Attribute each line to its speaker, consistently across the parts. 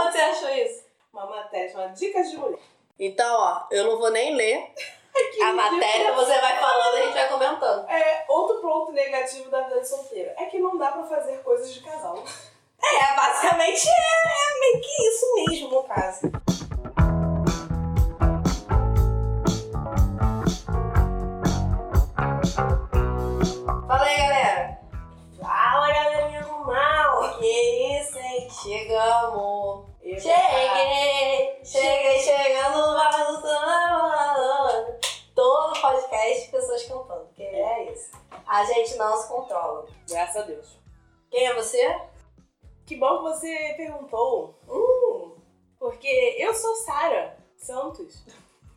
Speaker 1: achou isso? Uma matéria chamada Dicas de Mulher. É
Speaker 2: Então, ó, eu não vou nem ler
Speaker 1: Que
Speaker 2: a
Speaker 1: ridículo.
Speaker 2: matéria, você vai falando, a gente vai comentando.
Speaker 1: É outro ponto negativo da vida de solteira. É que não dá pra fazer coisas de casal. né?
Speaker 2: É, basicamente é, é meio que isso mesmo.
Speaker 1: No caso.
Speaker 2: Fala aí, galera.
Speaker 1: Fala, galerinha do mal!
Speaker 2: Que isso, hein? Chegamos.
Speaker 1: Eita.
Speaker 2: Cheguei, cheguei, chegando no bar do São Todo podcast, pessoas cantando, que é isso. A gente não se controla.
Speaker 1: Graças a Deus.
Speaker 2: Quem é você?
Speaker 1: Que bom que você perguntou. Hum, porque eu sou Sara Santos.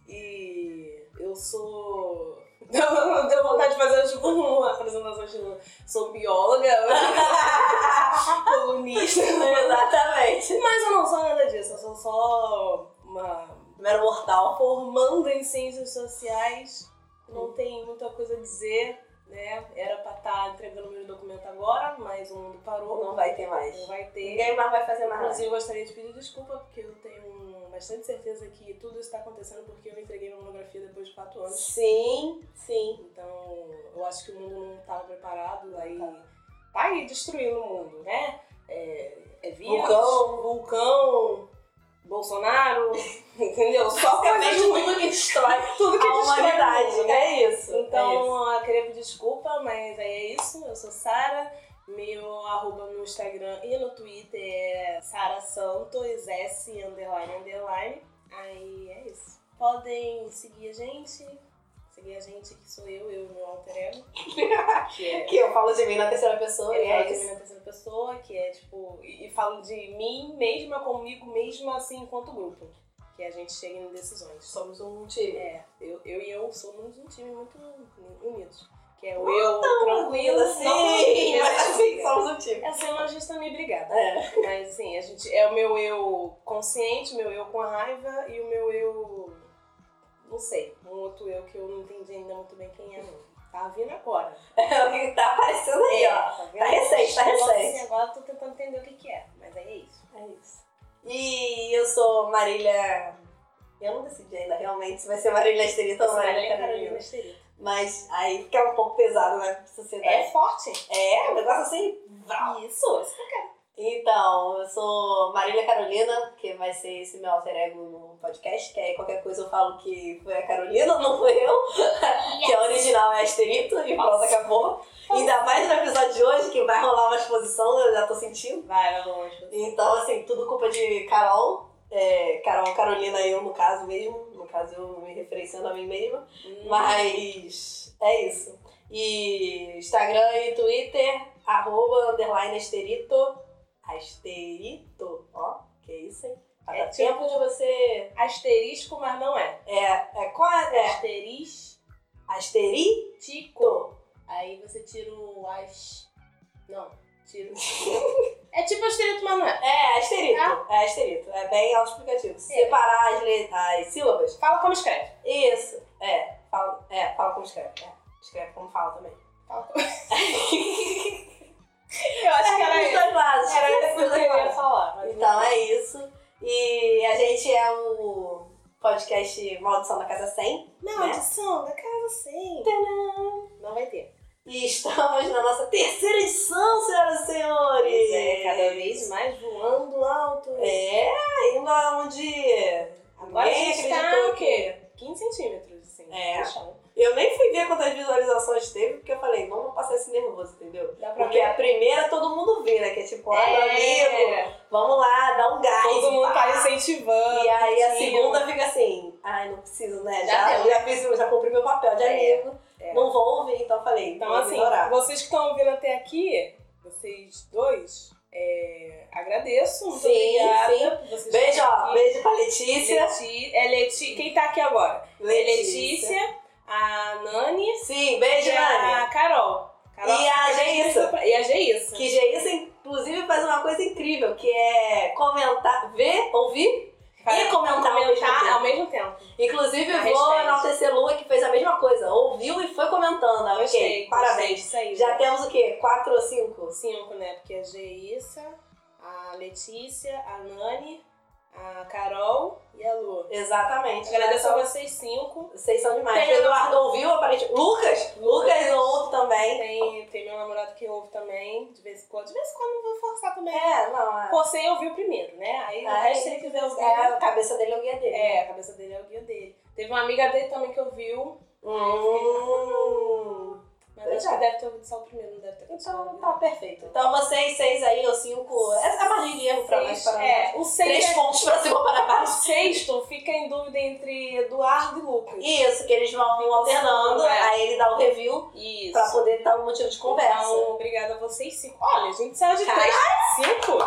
Speaker 1: E eu sou. Não, deu vontade de fazer tipo uma apresentação estilo. Sou bióloga, colunista.
Speaker 2: Exatamente.
Speaker 1: Mas eu não sou nada disso, eu sou só uma
Speaker 2: Primeiro mortal.
Speaker 1: formando em ciências sociais. Não tem muita coisa a dizer, né? Era pra estar entregando meus documentos agora, mas o mundo parou.
Speaker 2: Não vai ter mais.
Speaker 1: Não vai ter.
Speaker 2: Ninguém mais vai fazer mais nada.
Speaker 1: Inclusive, eu gostaria de pedir desculpa, porque eu tenho bastante certeza que tudo isso está acontecendo porque eu entreguei minha monografia depois de 4 anos.
Speaker 2: Sim, sim.
Speaker 1: Então, eu acho que o mundo não estava preparado, aí tá aí destruindo o mundo, né? É, é vírus,
Speaker 2: Vulcão.
Speaker 1: vulcão, Bolsonaro, entendeu? Só
Speaker 2: Basicamente
Speaker 1: coisas ruins.
Speaker 2: tudo que destrói
Speaker 1: tudo que
Speaker 2: a
Speaker 1: destrói o mundo,
Speaker 2: humanidade.
Speaker 1: né?
Speaker 2: É isso. é isso.
Speaker 1: Então, eu queria pedir desculpa, mas aí é isso. Eu sou Sara. Meu arroba no Instagram e no Twitter é Sara Santos, S underline underline. Aí é isso. Podem seguir a gente. Seguir a gente, que sou eu, eu e meu alter ego. que é
Speaker 2: que eu falo de mim na terceira pessoa e
Speaker 1: é
Speaker 2: é
Speaker 1: de mim
Speaker 2: isso.
Speaker 1: na terceira pessoa, que é tipo. E e falo de mim mesma, comigo mesma, assim, enquanto grupo. Que a gente chega em decisões.
Speaker 2: Somos um time.
Speaker 1: É, eu, eu e eu somos um time muito unidos. Que é o eu tranquilo, assim,
Speaker 2: sim,
Speaker 1: não tranquilo,
Speaker 2: mas
Speaker 1: mas
Speaker 2: assim,
Speaker 1: briga.
Speaker 2: somos um time.
Speaker 1: Essa semana a gente tá meio brigada.
Speaker 2: É.
Speaker 1: Mas assim, a gente é o meu eu consciente, meu eu com raiva e o meu eu. não sei, um outro eu que eu não entendi ainda muito bem quem é, não. Tá vindo agora. É,
Speaker 2: É o que tá aparecendo aí, ó.
Speaker 1: vindo?
Speaker 2: Tá recente, tá
Speaker 1: Nossa,
Speaker 2: recente.
Speaker 1: assim, agora eu tô tentando entender o que, que é, mas aí é isso.
Speaker 2: É isso. E eu sou Marília. Eu não decidi ainda realmente se vai ser Marília Esterita ou
Speaker 1: Essa
Speaker 2: Marília
Speaker 1: Maria
Speaker 2: é, Carolina.
Speaker 1: Esterito.
Speaker 2: Mas aí fica um pouco pesado na
Speaker 1: É
Speaker 2: sociedade.
Speaker 1: forte?
Speaker 2: É, um negócio assim. vrau.
Speaker 1: Isso, isso que eu quero.
Speaker 2: Então, eu sou Marília Carolina, que vai ser esse meu alter ego no podcast, que aí qualquer coisa eu falo que foi a Carolina, não foi eu, que a original é Asterito, e pronto, acabou. Ainda mais no episódio de hoje, que vai rolar uma exposição, eu já tô sentindo.
Speaker 1: Vai, vai longe.
Speaker 2: Então, assim, tudo culpa de Carol, é, Carol, Carolina e eu, no caso mesmo, no caso eu me referenciando a mim mesma. Mas é isso. E Instagram e Twitter, arroba underline asterito. Asterito, ó, que isso, hein? Tá
Speaker 1: É
Speaker 2: dá tempo de você.
Speaker 1: Asterisco, mas não é.
Speaker 2: É, é qual é?
Speaker 1: Asterístico.
Speaker 2: Asterito.
Speaker 1: Aí você tira o as. Não, tira. é tipo asterito, mas não é.
Speaker 2: É, asterito. É asterito. É bem auto-explicativo. Se
Speaker 1: É.
Speaker 2: Separar as, le- as sílabas.
Speaker 1: Fala como escreve.
Speaker 2: Isso. É, fala, é, fala como escreve. É, escreve como fala também.
Speaker 1: Fala como... eu acho que era
Speaker 2: Dos
Speaker 1: isso.
Speaker 2: dois lados.
Speaker 1: Era
Speaker 2: Dos
Speaker 1: isso que
Speaker 2: dois
Speaker 1: eu
Speaker 2: lados.
Speaker 1: ia falar. mas
Speaker 2: Então
Speaker 1: não.
Speaker 2: é isso. E a gente é o podcast Maldição da Casa 100.
Speaker 1: Maldição da casa sim. Não vai ter.
Speaker 2: E estamos na nossa terceira edição, senhoras e senhores.
Speaker 1: Pois é, cada vez mais voando alto.
Speaker 2: É, indo aonde.
Speaker 1: Agora a
Speaker 2: ninguém
Speaker 1: gente tá
Speaker 2: acreditou
Speaker 1: o quê? 15 centímetros, assim.
Speaker 2: É.
Speaker 1: no chão.
Speaker 2: Eu nem fui ver quantas visualizações teve, porque eu falei, não vou passar esse nervoso, entendeu?
Speaker 1: Dá pra
Speaker 2: Porque
Speaker 1: ver.
Speaker 2: a primeira todo mundo vê, né? Que é tipo, ah, meu amigo,
Speaker 1: É.
Speaker 2: vamos lá, dá um gás.
Speaker 1: Todo mundo tá
Speaker 2: pá.
Speaker 1: incentivando.
Speaker 2: E aí a
Speaker 1: curtindo.
Speaker 2: segunda fica assim, ai, não preciso, né?
Speaker 1: Já
Speaker 2: Já,
Speaker 1: deu.
Speaker 2: já, fiz, já cumpri meu papel de
Speaker 1: É,
Speaker 2: amigo.
Speaker 1: é.
Speaker 2: Não vou ouvir, então eu falei,
Speaker 1: Então,
Speaker 2: vou
Speaker 1: assim,
Speaker 2: ignorar.
Speaker 1: vocês que estão ouvindo até aqui, vocês dois, é, agradeço. Muito
Speaker 2: Sim,
Speaker 1: obrigada.
Speaker 2: sim.
Speaker 1: por vocês
Speaker 2: Beijo,
Speaker 1: estarem
Speaker 2: ó,
Speaker 1: aqui.
Speaker 2: beijo pra Letícia.
Speaker 1: Leti- é Leti- Quem tá aqui agora? É Letícia, a Nani
Speaker 2: Sim, beijo,
Speaker 1: e
Speaker 2: Nani.
Speaker 1: a Carol. Carol
Speaker 2: E a
Speaker 1: que fez
Speaker 2: Geissa.
Speaker 1: essa pra- E a Geissa.
Speaker 2: Que Geissa, inclusive, faz uma coisa incrível, que é comentar, ver, ouvir.
Speaker 1: Faz-
Speaker 2: e comentar ao mesmo tempo.
Speaker 1: ao mesmo tempo.
Speaker 2: Inclusive,
Speaker 1: A
Speaker 2: vou
Speaker 1: hashtag.
Speaker 2: enaltecer Lua, que fez a mesma coisa. Ouviu e foi comentando. Ah,
Speaker 1: Gostei,
Speaker 2: Ok, parabéns.
Speaker 1: gostei, Isso aí.
Speaker 2: Já
Speaker 1: né?
Speaker 2: temos o quê? Quatro ou cinco?
Speaker 1: é cinco, né? Porque a Geissa, a Letícia, a Nani
Speaker 2: Exatamente.
Speaker 1: Agradeço
Speaker 2: Né?
Speaker 1: a vocês cinco.
Speaker 2: Vocês são demais.
Speaker 1: Tem-
Speaker 2: Eduardo ouviu, aparentemente. Lucas! Lucas ouve também.
Speaker 1: Tem, tem meu namorado que ouve também, de vez em quando. De vez em quando eu vou forçar também.
Speaker 2: É, não, é.
Speaker 1: Você ouviu primeiro, né? Aí o
Speaker 2: Ai.
Speaker 1: resto ele quiser ouvir.
Speaker 2: É, a cabeça dele é o guia dele.
Speaker 1: É, a cabeça dele é o guia dele. Teve uma amiga dele também que ouviu,
Speaker 2: Hum.
Speaker 1: mas
Speaker 2: Pois
Speaker 1: acho
Speaker 2: é.
Speaker 1: que deve ter ouvido só o primeiro, não deve ter ouvido só o
Speaker 2: Então
Speaker 1: primeiro.
Speaker 2: tá perfeito. Então vocês seis aí, ou cinco. É a margem de erro pra mais
Speaker 1: Seis-
Speaker 2: para baixo.
Speaker 1: é, o seis
Speaker 2: Três
Speaker 1: é-
Speaker 2: pontos pra cima para
Speaker 1: o
Speaker 2: baixo.
Speaker 1: sexto fica em dúvida entre Eduardo e Lucas.
Speaker 2: Isso, que eles vão alternando,
Speaker 1: É.
Speaker 2: aí ele dá o review
Speaker 1: Isso.
Speaker 2: pra poder dar um motivo de conversa.
Speaker 1: Então, obrigada a vocês cinco. Olha, a gente saiu de
Speaker 2: Cara.
Speaker 1: três cinco.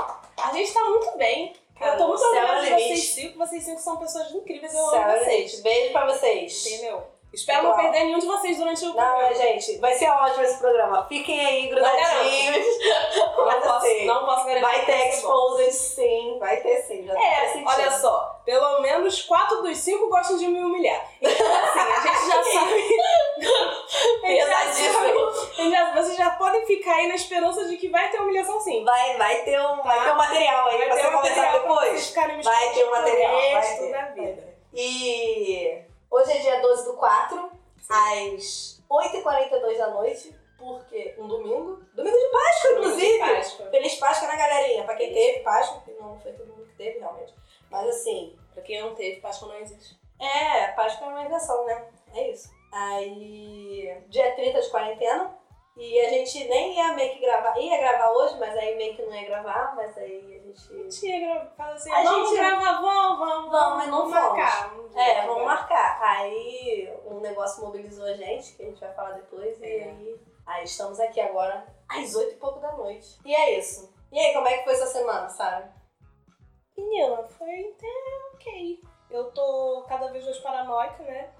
Speaker 1: A gente tá muito bem.
Speaker 2: Cara,
Speaker 1: eu tô muito
Speaker 2: o céu é
Speaker 1: orgulhosa
Speaker 2: o
Speaker 1: de
Speaker 2: limite.
Speaker 1: vocês cinco. Vocês cinco são pessoas incríveis. Eu amo
Speaker 2: Sério,
Speaker 1: vocês.
Speaker 2: gente. Beijo pra vocês.
Speaker 1: Entendeu? Espero não
Speaker 2: Igual.
Speaker 1: perder nenhum de vocês durante o
Speaker 2: Não, mas,
Speaker 1: programa.
Speaker 2: gente, vai ser ótimo esse programa. Fiquem aí grudadinhos.
Speaker 1: Não
Speaker 2: Vai
Speaker 1: posso,
Speaker 2: ter.
Speaker 1: não posso
Speaker 2: assim,
Speaker 1: garantir.
Speaker 2: Vai
Speaker 1: que vai
Speaker 2: ter
Speaker 1: ser bom.
Speaker 2: exposes, sim. Vai ter sim. Já tá
Speaker 1: É,
Speaker 2: sentindo.
Speaker 1: olha só, pelo menos quatro dos cinco gostam de me humilhar. Então, assim, a gente já sabe. A gente já sabe-
Speaker 2: Pesadíssimo.
Speaker 1: a gente já- Vocês já podem ficar aí na esperança de que vai ter humilhação sim.
Speaker 2: Vai, vai ter um, vai ter um material aí
Speaker 1: Tá
Speaker 2: pra você conversar depois. Vai ter um material, vai ter.
Speaker 1: da vida.
Speaker 2: E hoje é dia 12 do 4, às 8h42 da noite, porque um domingo. Domingo de Páscoa, inclusive!
Speaker 1: De Páscoa.
Speaker 2: Feliz Páscoa na galerinha, pra quem
Speaker 1: Feliz.
Speaker 2: teve Páscoa, que não foi todo mundo que teve realmente. Mas assim,
Speaker 1: Pra quem não teve, Páscoa não existe.
Speaker 2: é, Páscoa é uma invenção, né? É isso. Aí, dia 30 de quarentena. E a gente nem ia meio que gravar, ia gravar hoje, mas aí meio que não ia gravar, mas aí a gente
Speaker 1: Tia, fala assim,
Speaker 2: A
Speaker 1: vamos
Speaker 2: gente-
Speaker 1: gravar, vamos, vamos.
Speaker 2: Vamos, mas não
Speaker 1: marcar. um tá Vamos
Speaker 2: É, vamos marcar. Aí um negócio mobilizou a gente, que a gente vai falar depois, e
Speaker 1: É.
Speaker 2: aí, aí estamos aqui agora às oito e pouco da noite. E é isso. E aí, como é que foi sua semana, Sara?
Speaker 1: Menina, foi até ok. Eu tô cada vez mais paranoica, né?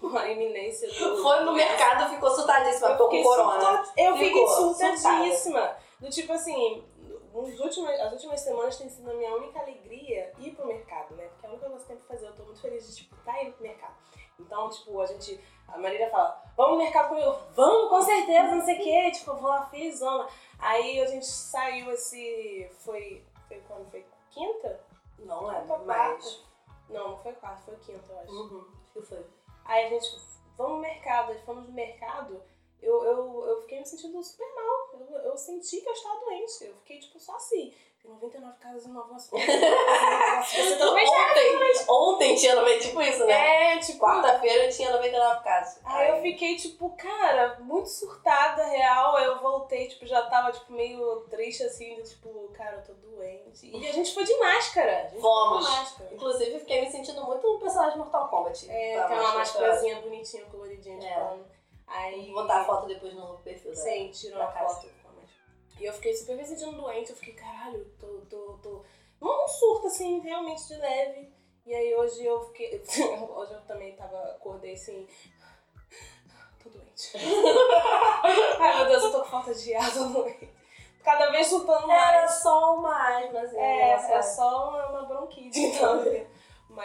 Speaker 1: Com a iminência do...
Speaker 2: Foi no mercado, ficou surtadíssima,
Speaker 1: Eu
Speaker 2: ficou com
Speaker 1: fiquei
Speaker 2: corona.
Speaker 1: surta- Eu fiquei
Speaker 2: Ficou,
Speaker 1: surtadíssima. Do tipo assim, nos últimos, as últimas semanas tem sido a minha única alegria ir pro mercado, né? Porque é a única coisa que eu tenho pra fazer. Eu tô muito feliz de, tipo, tá indo pro mercado. Então, tipo, a gente. A Marília fala, vamos no mercado comigo. Vamos, com certeza, não sei o quê. Tipo, eu vou lá, felizona. Aí a gente saiu esse. Foi. Foi quando? Foi quinta?
Speaker 2: Não é,
Speaker 1: Foi
Speaker 2: mas.
Speaker 1: quarta. Não, não foi quarta, foi quinta, eu acho.
Speaker 2: Uhum. O que foi?
Speaker 1: Aí a gente, vamos no mercado, aí fomos no mercado, eu, eu, eu fiquei me sentindo super mal. Eu, eu senti que eu estava doente. Eu fiquei, tipo, só assim. Tem 99 casas e 9 Você tá também já
Speaker 2: tá- Ontem, ontem tinha 90, tipo isso, né?
Speaker 1: é, tipo.
Speaker 2: Quarta-feira tinha 99 casos.
Speaker 1: Aí eu fiquei, tipo, cara, muito surtada, real. Aí eu voltei, tipo, já tava, tipo, meio triste, assim, do tipo, cara, eu tô doente. E a gente foi de máscara. A gente
Speaker 2: Vamos.
Speaker 1: Foi de máscara.
Speaker 2: Inclusive, fiquei me sentindo muito um personagem de Mortal Kombat.
Speaker 1: É,
Speaker 2: Pra
Speaker 1: tem uma
Speaker 2: mostrar.
Speaker 1: máscarazinha bonitinha, coloridinha de
Speaker 2: É.
Speaker 1: pano. Aí.
Speaker 2: Vou botar a foto depois no perfil. dela.
Speaker 1: Sim, tirou
Speaker 2: da
Speaker 1: a
Speaker 2: casa.
Speaker 1: foto. E eu fiquei super me sentindo doente, eu fiquei, caralho, tô, tô, tô. Um surto, assim, realmente de leve. E aí hoje eu fiquei. Hoje eu também tava, acordei assim. Tô doente. Ai meu Deus, eu tô com falta de ar, tô doente. Cada vez surtando mais.
Speaker 2: Era só um uma asmazinha.
Speaker 1: É,
Speaker 2: né?
Speaker 1: é só uma, uma bronquite, então.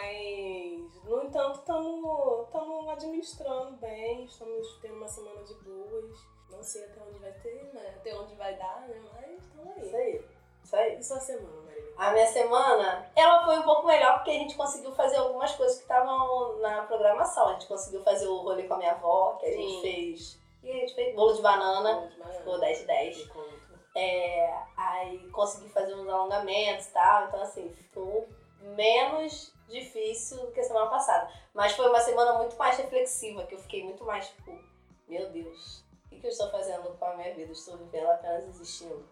Speaker 1: Mas, no entanto, estamos administrando bem, estamos tendo uma semana de boas. Não sei até onde vai ter, né? até onde vai dar, né? Mas estamos
Speaker 2: Isso
Speaker 1: aí.
Speaker 2: aí. Isso aí.
Speaker 1: E sua semana, Marília?
Speaker 2: A minha semana, ela foi um pouco melhor porque a gente conseguiu fazer algumas coisas que estavam na programação. A gente conseguiu fazer o rolê com a minha avó, que a gente
Speaker 1: Sim.
Speaker 2: fez. E a gente fez bolo de banana,
Speaker 1: Boa demais.
Speaker 2: ficou 10 de 10.
Speaker 1: Me conta.
Speaker 2: É, aí consegui fazer uns alongamentos e tal. Então, assim, ficou menos difícil do que a semana passada. Mas foi uma semana muito mais reflexiva, que eu fiquei muito mais tipo, meu Deus, o que, que eu estou fazendo com a minha vida? Eu Estou vivendo apenas existindo.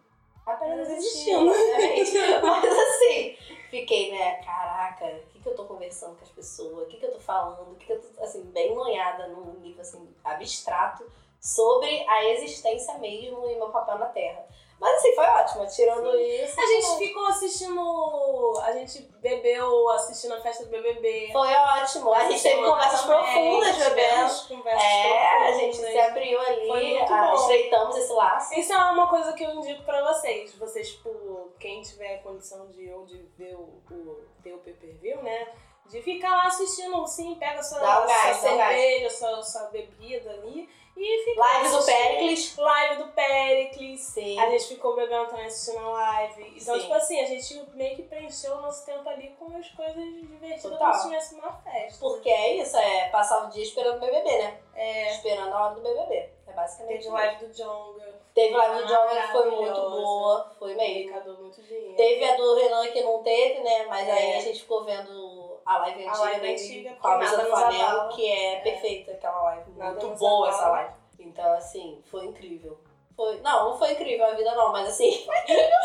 Speaker 2: Apenas existindo, obviamente. Mas assim, fiquei, né, caraca, o que, que eu tô conversando com as pessoas? O que, que eu tô falando? O que, que eu tô, assim, bem noiada num nível, assim, abstrato sobre a existência mesmo e meu papel na Terra. Mas assim, foi ótimo, tirando isso.
Speaker 1: A gente ficou assistindo. A gente bebeu assistindo a festa do BBB.
Speaker 2: Foi ótimo. A gente teve conversas profundas, bebendo.
Speaker 1: tivemos Conversas
Speaker 2: É, a
Speaker 1: profundas.
Speaker 2: gente se abriu ali,
Speaker 1: Foi muito
Speaker 2: ah,
Speaker 1: bom.
Speaker 2: estreitamos esse laço.
Speaker 1: Isso é uma coisa que eu indico pra vocês. Vocês, tipo, quem tiver condição de ou de ver o, o ter o pay-per-view, né? De ficar lá assistindo assim, pega sua,
Speaker 2: Dá o
Speaker 1: sua
Speaker 2: gás, dá o gás.
Speaker 1: cerveja, sua, sua bebida ali e fica
Speaker 2: Live do
Speaker 1: assistindo.
Speaker 2: Pericles.
Speaker 1: Live do Pericles.
Speaker 2: Sim.
Speaker 1: A gente ficou bebendo também assistindo a live. Então,
Speaker 2: Sim.
Speaker 1: tipo assim, a gente meio que preencheu o nosso tempo ali com as coisas divertidas
Speaker 2: Total.
Speaker 1: como se tivesse uma festa.
Speaker 2: Porque é isso, é passar o dia esperando o BBB, né?
Speaker 1: É,
Speaker 2: Esperando a hora do BBB. É basicamente
Speaker 1: teve um Ah,
Speaker 2: isso.
Speaker 1: live do Jonga.
Speaker 2: Teve live do Jovem que foi muito
Speaker 1: Maravilhosa.
Speaker 2: boa, foi
Speaker 1: Ele
Speaker 2: meio.
Speaker 1: arrecadou muito dinheiro.
Speaker 2: Teve a do Renan que não teve, né? Mas aí
Speaker 1: É.
Speaker 2: a gente ficou vendo a live
Speaker 1: A
Speaker 2: antiga,
Speaker 1: live
Speaker 2: dele
Speaker 1: antiga,
Speaker 2: com a
Speaker 1: que
Speaker 2: mesa
Speaker 1: nada
Speaker 2: do
Speaker 1: nos
Speaker 2: Flamengo,
Speaker 1: abala.
Speaker 2: que é, perfeita aquela live.
Speaker 1: Nada
Speaker 2: muito
Speaker 1: nos
Speaker 2: boa
Speaker 1: abala.
Speaker 2: essa live. Então, assim, foi incrível. Foi, não, não foi incrível a vida não, mas assim,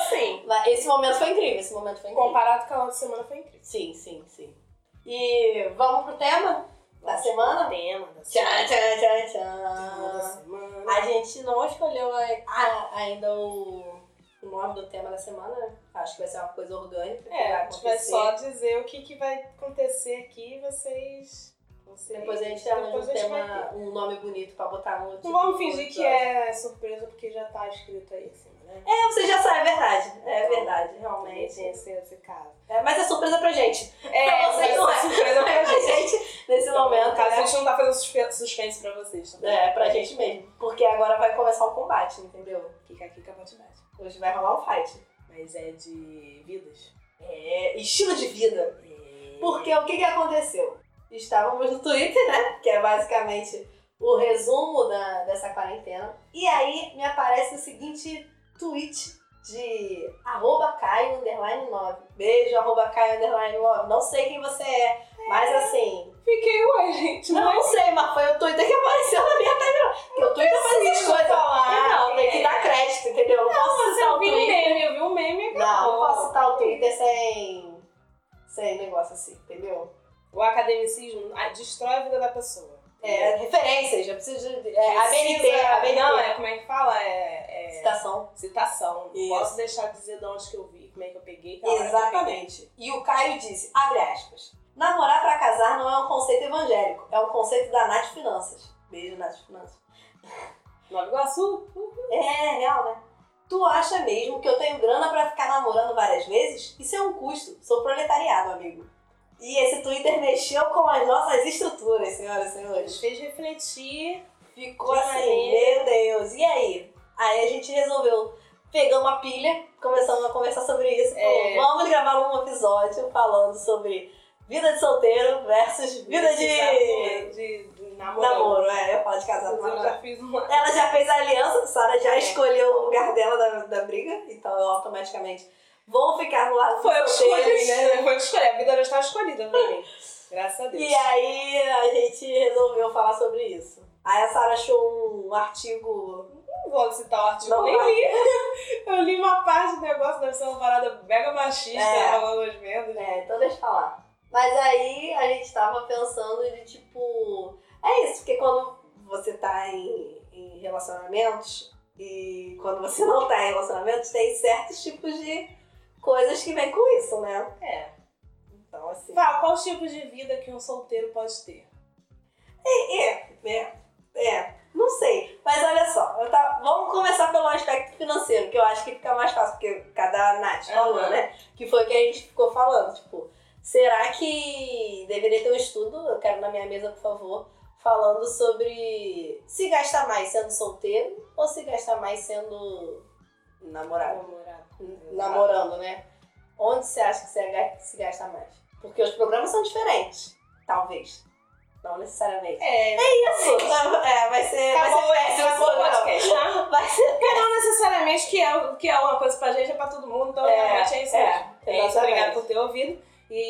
Speaker 1: Sim.
Speaker 2: mas esse momento foi incrível, esse momento foi incrível.
Speaker 1: Comparado com a outra semana foi incrível.
Speaker 2: Sim, sim, sim. E vamos pro tema da semana?
Speaker 1: Tema da
Speaker 2: Tchan,
Speaker 1: semana.
Speaker 2: tchan, tchan,
Speaker 1: Tema da
Speaker 2: tchan.
Speaker 1: semana.
Speaker 2: A gente não escolheu a- a- ainda o, o nome do tema da semana, né? Acho que vai ser uma coisa orgânica. que
Speaker 1: É,
Speaker 2: vai
Speaker 1: a gente vai
Speaker 2: acontecer.
Speaker 1: só dizer o que, que vai acontecer aqui e vocês, vocês.
Speaker 2: Depois a gente arranja um
Speaker 1: depois a gente vai
Speaker 2: tema,
Speaker 1: ter.
Speaker 2: um nome bonito pra botar no título
Speaker 1: Não vamos
Speaker 2: do
Speaker 1: fingir que
Speaker 2: episódio.
Speaker 1: é surpresa porque já tá escrito aí em cima, né?
Speaker 2: É, você já sabe, é verdade. É
Speaker 1: Então,
Speaker 2: verdade, realmente.
Speaker 1: Esse, esse, esse caso.
Speaker 2: É, mas é surpresa pra gente.
Speaker 1: É,
Speaker 2: pra vocês
Speaker 1: vai
Speaker 2: não
Speaker 1: ser
Speaker 2: é.
Speaker 1: surpresa pra gente.
Speaker 2: nesse momento,
Speaker 1: Caso a
Speaker 2: né?
Speaker 1: gente não tá fazendo suspe- suspense pra vocês, tá bom?
Speaker 2: É, pra gente mesmo. Porque agora vai começar o combate, entendeu?
Speaker 1: Kika, kika, bate, bate.
Speaker 2: Hoje vai rolar um fight.
Speaker 1: Mas é de vidas.
Speaker 2: É, estilo de vida.
Speaker 1: É.
Speaker 2: Porque o que, que aconteceu? Estávamos no Twitter, né? Que é basicamente o resumo da, dessa quarentena. E aí me aparece o seguinte tweet de arroba Caio underline 9. Beijo, arroba Caio underline 9. Não sei quem você é, mas assim.
Speaker 1: Fiquei, ué, gente. é
Speaker 2: Não, não sei, mas foi o Twitter que apareceu na minha timeline. Porque o Twitter faz essas
Speaker 1: preciso
Speaker 2: coisas. É,
Speaker 1: falar. É.
Speaker 2: Não, tem que dar crédito, entendeu? Não, posso
Speaker 1: Mas
Speaker 2: citar
Speaker 1: eu
Speaker 2: o
Speaker 1: vi um
Speaker 2: Twitter.
Speaker 1: meme, eu vi um meme e
Speaker 2: Não,
Speaker 1: acabou.
Speaker 2: não posso citar o Twitter sem. sem negócio assim, entendeu?
Speaker 1: O academicismo ah, destrói a vida da pessoa.
Speaker 2: É, referências, eu preciso de. É, ABNT,
Speaker 1: Precisa-
Speaker 2: ABNT.
Speaker 1: Não, é como é que fala? É, é
Speaker 2: Citação.
Speaker 1: citação.
Speaker 2: Isso.
Speaker 1: Posso deixar de dizer de onde que eu vi, como é que eu peguei. que hora que eu
Speaker 2: Exatamente. E o Caio disse, abre aspas. Namorar pra casar não é um conceito evangélico, é um conceito da Nath Finanças. Beijo, Nath Finanças.
Speaker 1: peguei. Nova Iguaçu?
Speaker 2: É, é real, né? Tu acha mesmo que eu tenho grana pra ficar namorando várias vezes? Isso é um custo. Sou proletariado, amigo. E esse Twitter mexeu com as nossas estruturas, senhoras e senhores.
Speaker 1: Nos fez refletir.
Speaker 2: Ficou
Speaker 1: Que
Speaker 2: assim, meu
Speaker 1: maneiro.
Speaker 2: Deus, e aí? Aí a gente resolveu, pegamos uma pilha, começamos a conversar sobre isso.
Speaker 1: É.
Speaker 2: Falou, vamos gravar um episódio falando sobre vida de solteiro versus vida de
Speaker 1: De, de namoro.
Speaker 2: namoro. É, eu falo de casado,
Speaker 1: Inclusive, eu
Speaker 2: namoro.
Speaker 1: já fiz uma.
Speaker 2: Ela já fez a aliança, Sara já
Speaker 1: É.
Speaker 2: escolheu o lugar dela da, da briga, então eu automaticamente vou ficar no lado do
Speaker 1: Foi eu que
Speaker 2: solteiro,
Speaker 1: escolhi, né? Foi eu que escolhi. A vida já estava escolhida pra mim. Graças a Deus.
Speaker 2: E aí a gente resolveu falar sobre isso. Aí a Sara achou um artigo
Speaker 1: Não vou citar o artigo,
Speaker 2: Não
Speaker 1: nem
Speaker 2: vai.
Speaker 1: li. Eu li uma parte do negócio, deve ser uma parada mega machista,
Speaker 2: É.
Speaker 1: rolando as vendas.
Speaker 2: É, então deixa eu falar. Mas aí a gente tava pensando de tipo. É isso, porque quando você tá em, em relacionamentos e quando você não tá em relacionamentos, tem certos tipos de coisas que vêm com isso, né?
Speaker 1: É.
Speaker 2: Então, assim.
Speaker 1: Val, qual tipo de vida que um solteiro pode ter?
Speaker 2: É, é, é. Não sei. Mas olha só, eu tava- vamos começar pelo aspecto financeiro, que eu acho que fica mais fácil, porque cada Nath falou,
Speaker 1: Aham.
Speaker 2: né? Que foi o que a gente ficou falando. Tipo, será que deveria ter um estudo? Eu quero na minha mesa, por favor, falando sobre se gastar mais sendo solteiro ou se gastar mais sendo namorado.
Speaker 1: Namorado.
Speaker 2: Namorando, né? Onde você acha que você ga- se gasta mais? Porque os programas são diferentes, talvez. Não necessariamente.
Speaker 1: É,
Speaker 2: Isso, é, vai ser.
Speaker 1: acabou,
Speaker 2: vai ser péssimo
Speaker 1: acabou o
Speaker 2: programa.
Speaker 1: podcast, tá?
Speaker 2: Vai ser.
Speaker 1: Porque não necessariamente que é, o- que é uma coisa pra gente, é pra todo mundo, então
Speaker 2: É,
Speaker 1: realmente é isso
Speaker 2: é,
Speaker 1: mesmo. É isso,
Speaker 2: exatamente.
Speaker 1: obrigado por ter ouvido.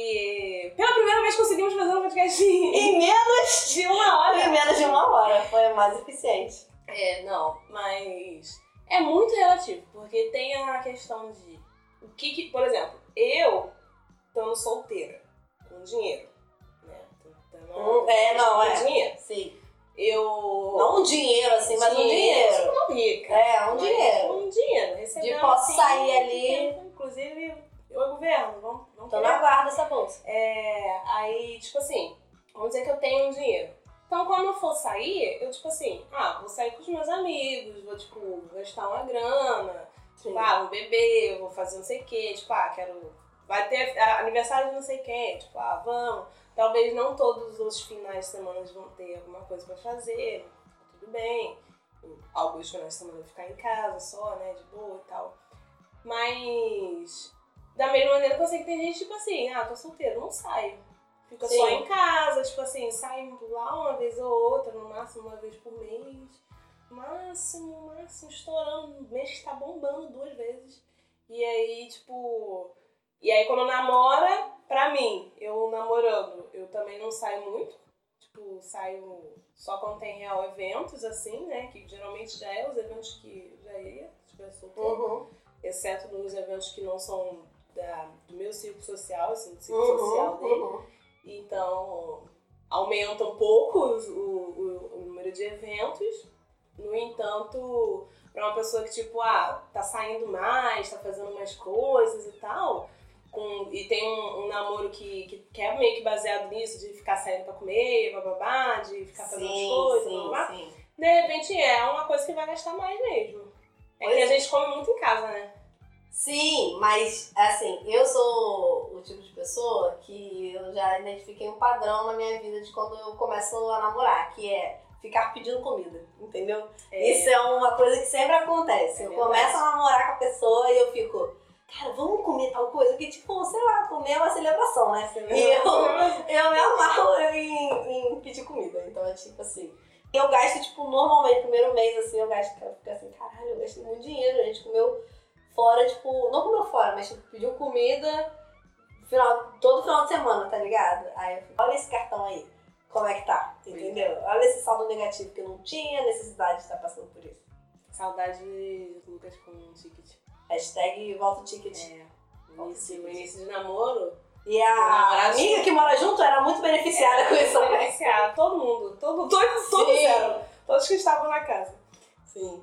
Speaker 1: E pela primeira vez conseguimos fazer um podcast de
Speaker 2: Em menos,
Speaker 1: de uma hora.
Speaker 2: em menos de uma hora foi mais eficiente.
Speaker 1: É, não, mas é muito relativo, porque tem a questão de o que que, por exemplo, eu estando solteira, com dinheiro, né? Tô- tô-
Speaker 2: Hum, é, não,
Speaker 1: com
Speaker 2: é.
Speaker 1: dinheiro.
Speaker 2: Sim.
Speaker 1: Eu
Speaker 2: Não um dinheiro assim, mas um dinheiro.
Speaker 1: Não rica.
Speaker 2: É, um
Speaker 1: mas
Speaker 2: dinheiro.
Speaker 1: Um dinheiro. Recebendo,
Speaker 2: posso
Speaker 1: assim,
Speaker 2: sair
Speaker 1: que
Speaker 2: ali.
Speaker 1: tem, Inclusive, eu governo, vamos, vamos
Speaker 2: Então
Speaker 1: pegar
Speaker 2: não aguarda essa bolsa.
Speaker 1: é, aí, tipo assim, vamos dizer que eu tenho um dinheiro. Então, quando eu for sair, eu, tipo assim, ah, vou sair com os meus amigos, vou, tipo, gastar uma grana, Tipo, ah, vou beber, eu vou fazer não sei o quê. Tipo, ah, quero. Vai ter ah, aniversário de não sei quem. Tipo, ah, vamos. Talvez não todos os finais de semana vão ter alguma coisa pra fazer. Tudo bem. Alguns finais de semana eu vou ficar em casa só, né? De boa e tal. Mas. Da mesma maneira que eu sei que tem gente, tipo assim, ah, tô solteiro, não saio. Fica só
Speaker 2: Sim.
Speaker 1: em casa, tipo assim, sai lá uma vez ou outra, no máximo uma vez por mês. Máximo, máximo, estourando. Um mês que tá bombando duas vezes. E aí, tipo. E aí quando namora, pra mim, eu namorando, eu também não saio muito. Tipo, saio só quando tem real eventos, assim, né? Que geralmente já é os eventos que já ia, tipo, é solteiro
Speaker 2: Uhum.
Speaker 1: exceto nos eventos que não são da, do meu círculo social, assim, do círculo social
Speaker 2: Uhum.
Speaker 1: dele.
Speaker 2: Uhum.
Speaker 1: Então, aumenta um pouco os- o, o- o número de eventos. No entanto, para uma pessoa que, tipo, ah, tá saindo mais, tá fazendo mais coisas e tal, com- e tem um, um namoro que, que, que é meio que baseado nisso, de ficar saindo pra comer, bababá, de ficar fazendo as coisas, blá, blá, blá,
Speaker 2: sim, sim.
Speaker 1: de repente é uma coisa que vai gastar mais mesmo. É
Speaker 2: Pois
Speaker 1: que a
Speaker 2: é.
Speaker 1: gente come muito em casa, né?
Speaker 2: Sim, mas assim, eu sou o tipo de pessoa que eu já identifiquei um padrão na minha vida de quando eu começo a namorar, que é ficar pedindo comida, entendeu?
Speaker 1: É.
Speaker 2: Isso é uma coisa que sempre acontece.
Speaker 1: É
Speaker 2: eu
Speaker 1: verdade.
Speaker 2: começo a namorar com a pessoa e eu fico, cara, vamos comer tal coisa, que tipo, sei lá, comer é uma celebração, né? E
Speaker 1: é.
Speaker 2: eu, eu me amarro em, em pedir comida, então é tipo assim. Eu gasto, tipo, normalmente, no primeiro mês, assim, eu gasto, eu fico assim, caralho, eu gastei muito dinheiro, a gente comeu fora, tipo, não comeu fora, mas tipo, pediu comida final, todo final de semana, tá ligado? Aí eu fico, olha esse cartão aí, como é que tá, entendeu? Olha esse saldo negativo que não tinha necessidade de estar passando por isso.
Speaker 1: Saudade de Lucas com um ticket.
Speaker 2: Hashtag volta o ticket.
Speaker 1: É.
Speaker 2: Volta o
Speaker 1: Início, no
Speaker 2: ticket.
Speaker 1: início de namoro.
Speaker 2: E a
Speaker 1: Namorado.
Speaker 2: amiga que mora junto era muito beneficiada com isso também.
Speaker 1: Diferenciar, todo mundo. Todo, todos, todos
Speaker 2: Sim.
Speaker 1: eram. Todos que estavam na casa.
Speaker 2: Sim.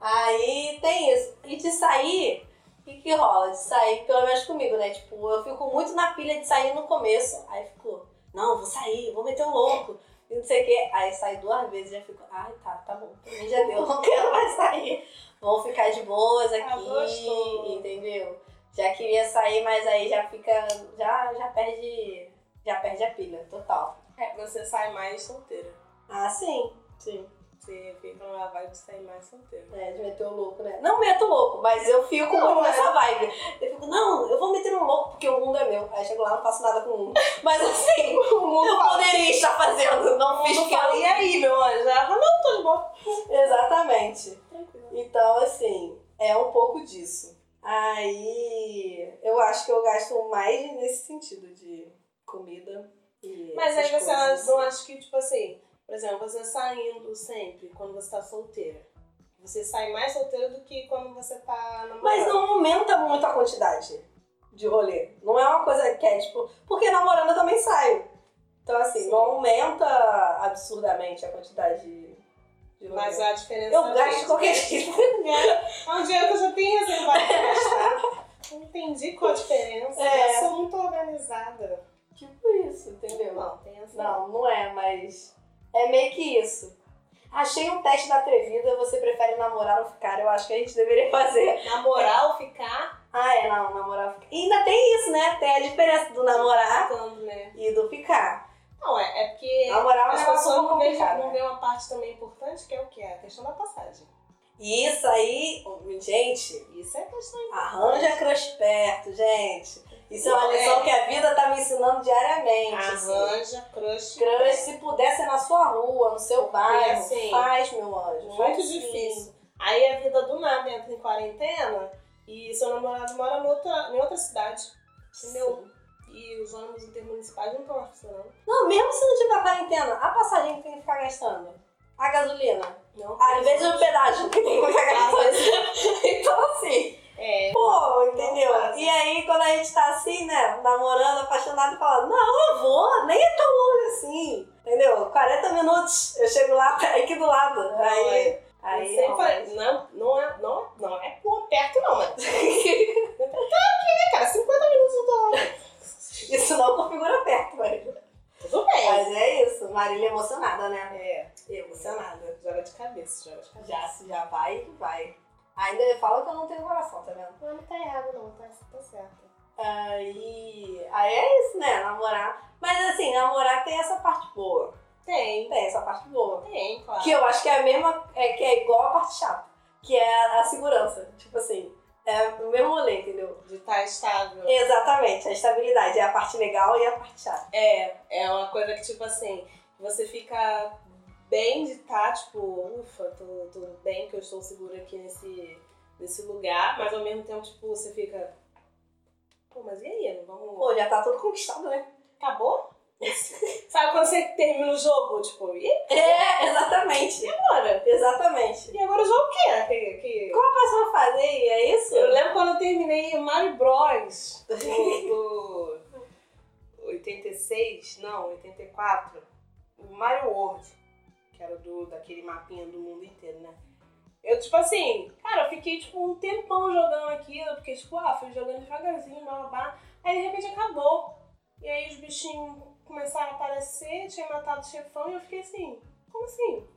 Speaker 2: Aí tem isso. E de sair, o que, que rola? De sair, pelo menos comigo, né? Tipo, eu fico muito na pilha de sair no começo. Aí fico, não, vou sair, vou meter o louco. E não sei o quê. Aí sai duas vezes e já fico, ai tá, tá bom. Pra mim já deu, não quero mais sair. Vamos ficar de boas
Speaker 1: Ah,
Speaker 2: aqui,
Speaker 1: gostou.
Speaker 2: entendeu? Já queria sair, mas aí já fica. Já, já perde. Já perde a pilha, total.
Speaker 1: É, você sai mais solteira.
Speaker 2: Ah, sim. Sim.
Speaker 1: Você fica numa vibe de sair mais solteira.
Speaker 2: É, de meter o louco, né? Não meto o louco, mas eu fico
Speaker 1: Não,
Speaker 2: muito
Speaker 1: é.
Speaker 2: nessa vibe. Eu fico, não, eu vou meter um louco porque o mundo é meu. Aí chego lá, não faço nada com o mundo. Mas assim,
Speaker 1: O
Speaker 2: eu poderia estar fazendo, não
Speaker 1: O
Speaker 2: fiz
Speaker 1: mundo
Speaker 2: porque
Speaker 1: fala, e
Speaker 2: eu...
Speaker 1: aí, meu anjo? Ela fala, não, tô de boa.
Speaker 2: Exatamente.
Speaker 1: Tranquilo.
Speaker 2: Então, assim, é um pouco disso. Aí, eu acho que eu gasto mais nesse sentido de comida e
Speaker 1: Mas aí
Speaker 2: essas
Speaker 1: você
Speaker 2: coisas.
Speaker 1: não acha que, tipo assim, por exemplo, você saindo sempre quando você tá solteira. Você sai mais solteira do que quando você tá namorando.
Speaker 2: Mas não aumenta muito a quantidade de rolê. Não é uma coisa que é tipo. Porque namorando eu também saio. Então, assim,
Speaker 1: Sim.
Speaker 2: não aumenta absurdamente a quantidade de de rolê.
Speaker 1: Mas a diferença
Speaker 2: eu
Speaker 1: é
Speaker 2: gasto
Speaker 1: que-
Speaker 2: qualquer tipo.
Speaker 1: É um dinheiro que eu já tenho reservado pra gastar. Não entendi qual a diferença.
Speaker 2: É.
Speaker 1: Eu sou muito organizada.
Speaker 2: Tipo isso, entendeu?
Speaker 1: Não, tem essa.
Speaker 2: Não, não é, mas. É meio que isso. Achei um teste da atrevida, você prefere namorar ou ficar? Eu acho que a gente deveria fazer.
Speaker 1: Namorar ou ficar
Speaker 2: Ah, é, não, namorar ou ficar. E ainda tem isso, né? Tem a diferença do namorar
Speaker 1: ficando, né?
Speaker 2: e do ficar.
Speaker 1: Não, é, é porque
Speaker 2: Namorar é um
Speaker 1: as
Speaker 2: negócio
Speaker 1: pessoas
Speaker 2: muito
Speaker 1: não veem
Speaker 2: complicado. né?
Speaker 1: não veem uma parte também importante que é o que? A questão da passagem.
Speaker 2: E isso aí, gente,
Speaker 1: Isso é questão
Speaker 2: arranja crush perto, gente. Isso é uma lição que a vida tá me ensinando diariamente. assim.
Speaker 1: Arranja, Ah, crush. né?
Speaker 2: Crush, se puder ser na sua rua, no seu
Speaker 1: É
Speaker 2: bairro,
Speaker 1: assim,
Speaker 2: faz, meu anjo.
Speaker 1: Muito
Speaker 2: faz sim.
Speaker 1: difícil. Aí a vida do nada entra em quarentena e seu namorado mora em outra, em outra cidade. Entendeu?
Speaker 2: Sim.
Speaker 1: E os ônibus intermunicipais não estão mais funcionando.
Speaker 2: Não, mesmo se não tiver quarentena, a passagem que tem que ficar gastando. A gasolina.
Speaker 1: Não.
Speaker 2: Às vezes o pedágio que tem que ficar gastando. então assim.
Speaker 1: Ah, É.
Speaker 2: Pô, entendeu?
Speaker 1: Não faz.
Speaker 2: E aí quando a gente tá assim, né, namorando, apaixonado, fala, não, eu vou, nem é tão longe assim, entendeu? 40 minutos, eu chego lá, tá aqui do lado.
Speaker 1: Não,
Speaker 2: aí,
Speaker 1: é.
Speaker 2: aí,
Speaker 1: eu sempre
Speaker 2: realmente.
Speaker 1: falei, não, não é, não, é- não é por perto não, mas... tá ok, cara, 50 minutos eu tô lá.
Speaker 2: isso não configura perto, mas...
Speaker 1: Tudo bem.
Speaker 2: mas é isso, Marília emocionada, né?
Speaker 1: É,
Speaker 2: Emocionada.
Speaker 1: joga de cabeça, joga de cabeça.
Speaker 2: Já, já vai que vai. Ainda fala que eu não tenho coração, tá vendo?
Speaker 3: Mas não tá errado, não, tá, tá certo.
Speaker 2: Aí. Aí é isso, né? Namorar. Mas assim, namorar tem essa parte boa.
Speaker 1: Tem.
Speaker 2: Tem essa parte boa.
Speaker 1: Tem, claro.
Speaker 2: Que eu acho que é a mesma. É, que é igual a parte chata. Que é a segurança. Tipo assim. É o mesmo rolê, entendeu?
Speaker 1: De estar estável.
Speaker 2: Exatamente, a estabilidade é a parte legal e a parte chata.
Speaker 1: É, é uma coisa que, tipo assim, você fica bem de estar, tipo, ufa, tô, tô bem que eu estou segura aqui nesse, nesse lugar, mas ao mesmo tempo, tipo, você fica. Pô, mas e aí? Não vamos.
Speaker 2: Pô, já tá tudo conquistado, né?
Speaker 1: Acabou? Sabe quando você termina o jogo? Tipo, e
Speaker 2: É, exatamente.
Speaker 1: agora?
Speaker 2: Exatamente.
Speaker 1: E agora o jogo o quê? Que, que...
Speaker 2: Qual a próxima fase aí? É isso?
Speaker 1: Eu lembro quando eu terminei o Mario Bros. Do, do 86, não, 84. O Mario World, que era do, daquele mapinha do mundo inteiro, né? Eu, tipo assim, cara, eu fiquei tipo um tempão jogando aquilo, porque, tipo, ah, fui jogando devagarzinho, blá blá blá. Aí de repente acabou. E aí os bichinhos começaram a aparecer, tinha matado o chefão, e eu fiquei assim, como assim?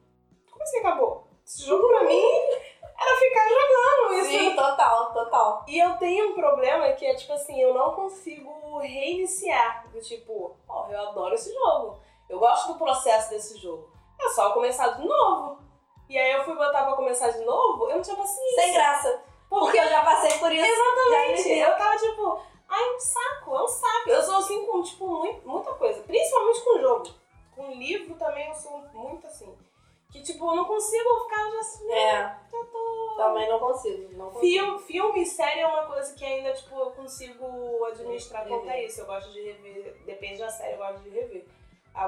Speaker 1: Como assim acabou? Esse jogo pra mim era ficar jogando isso.
Speaker 2: Sim, total, total.
Speaker 1: E eu tenho um problema que é, tipo assim, eu não consigo reiniciar. Do tipo, ó, eu adoro esse jogo. Eu gosto do processo desse jogo. É só eu começar de novo. E aí eu fui botar pra começar de novo, eu não tinha paciência.
Speaker 2: Sem graça. Porque eu já passei por isso.
Speaker 1: Exatamente.
Speaker 2: Já
Speaker 1: Eu tava tipo, ai, é um saco, é um saco. Eu sou assim com, tipo, muito, muita coisa. Principalmente com jogo. Com livro também eu sou muito assim. Que, tipo, eu não consigo ficar já assim,
Speaker 2: É,
Speaker 1: já tô
Speaker 2: também não consigo. Não consigo.
Speaker 1: Filme, filme e série é uma coisa que ainda, tipo, eu consigo administrar
Speaker 2: Rever.
Speaker 1: quanto a isso. Eu gosto de rever, depende da série, eu gosto de rever.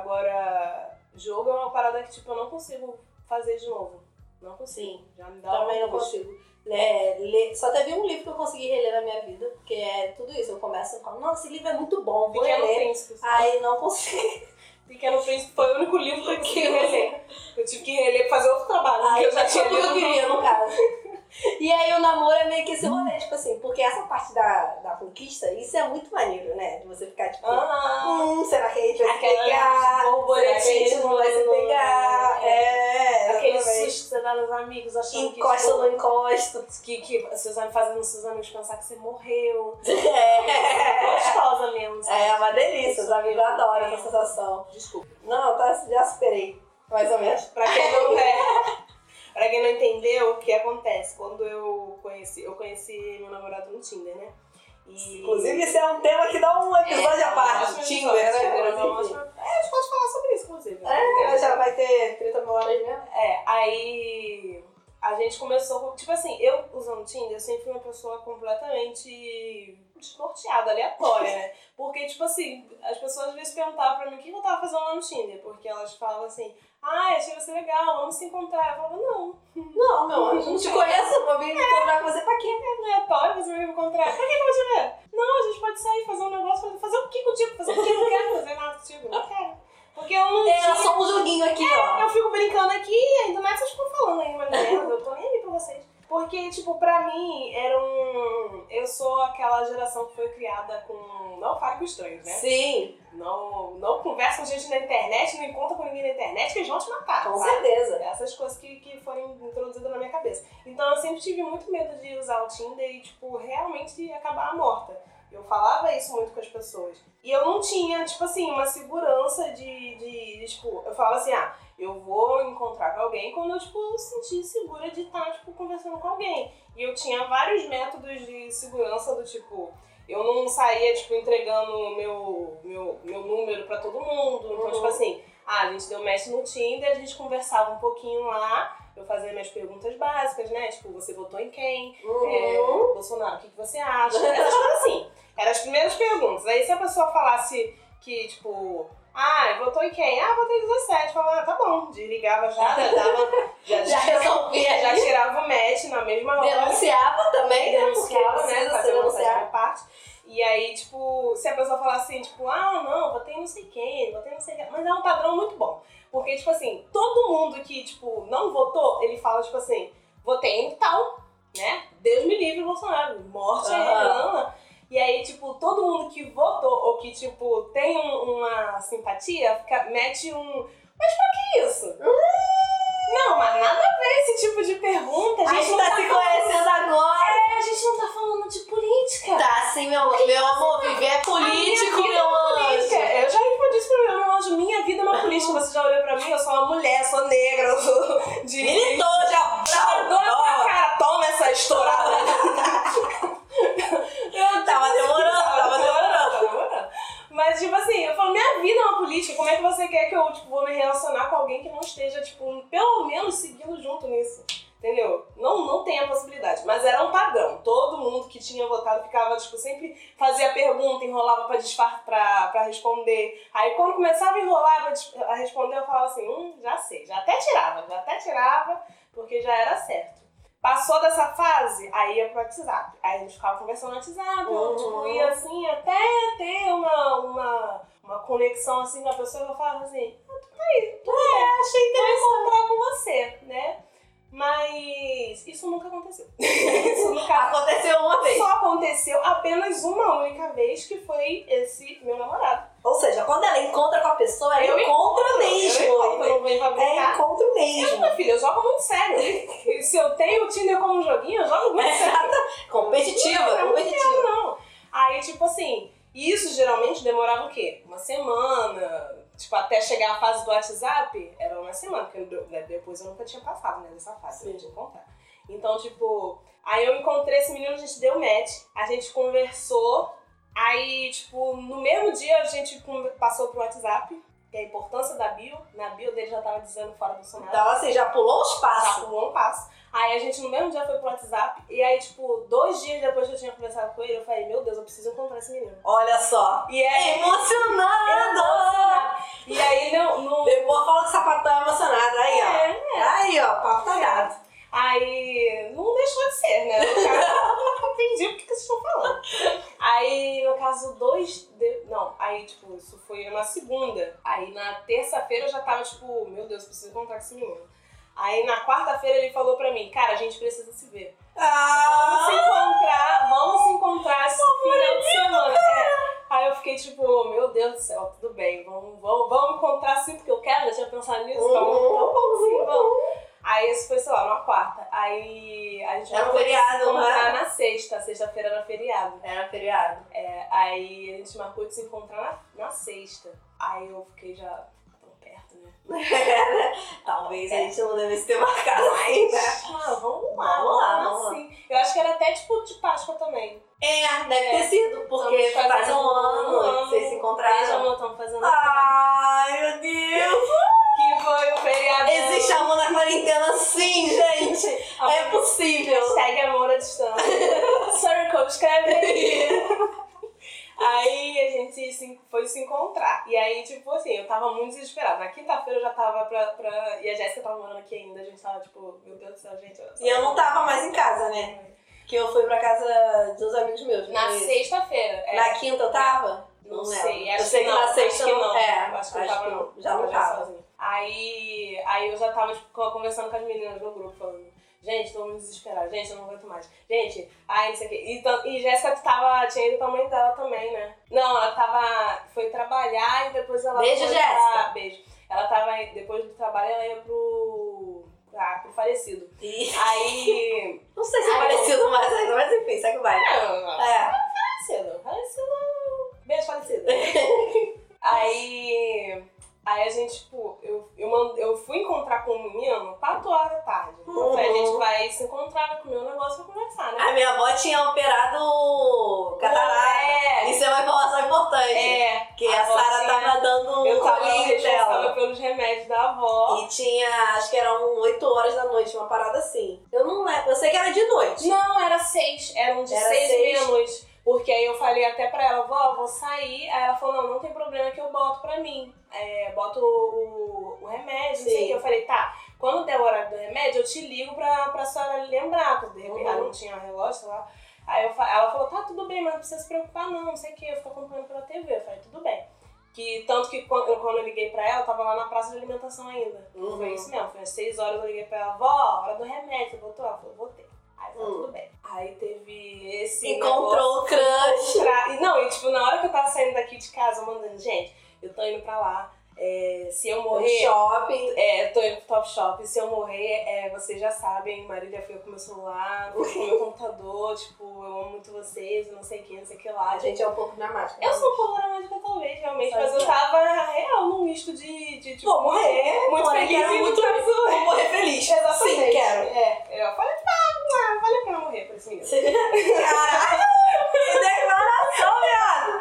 Speaker 1: Agora, jogo é uma parada que, tipo, eu não consigo fazer de novo. Não consigo. Já me dá
Speaker 2: Também
Speaker 1: uma
Speaker 2: não
Speaker 1: angústia.
Speaker 2: Então, consigo. É, ler- Só teve um livro que eu consegui reler na minha vida, porque é tudo isso. Eu começo e falo, nossa, esse livro é muito bom, vou
Speaker 1: Pequeno
Speaker 2: ler.
Speaker 1: Príncipe.
Speaker 2: Aí não consigo.
Speaker 1: Pequeno Príncipe foi o único livro que eu consegui
Speaker 2: Que
Speaker 1: reler. Eu tive que reler pra fazer outro trabalho,
Speaker 2: Aí
Speaker 1: porque eu já tinha
Speaker 2: tudo que eu
Speaker 1: lido.
Speaker 2: queria, no caso. E aí o namoro é meio que esse rolê, tipo assim, porque essa parte da, da conquista, isso é muito maneiro, né? De você ficar, tipo,
Speaker 1: Ah,
Speaker 2: hum, será que a gente vai se
Speaker 1: Aquela
Speaker 2: pegar? Será que a gente
Speaker 1: borboletinha
Speaker 2: não vai se
Speaker 1: no-
Speaker 2: pegar? É,
Speaker 1: aquele
Speaker 2: exatamente.
Speaker 1: susto que você dá nos amigos achando que,
Speaker 2: Encosta
Speaker 1: tipo,
Speaker 2: ou não encosta.
Speaker 1: que, que seus amigos fazendo seus amigos pensar que você morreu.
Speaker 2: É.
Speaker 1: gostosa mesmo. sabe?
Speaker 2: É uma delícia, os amigos adoram essa sensação.
Speaker 1: Desculpa.
Speaker 2: Não, tá, já superei, mais ou menos.
Speaker 1: Pra quem não é. Pra quem não entendeu, o que acontece? Quando eu conheci, eu conheci meu namorado no Tinder, né? E-
Speaker 2: Inclusive, esse é um tema que dá um episódio à
Speaker 1: Ótimo
Speaker 2: parte.
Speaker 1: episódio,
Speaker 2: Tinder, né?
Speaker 1: Tinder, é uma
Speaker 2: Mas, enfim.
Speaker 1: ótima- É, a gente pode falar sobre isso, inclusive. né?
Speaker 2: É, já vai ter 30 mil horas mesmo.
Speaker 1: É, aí a gente começou com. Tipo assim, eu usando o Tinder, eu sempre fui uma pessoa completamente desnorteada, aleatória, né? Porque, tipo assim, as pessoas às vezes perguntavam pra mim o que eu tava fazendo lá no Tinder, porque elas falavam assim, ah, achei você legal, vamos se encontrar. Eu falava, não,
Speaker 2: Não, meu anjo, não te conheço, vou vir encontrar com você pra quê?
Speaker 1: é aleatório, você vai me encontrar. Pra que que eu vou te ver? Não, a gente pode sair, fazer um negócio, fazer, fazer o que contigo? Fazer o que eu não quero fazer nada contigo, não quero. Porque eu não
Speaker 2: Era
Speaker 1: tinha
Speaker 2: só um joguinho aqui, ó.
Speaker 1: Eu fico brincando aqui, ainda mais vocês ficam falando aí uma merda, eu tô nem aí pra vocês. Porque, tipo, pra mim, era um... Eu sou aquela geração que foi criada com... Não fale com estranhos, né?
Speaker 2: Sim,
Speaker 1: Não, não conversa com gente na internet, não encontra com ninguém na internet, que eles vão te matar,
Speaker 2: com
Speaker 1: sabe?
Speaker 2: certeza.
Speaker 1: Essas coisas que, que foram introduzidas na minha cabeça. Então eu sempre tive muito medo de usar o Tinder e, tipo, realmente acabar morta. Eu falava isso muito com as pessoas. E eu não tinha, tipo assim, uma segurança de, de, de, tipo, eu falava assim, ah, eu vou encontrar com alguém quando eu, tipo, eu senti segura de estar, tipo, conversando com alguém. E eu tinha vários métodos de segurança do tipo. Eu não saía, tipo, entregando meu, meu, meu número pra todo mundo. Então,
Speaker 2: Uhum.
Speaker 1: tipo assim, ah, a gente deu match no Tinder, a gente conversava um pouquinho lá, eu fazia minhas perguntas básicas, né? Tipo, você votou em quem? É,
Speaker 2: Uhum.
Speaker 1: Bolsonaro, o que, que você acha? Essas coisas assim. Eram as primeiras perguntas. Aí se a pessoa falasse que, tipo, ah, votou em quem? Ah, votei em 17. Falava, ah, tá bom. Desligava já, já dava. Já,
Speaker 2: Já resolvia, um já
Speaker 1: já tirava o match na mesma hora.
Speaker 2: denunciava também, né? Porque precisa
Speaker 1: Denunciava, né? Fazer
Speaker 2: ser
Speaker 1: uma
Speaker 2: denunciado.
Speaker 1: denunciar. parte. E aí, tipo, se a pessoa falar assim, tipo, ah, não, votei não sei quem, votei não sei quem. Mas é um padrão muito bom. Porque, tipo assim, todo mundo que, tipo, não votou, ele fala, tipo assim, votei em tal, né? Deus me livre, Bolsonaro. Morte aí,
Speaker 2: Aham.
Speaker 1: Ana. E aí, tipo, todo mundo que votou ou que, tipo,
Speaker 2: Hum.
Speaker 1: tem um- uma simpatia, fica, mete um. Mas pra que isso? Não, mas nada a ver esse tipo de pergunta.
Speaker 2: A gente tá se conhecendo agora.
Speaker 1: É, a gente não tá falando de política.
Speaker 2: Tá, sim, meu amor. Meu amor, viver é político,
Speaker 1: vida
Speaker 2: meu anjo.
Speaker 1: Política. Eu já respondi isso pra meu anjo. Minha vida é uma política. Você já olhou pra mim, eu sou uma mulher, sou negra, eu sou de...
Speaker 2: Militante,
Speaker 1: Tá doida pra
Speaker 2: abraço.
Speaker 1: cara, toma essa estourada. eu
Speaker 2: Tava demorando, tava demorando.
Speaker 1: tava demorando. Mas, tipo assim, eu falo, minha vida é uma política, como é que você quer que eu, tipo, vou me relacionar com alguém que não esteja, tipo, pelo menos seguindo junto nisso? Entendeu? Não, não tem a possibilidade. Mas era um padrão. Todo mundo que tinha votado ficava, tipo, sempre fazia pergunta, enrolava pra, dispar, pra, pra responder. Aí quando começava a enrolar pra dis- a responder, eu falava assim, hum, já sei. Já até tirava, já até tirava, porque já era certo. Passou dessa fase, aí ia pro WhatsApp. Aí a gente ficava conversando no WhatsApp, eu, tipo,
Speaker 2: Uhum.
Speaker 1: ia assim, até ter uma, uma, uma conexão assim com a pessoa, eu falava assim, ah, tu tá aí, tu é, achei interessante encontrar com você, né? Mas isso nunca aconteceu. isso nunca
Speaker 2: Aconteceu uma vez.
Speaker 1: só aconteceu apenas uma única vez que foi esse meu namorado.
Speaker 2: Ou seja, quando ela encontra com a pessoa, ela
Speaker 1: Eu
Speaker 2: encontra
Speaker 1: Eu,
Speaker 2: mesmo.
Speaker 1: não venho pra
Speaker 2: É,
Speaker 1: brincar.
Speaker 2: encontro
Speaker 1: Eu,
Speaker 2: mesmo.
Speaker 1: minha filha, eu jogo muito sério. E Se eu tenho o Tinder como um joguinho, eu jogo muito sério.
Speaker 2: Competitiva,
Speaker 1: Não, não tem
Speaker 2: competitiva.
Speaker 1: não. Aí, tipo assim, isso geralmente demorava o quê? Uma semana. Tipo, até chegar a fase do WhatsApp, era uma semana, porque eu- né, depois eu nunca tinha passado, né, dessa fase, eu não tinha contar. Então, tipo, aí eu encontrei esse menino, a gente deu match, a gente conversou, aí, tipo, no mesmo dia a gente con- passou pro WhatsApp, que é a importância da bio, na bio dele já tava dizendo fora do Bolsonaro
Speaker 2: Então, assim, já pulou os
Speaker 1: já
Speaker 2: passos.
Speaker 1: pulou um passo. Aí a gente no mesmo dia foi pro WhatsApp, e aí, tipo, dois dias depois que eu tinha conversado com ele, eu falei, meu Deus, eu preciso encontrar esse menino.
Speaker 2: Olha só. É
Speaker 1: E aí.
Speaker 2: Emocionado!
Speaker 1: E aí não. não
Speaker 2: Depois fala que sapatão é emocionado. Aí, ó.
Speaker 1: é,
Speaker 2: Aí, ó, papo tá dado.
Speaker 1: Aí não deixou de ser, né? No caso, eu entendi o que que vocês estão falando. Aí, no caso, dois. de- Não, aí, tipo, isso foi na segunda. Aí na terça-feira eu já tava, tipo, meu Deus, preciso encontrar com esse menino. Aí na quarta-feira ele falou pra mim, cara, a gente precisa se ver. Vamos se
Speaker 2: Ah,
Speaker 1: encontrar, vamos se encontrar esse final de semana. É. Aí eu fiquei tipo, meu Deus do céu, tudo bem, vamos, vamos, vamos encontrar sim, porque eu quero, já tinha pensado nisso, então,
Speaker 2: Uhum.
Speaker 1: então vamos sim, vamos. Aí isso foi, sei lá, numa quarta. Aí a gente
Speaker 2: Era
Speaker 1: vai
Speaker 2: um feriado,
Speaker 1: se
Speaker 2: não
Speaker 1: encontrar
Speaker 2: era?
Speaker 1: na sexta, sexta-feira era feriado.
Speaker 2: Era feriado.
Speaker 1: É, aí a gente marcou de se encontrar na, na sexta. Aí eu fiquei já tão perto, né?
Speaker 2: Talvez a gente não devesse ter marcado assim, né?
Speaker 1: Ah, vamos lá,
Speaker 2: Vamos
Speaker 1: vamos
Speaker 2: lá,
Speaker 1: lá,
Speaker 2: vamos lá.
Speaker 1: sim. Eu acho que era até tipo de Páscoa também.
Speaker 2: É, deve ter sido, porque
Speaker 1: Estamos fazendo
Speaker 2: faz um
Speaker 1: um
Speaker 2: ano
Speaker 1: ano.
Speaker 2: que vocês se
Speaker 1: Veja,
Speaker 2: encontraram. Ah,
Speaker 1: amor, estamos fazendo um
Speaker 2: Ai, meu Deus!
Speaker 1: que foi o feriado.
Speaker 2: Existe amor na quarentena sim, gente! É possível!
Speaker 1: Hashtag amor à distância. Circle, escreve aí. Aí a gente se- foi se encontrar. E aí, tipo assim, eu tava muito desesperada. Na quinta-feira eu já tava pra, pra- E a Jéssica tava morando aqui ainda. A gente tava tipo, meu Deus do céu, gente. só-
Speaker 2: E eu não tava mais em casa, né? Que eu fui pra casa de uns amigos meus.
Speaker 1: Na
Speaker 2: E-
Speaker 1: sexta-feira. é.
Speaker 2: Na quinta eu tava?
Speaker 1: Não
Speaker 2: lembro.
Speaker 1: sei,
Speaker 2: Eu
Speaker 1: acho
Speaker 2: sei
Speaker 1: que
Speaker 2: que
Speaker 1: não,
Speaker 2: na sexta
Speaker 1: acho que
Speaker 2: eu
Speaker 1: não.
Speaker 2: É,
Speaker 1: Acho que eu tava-
Speaker 2: já não tava.
Speaker 1: sozinha. Aí, aí eu já tava tipo, conversando com as meninas do grupo, falando, gente, tô muito desesperada, gente, eu não aguento mais. Gente, ai, não sei o quê. E, tam- e Jéssica tava, tinha ido pra mãe dela também, né? Não, ela tava, foi trabalhar e depois ela...
Speaker 2: Beijo,
Speaker 1: foi
Speaker 2: Jéssica.
Speaker 1: Pra, beijo. Ela tava, depois do trabalho, ela ia pro... Ah, pro falecido.
Speaker 2: E-
Speaker 1: Aí...
Speaker 2: Não sei se é
Speaker 1: Ai,
Speaker 2: parecido mais ainda, mas enfim, segue o baile. É.
Speaker 1: É, falecido, falecido. Beijo, falecido. aí. Aí a gente, tipo, eu, eu, mand- eu fui encontrar com o menino 4 horas da tarde. Então eu falei, a gente
Speaker 2: Uhum.
Speaker 1: vai se encontrar, vai comer um negócio pra conversar, né?
Speaker 2: A minha avó tinha operado catarata.
Speaker 1: É,
Speaker 2: Isso é uma informação importante.
Speaker 1: é.
Speaker 2: Que a
Speaker 1: avó
Speaker 2: Sara
Speaker 1: tinha-
Speaker 2: tava dando um
Speaker 1: Eu tava
Speaker 2: colinho
Speaker 1: responsável
Speaker 2: dela.
Speaker 1: pelos remédios da avó.
Speaker 2: E tinha, acho que eram 8 horas da noite, uma parada assim. Eu não lembro, eu sei que era de noite.
Speaker 1: Não, era seis. Eram de
Speaker 2: Era
Speaker 1: seis,
Speaker 2: seis.
Speaker 1: e meia-noite. Porque aí eu falei até pra ela, vó, eu vou sair. Aí ela falou, não, não tem problema que eu boto pra mim. É, boto o, o remédio, não sei
Speaker 2: Sim.
Speaker 1: o que. Eu falei, tá, quando der o horário do remédio, eu te ligo pra, pra senhora lembrar. tá Porque de repente
Speaker 2: Uhum.
Speaker 1: ela não tinha relógio, sei lá. Aí eu, fa- ela falou, tá, tudo bem, mas não precisa se preocupar não, não sei o que. Eu fico acompanhando pela TV. Eu falei, tudo bem. Que tanto que quando eu, quando eu liguei pra ela, eu tava lá na praça de alimentação ainda.
Speaker 2: Uhum.
Speaker 1: Foi isso mesmo, foi às 6 horas eu liguei pra ela, vó, hora do remédio, você botou? Ela falou, botei. Aí tá
Speaker 2: Hum.
Speaker 1: tudo bem. Aí teve esse. negócio
Speaker 2: Encontrou o crush.
Speaker 1: de tra- E não, e tipo, na hora que eu tava saindo daqui de casa, eu mandando, gente, eu tô indo pra lá. É, se eu
Speaker 2: O
Speaker 1: morrer.
Speaker 2: shopping.
Speaker 1: É, tô indo pro Top Shop. Se eu morrer, é, vocês já sabem, Marília fica com meu celular, fica com meu computador, tipo, eu amo muito vocês, não sei o que, não sei o que lá.
Speaker 2: A gente é um pouco dramática.
Speaker 1: Eu sou um pouco dramática talvez, realmente,
Speaker 2: Pode
Speaker 1: mas eu
Speaker 2: ser.
Speaker 1: tava real num misto de, de tipo,
Speaker 2: Vou morrer,
Speaker 1: muito
Speaker 2: porém,
Speaker 1: feliz
Speaker 2: quero
Speaker 1: e muito
Speaker 2: muito-
Speaker 1: azul.
Speaker 2: Vou morrer feliz.
Speaker 1: Exatamente.
Speaker 2: Sim, quero.
Speaker 1: É, eu falei, ah, não, vale a pena morrer por esse menino.
Speaker 2: Caralho! Que declaração, viado!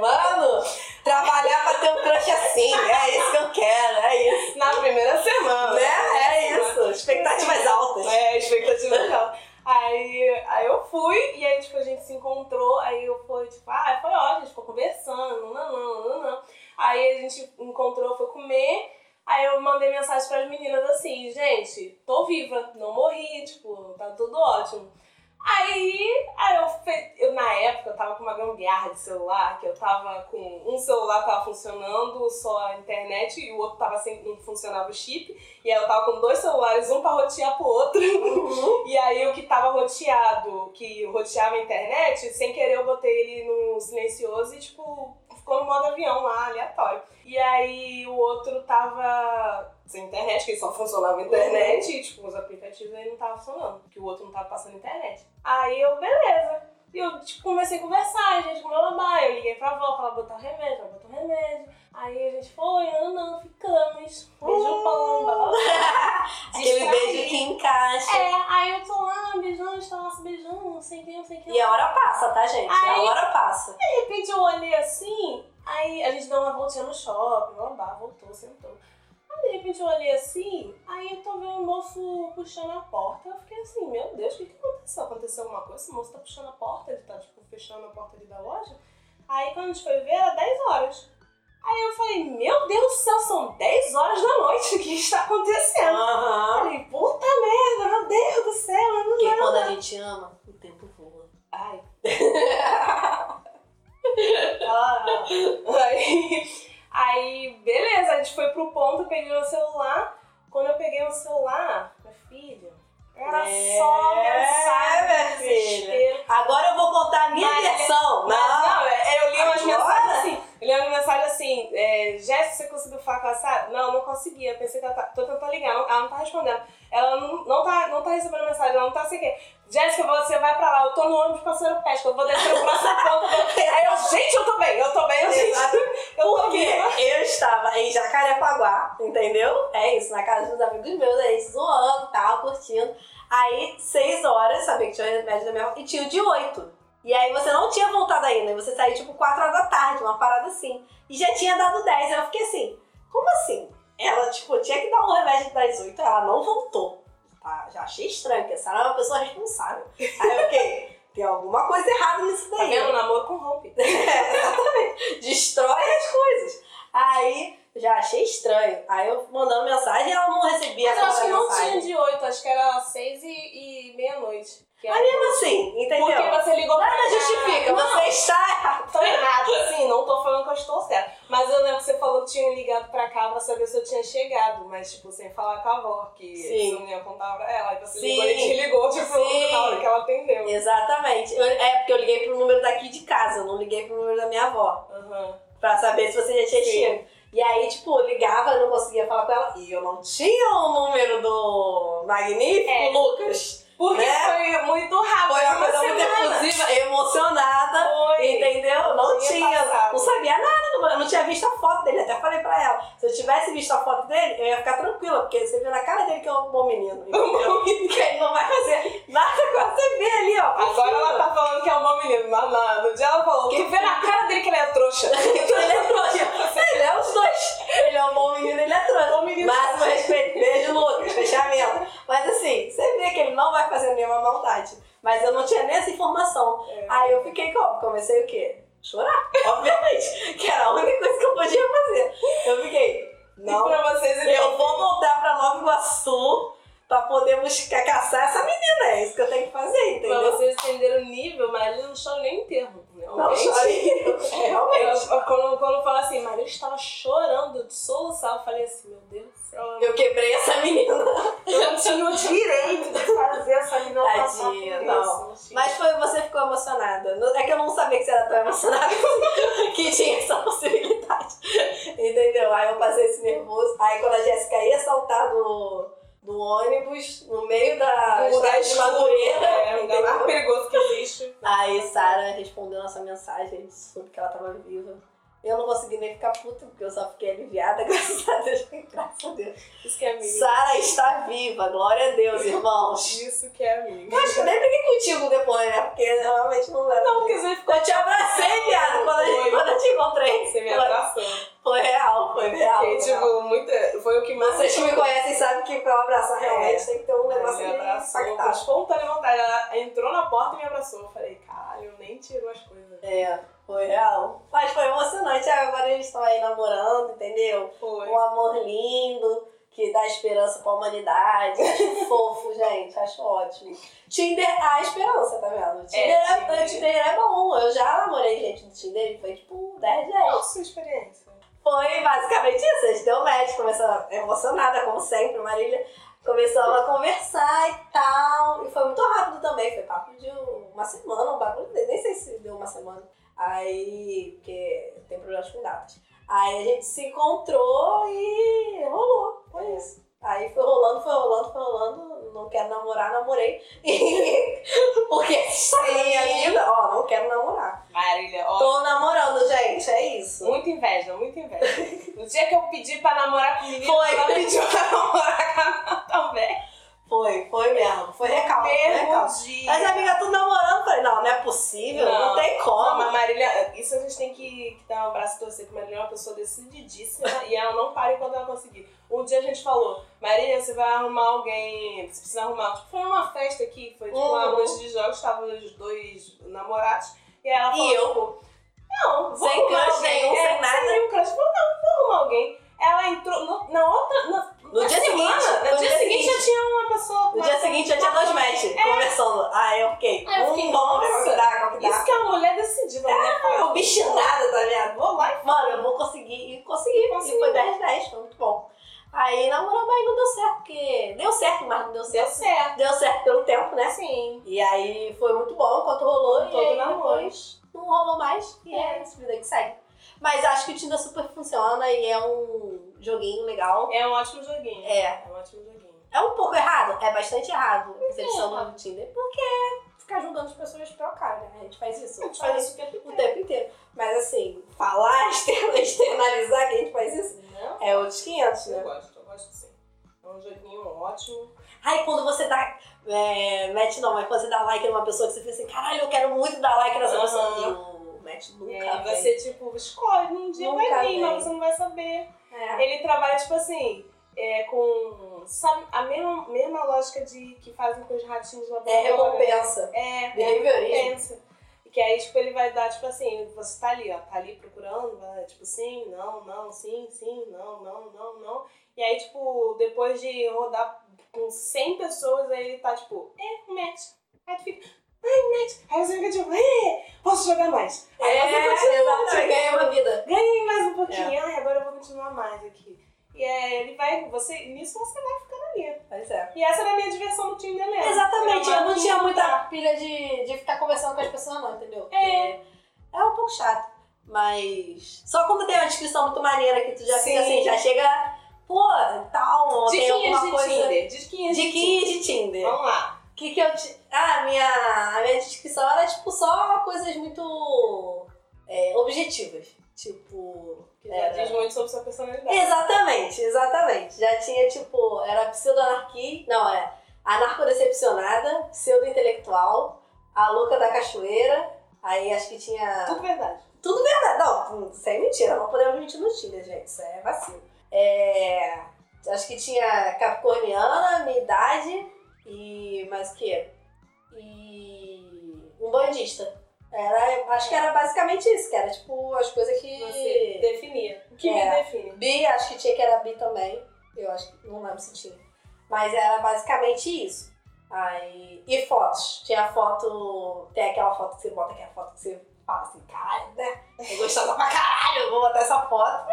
Speaker 2: Mano, trabalhar pra ter um crush assim, é isso que eu quero, é isso.
Speaker 1: Na primeira semana.
Speaker 2: Né? É isso. Expectativas altas.
Speaker 1: É, expectativa legal. Aí, aí eu fui, e aí, tipo, a gente se encontrou, aí eu fui, tipo, ah, foi ótimo, a gente ficou conversando, não, não, não, não. Aí a gente encontrou, foi comer, aí eu mandei mensagem pras meninas assim, gente, tô viva, não morri, tipo, tá tudo ótimo. Aí, aí eu, fe- eu, na época, eu tava com uma gambiarra de celular, que eu tava com... Um celular tava funcionando, só a internet, e o outro tava sem... não funcionava o chip. E aí eu tava com dois celulares, um pra rotear pro outro. E aí o que tava roteado, que roteava a internet, sem querer eu botei ele no silencioso e, tipo, ficou no modo avião lá, aleatório. E aí o outro tava sem internet, que só funcionava a internet, e, tipo, os aplicativos aí não tava funcionando, que o outro não tava passando internet. Aí eu, beleza. E eu, tipo, comecei a conversar, a gente, blá blá blá. Eu liguei pra avó, falei, botar o remédio, ela botou o remédio. Aí a gente foi, não, não, ficamos. Beijo, pão, blá blá blá.
Speaker 2: Uh! Uhum. Aquele beijo que encaixa.
Speaker 1: tá É, aí eu tô lá beijando, a gente tá lá se beijando, não sei o que, não sei o que.
Speaker 2: E a hora passa, tá, gente? A
Speaker 1: Ai.
Speaker 2: hora passa.
Speaker 1: De repente eu olhei assim, aí a gente deu uma voltinha no shopping, blá, blá, voltou, sentou. Aí de repente eu olhei assim, aí eu tô vendo o moço puxando a porta. Eu fiquei assim, meu Deus, o que, que aconteceu? Aconteceu alguma coisa? Esse moço tá puxando a porta, ele tá tipo fechando a porta ali da loja. Aí quando a gente foi ver, era 10 horas. Aí eu falei, meu Deus do céu, são 10 horas da noite, o que está acontecendo? Eu
Speaker 2: Aham.
Speaker 1: falei, puta merda, meu Deus do céu, eu não
Speaker 2: Porque quando a gente ama, o tempo voa.
Speaker 1: Ai. Ah. aí, aí, beleza, a gente foi pro ponto, eu peguei o celular. Quando eu peguei o celular, meu filho, era
Speaker 2: É,
Speaker 1: só
Speaker 2: minha
Speaker 1: mensagem,
Speaker 2: filha.
Speaker 1: desespero.
Speaker 2: Agora eu vou contar a minha
Speaker 1: Mas-
Speaker 2: versão.
Speaker 1: Mas,
Speaker 2: Não.
Speaker 1: não, é, eu li umas
Speaker 2: Agora?
Speaker 1: mensagens assim. Eu li uma mensagem assim, é, Jéssica, você conseguiu falar com a Sara? Não, não conseguia. Pensei que ela tá. Tô tentando ligar, não- ela não tá respondendo. Ela não, não, tá, não tá recebendo mensagem, ela não tá sei o quê. Jéssica, você vai pra lá, eu tô no ônibus passando pesca, eu vou descer o próximo ponto. eu vou- Aí eu, gente, eu tô bem, eu tô bem, eu, gente.
Speaker 2: Exato.
Speaker 1: Eu tô
Speaker 2: Porque
Speaker 1: bem.
Speaker 2: eu estava em Jacarepaguá, entendeu? É isso, na casa dos amigos meus, aí zoando, tal, curtindo. Aí, seis horas, sabia que tinha o remédio da minha avó, e tinha o de oito. E aí você não tinha voltado ainda, e você saiu tipo quatro horas da tarde, uma parada assim. E já tinha dado dez, aí eu fiquei assim, como assim? Ela, tipo, tinha que dar um remédio das oito, ela não voltou. Tá, já achei estranho, porque a Sara é uma pessoa responsável. Aí eu fiquei, tem alguma coisa errada nisso
Speaker 1: Tá
Speaker 2: daí.
Speaker 1: vendo? Namoro com rompe.
Speaker 2: destrói as coisas. Aí já achei estranho. Aí eu mandando mensagem e ela não recebia
Speaker 1: Mas eu acho
Speaker 2: essa
Speaker 1: que não tinha
Speaker 2: mensagem.
Speaker 1: de 8, acho que era 6 e, e meia-noite. Que
Speaker 2: Mas
Speaker 1: era-
Speaker 2: mesmo assim, entendeu?
Speaker 1: Porque você ligou pra
Speaker 2: Nada
Speaker 1: cá.
Speaker 2: justifica,
Speaker 1: Não,
Speaker 2: você está errado.
Speaker 1: Tô Tá errado, sim, não tô falando que eu estou certa. Mas eu lembro que você falou que tinha ligado pra cá pra saber se eu tinha chegado, mas tipo, sem falar com a avó, que
Speaker 2: Sim.
Speaker 1: você não ia contar pra ela. Aí você
Speaker 2: Sim.
Speaker 1: ligou e te ligou, tipo,
Speaker 2: Sim.
Speaker 1: na hora que ela atendeu.
Speaker 2: Exatamente. Eu- é porque eu liguei pro número daqui de casa, eu não liguei pro número da minha avó.
Speaker 1: Aham.
Speaker 2: Pra saber se você já tinha
Speaker 1: Sim.
Speaker 2: chego. E aí, tipo, eu ligava, eu não conseguia falar com ela. E eu não tinha o número do Magnífico
Speaker 1: É.
Speaker 2: Lucas.
Speaker 1: Porque
Speaker 2: Né?
Speaker 1: foi muito rápido.
Speaker 2: Foi uma coisa muito
Speaker 1: semana.
Speaker 2: efusiva, emocionada.
Speaker 1: Foi.
Speaker 2: Entendeu? Não
Speaker 1: Tinha
Speaker 2: tinha,
Speaker 1: passado.
Speaker 2: não sabia nada, mano. Eu não tinha visto a foto dele. Até falei pra ela: se eu tivesse visto a foto dele, eu ia ficar tranquila, porque você viu na cara dele que é um bom menino. Entendeu? que ele não vai fazer nada com ela. Você vê ali, ó.
Speaker 1: Agora ela tá falando que é um bom menino, mas na- no dia ela falou,
Speaker 2: Que
Speaker 1: tu vê na cara dele que ele é trouxa.
Speaker 2: Ele é trouxa. Ele é os dois. Ele é um bom menino, ele é trouxa.
Speaker 1: Bom menino.
Speaker 2: Máximo respeito. Beijo, Lucas. Fechamento. Mas assim, você vê que ele não vai fazer nenhuma maldade. Mas eu não tinha nem essa informação. Aí eu fiquei como? Comecei o quê? Chorar, obviamente. que era a única coisa que eu podia fazer. Eu fiquei, não,
Speaker 1: Não. pra vocês
Speaker 2: eu vou voltar pra Nova Iguaçu pra poder buscar, caçar essa menina. É isso que eu tenho que fazer,
Speaker 1: Pra
Speaker 2: entendeu?
Speaker 1: vocês entenderem o nível, mas ele não chora nem um né? enterro.
Speaker 2: Não, chorei. É, realmente.
Speaker 1: Eu- eu- quando, quando fala assim, Maria estava chorando de soluçar, eu falei assim, meu Deus do céu,
Speaker 2: Eu quebrei essa menina.
Speaker 1: eu não tinha o direito de fazer essa menina passar por
Speaker 2: Tadinha,
Speaker 1: isso,
Speaker 2: não.
Speaker 1: não tinha.
Speaker 2: Mas foi, você ficou emocionada. Não- É que eu não assim, sabia que você era tão emocionada que tinha essa possibilidade. Entendeu? Aí eu fazer esse nervoso. Aí quando a Jéssica ia saltar do, do ônibus, no meio da
Speaker 1: Um lugar
Speaker 2: estrada de Madureira,
Speaker 1: É o lugar
Speaker 2: entendeu?
Speaker 1: mais perigoso que existe.
Speaker 2: Aí Sara respondeu nossa mensagem, soube que ela tava viva. Eu não consegui nem ficar puta, porque eu só fiquei aliviada, graças a Deus, graças a Deus.
Speaker 1: Isso que é amigo.
Speaker 2: Sara está viva, glória a Deus, irmãos.
Speaker 1: Isso que é amigo.
Speaker 2: Eu acho que eu nem briguei contigo depois, né? Porque eu realmente não lembro.
Speaker 1: Não, porque você ficou
Speaker 2: Eu te abracei, viado, quando, a gente-
Speaker 1: Foi.
Speaker 2: quando eu te encontrei.
Speaker 1: Você me
Speaker 2: Foi-
Speaker 1: abraçou.
Speaker 2: Foi real, foi real.
Speaker 1: Porque,
Speaker 2: foi real.
Speaker 1: tipo, muita, foi o que mais
Speaker 2: Vocês que me conhecem sabem que pra eu abraçar realmente tem que ter um negócio
Speaker 1: É, me
Speaker 2: meio
Speaker 1: abraçou com
Speaker 2: impactado.
Speaker 1: espontânea vontade. Ela entrou na porta e me abraçou. Eu falei, caralho, nem tirou as coisas.
Speaker 2: É, foi real. Mas foi emocionante. Ah, Agora eles estão aí namorando, entendeu?
Speaker 1: Foi.
Speaker 2: Um amor lindo. Que dá esperança pra humanidade. Acho fofo, gente. Acho ótimo. Tinder, a esperança, tá vendo? Tinder é,
Speaker 1: Tinder.
Speaker 2: Tinder é bom. Eu já namorei gente do Tinder e foi tipo 10 de 10.
Speaker 1: Qual a sua experiência?
Speaker 2: Foi basicamente isso. A gente deu match, começou emocionada, como sempre, Marília. Começamos a conversar e tal. E foi muito rápido também. Foi papo de uma semana, um bagulho. desse. Nem sei se deu uma semana. Aí, porque tem problemas com datas. Aí a gente se encontrou e rolou. Foi isso. Aí foi rolando, foi rolando, foi rolando. Não quero namorar, namorei. Porque está na minha vida. Ó, não quero namorar.
Speaker 1: Marília, ó.
Speaker 2: Tô namorando, gente. É isso.
Speaker 1: Muita inveja, muita inveja. No dia que eu pedi pra namorar comigo,
Speaker 2: Foi. né,
Speaker 1: ela pediu pra namorar com a Ana também.
Speaker 2: Foi, foi mesmo. Foi recalque, foi recalque.
Speaker 1: Mesmo dia.
Speaker 2: Mas amiga, tu namorando, falei, não, não é possível, não,
Speaker 1: Não.
Speaker 2: tem
Speaker 1: Não,
Speaker 2: como.
Speaker 1: mas Marília, isso a gente tem que, que dar um abraço e torcer, porque Marília é uma pessoa decididíssima e ela não para enquanto ela conseguir. Um dia a gente falou, Marília, você vai arrumar alguém, você precisa arrumar. Tipo, foi uma festa aqui, foi tipo uma
Speaker 2: Uhum.
Speaker 1: noite de jogos, estavam os dois namorados, e aí ela
Speaker 2: E
Speaker 1: falou,
Speaker 2: eu?
Speaker 1: tipo, não, vou
Speaker 2: Sem
Speaker 1: arrumar
Speaker 2: crush
Speaker 1: alguém.
Speaker 2: nenhum,
Speaker 1: É,
Speaker 2: sem nada.
Speaker 1: nenhum crush. Falou, não, vou arrumar alguém. Ela entrou no- na outra, na,
Speaker 2: No
Speaker 1: na
Speaker 2: dia
Speaker 1: semana,
Speaker 2: seguinte,
Speaker 1: no, dia, seguinte, já tinha uma pessoa.
Speaker 2: No dia
Speaker 1: uma pessoa
Speaker 2: seguinte eu tinha dois
Speaker 1: namorando.
Speaker 2: matches, conversando. Ah, eu fiquei.
Speaker 1: Ah, eu
Speaker 2: um
Speaker 1: fiquei,
Speaker 2: bom, qual que
Speaker 1: nossa.
Speaker 2: dá, qual que dá.
Speaker 1: Isso que é uma mulher decidida, né?
Speaker 2: Ah, eu bichinada, tá ligado?
Speaker 1: Vou lá e
Speaker 2: Mano, eu vou conseguir. E consegui, e
Speaker 1: Conseguiu.
Speaker 2: foi 10 10, foi muito bom. Aí namoramos, aí não deu certo, porque... Deu certo, mas não deu
Speaker 1: deu
Speaker 2: certo.
Speaker 1: certo.
Speaker 2: Deu certo pelo tempo, né?
Speaker 1: Sim.
Speaker 2: E aí foi muito bom enquanto rolou.
Speaker 1: Todo
Speaker 2: e aí
Speaker 1: namoro.
Speaker 2: depois não rolou mais. E é isso, vida que segue. Mas acho que o Tinder super funciona e é um joguinho legal.
Speaker 1: É um ótimo joguinho.
Speaker 2: É.
Speaker 1: um ótimo joguinho.
Speaker 2: É um pouco errado, é bastante errado a concepção do Tinder. Porque ficar julgando as pessoas pela cara, né? A gente faz isso.
Speaker 1: A gente faz isso o tempo
Speaker 2: o
Speaker 1: inteiro.
Speaker 2: tempo inteiro. Mas assim, falar, externa- externalizar que a gente faz isso
Speaker 1: Não?
Speaker 2: é outros 500, né?
Speaker 1: Eu gosto, eu gosto sim. É um joguinho ótimo.
Speaker 2: Ai, quando você dá. É, match não, mas quando você dá like numa pessoa que você fica assim, caralho, eu quero muito dar like nessa
Speaker 1: Aham.
Speaker 2: pessoa. E o match nunca.
Speaker 1: e aí
Speaker 2: vem.
Speaker 1: você, tipo, escolhe. Um dia
Speaker 2: Nunca
Speaker 1: vai vir,
Speaker 2: vem.
Speaker 1: mas você não vai saber.
Speaker 2: É.
Speaker 1: Ele trabalha, tipo assim, é, com sabe, a mesma, mesma lógica de que fazem com os ratinhos lá
Speaker 2: É
Speaker 1: fora.
Speaker 2: recompensa.
Speaker 1: É,
Speaker 2: Behaviorismo.
Speaker 1: recompensa. E que aí, tipo, ele vai dar, tipo assim, você tá ali, ó, tá ali procurando, vai, tipo, sim, não, não, sim, sim, não, não, não, não. E aí, tipo, depois de rodar com 100 pessoas, aí ele tá, tipo, é, um match. Aí tu fica, ai, match. Aí você fica, tipo, é, posso jogar mais. Aí
Speaker 2: É.
Speaker 1: você continua,
Speaker 2: exatamente.
Speaker 1: tipo,
Speaker 2: Ganhei uma vida.
Speaker 1: ganhei mais um pouquinho,
Speaker 2: É.
Speaker 1: ai, agora eu vou continuar mais aqui. E aí ele vai, você, nisso você vai ficando ali.
Speaker 2: Pois é.
Speaker 1: E essa era a minha diversão no Tinder mesmo.
Speaker 2: Exatamente, eu
Speaker 1: Era
Speaker 2: não
Speaker 1: uma-
Speaker 2: tinha muita pilha de, de ficar conversando com as pessoas, não, entendeu? Porque
Speaker 1: É.
Speaker 2: É um pouco chato, mas. Só quando tem uma descrição muito maneira que tu já
Speaker 1: Sim.
Speaker 2: fica assim, já chega. Pô, tal, tem
Speaker 1: Diquinhas
Speaker 2: alguma
Speaker 1: de
Speaker 2: coisa.
Speaker 1: Tinder, diquinhas de Tinder.
Speaker 2: Diquinhas de Tinder.
Speaker 1: Vamos lá.
Speaker 2: que que eu te... Ah, a minha, a minha descrição era, tipo, só coisas muito é, objetivas. Tipo...
Speaker 1: Que
Speaker 2: era-
Speaker 1: já diz muito sobre sua personalidade.
Speaker 2: Exatamente, exatamente. Já tinha, tipo, era pseudo-anarquia... Não, é anarco-decepcionada, pseudo-intelectual, a louca da cachoeira, aí acho que tinha...
Speaker 1: Tudo verdade.
Speaker 2: Ah, Não, isso é mentira, não podemos mentir no Tinder, gente, isso é vacilo. É... Acho que tinha capricorniana, minha idade e mais o quê? E um bandista. Era, acho que era basicamente isso, que era tipo as coisas que.
Speaker 1: Você definia. O que
Speaker 2: É.
Speaker 1: me define?
Speaker 2: Bi, acho que tinha que era bi também. Eu acho que não lembro se tinha. Mas era basicamente isso. Aí, e fotos. Tinha foto. Tem aquela foto que você bota, aquela foto que você fala assim, caralho, né? Eu gostosa pra caralho, eu vou botar essa foto.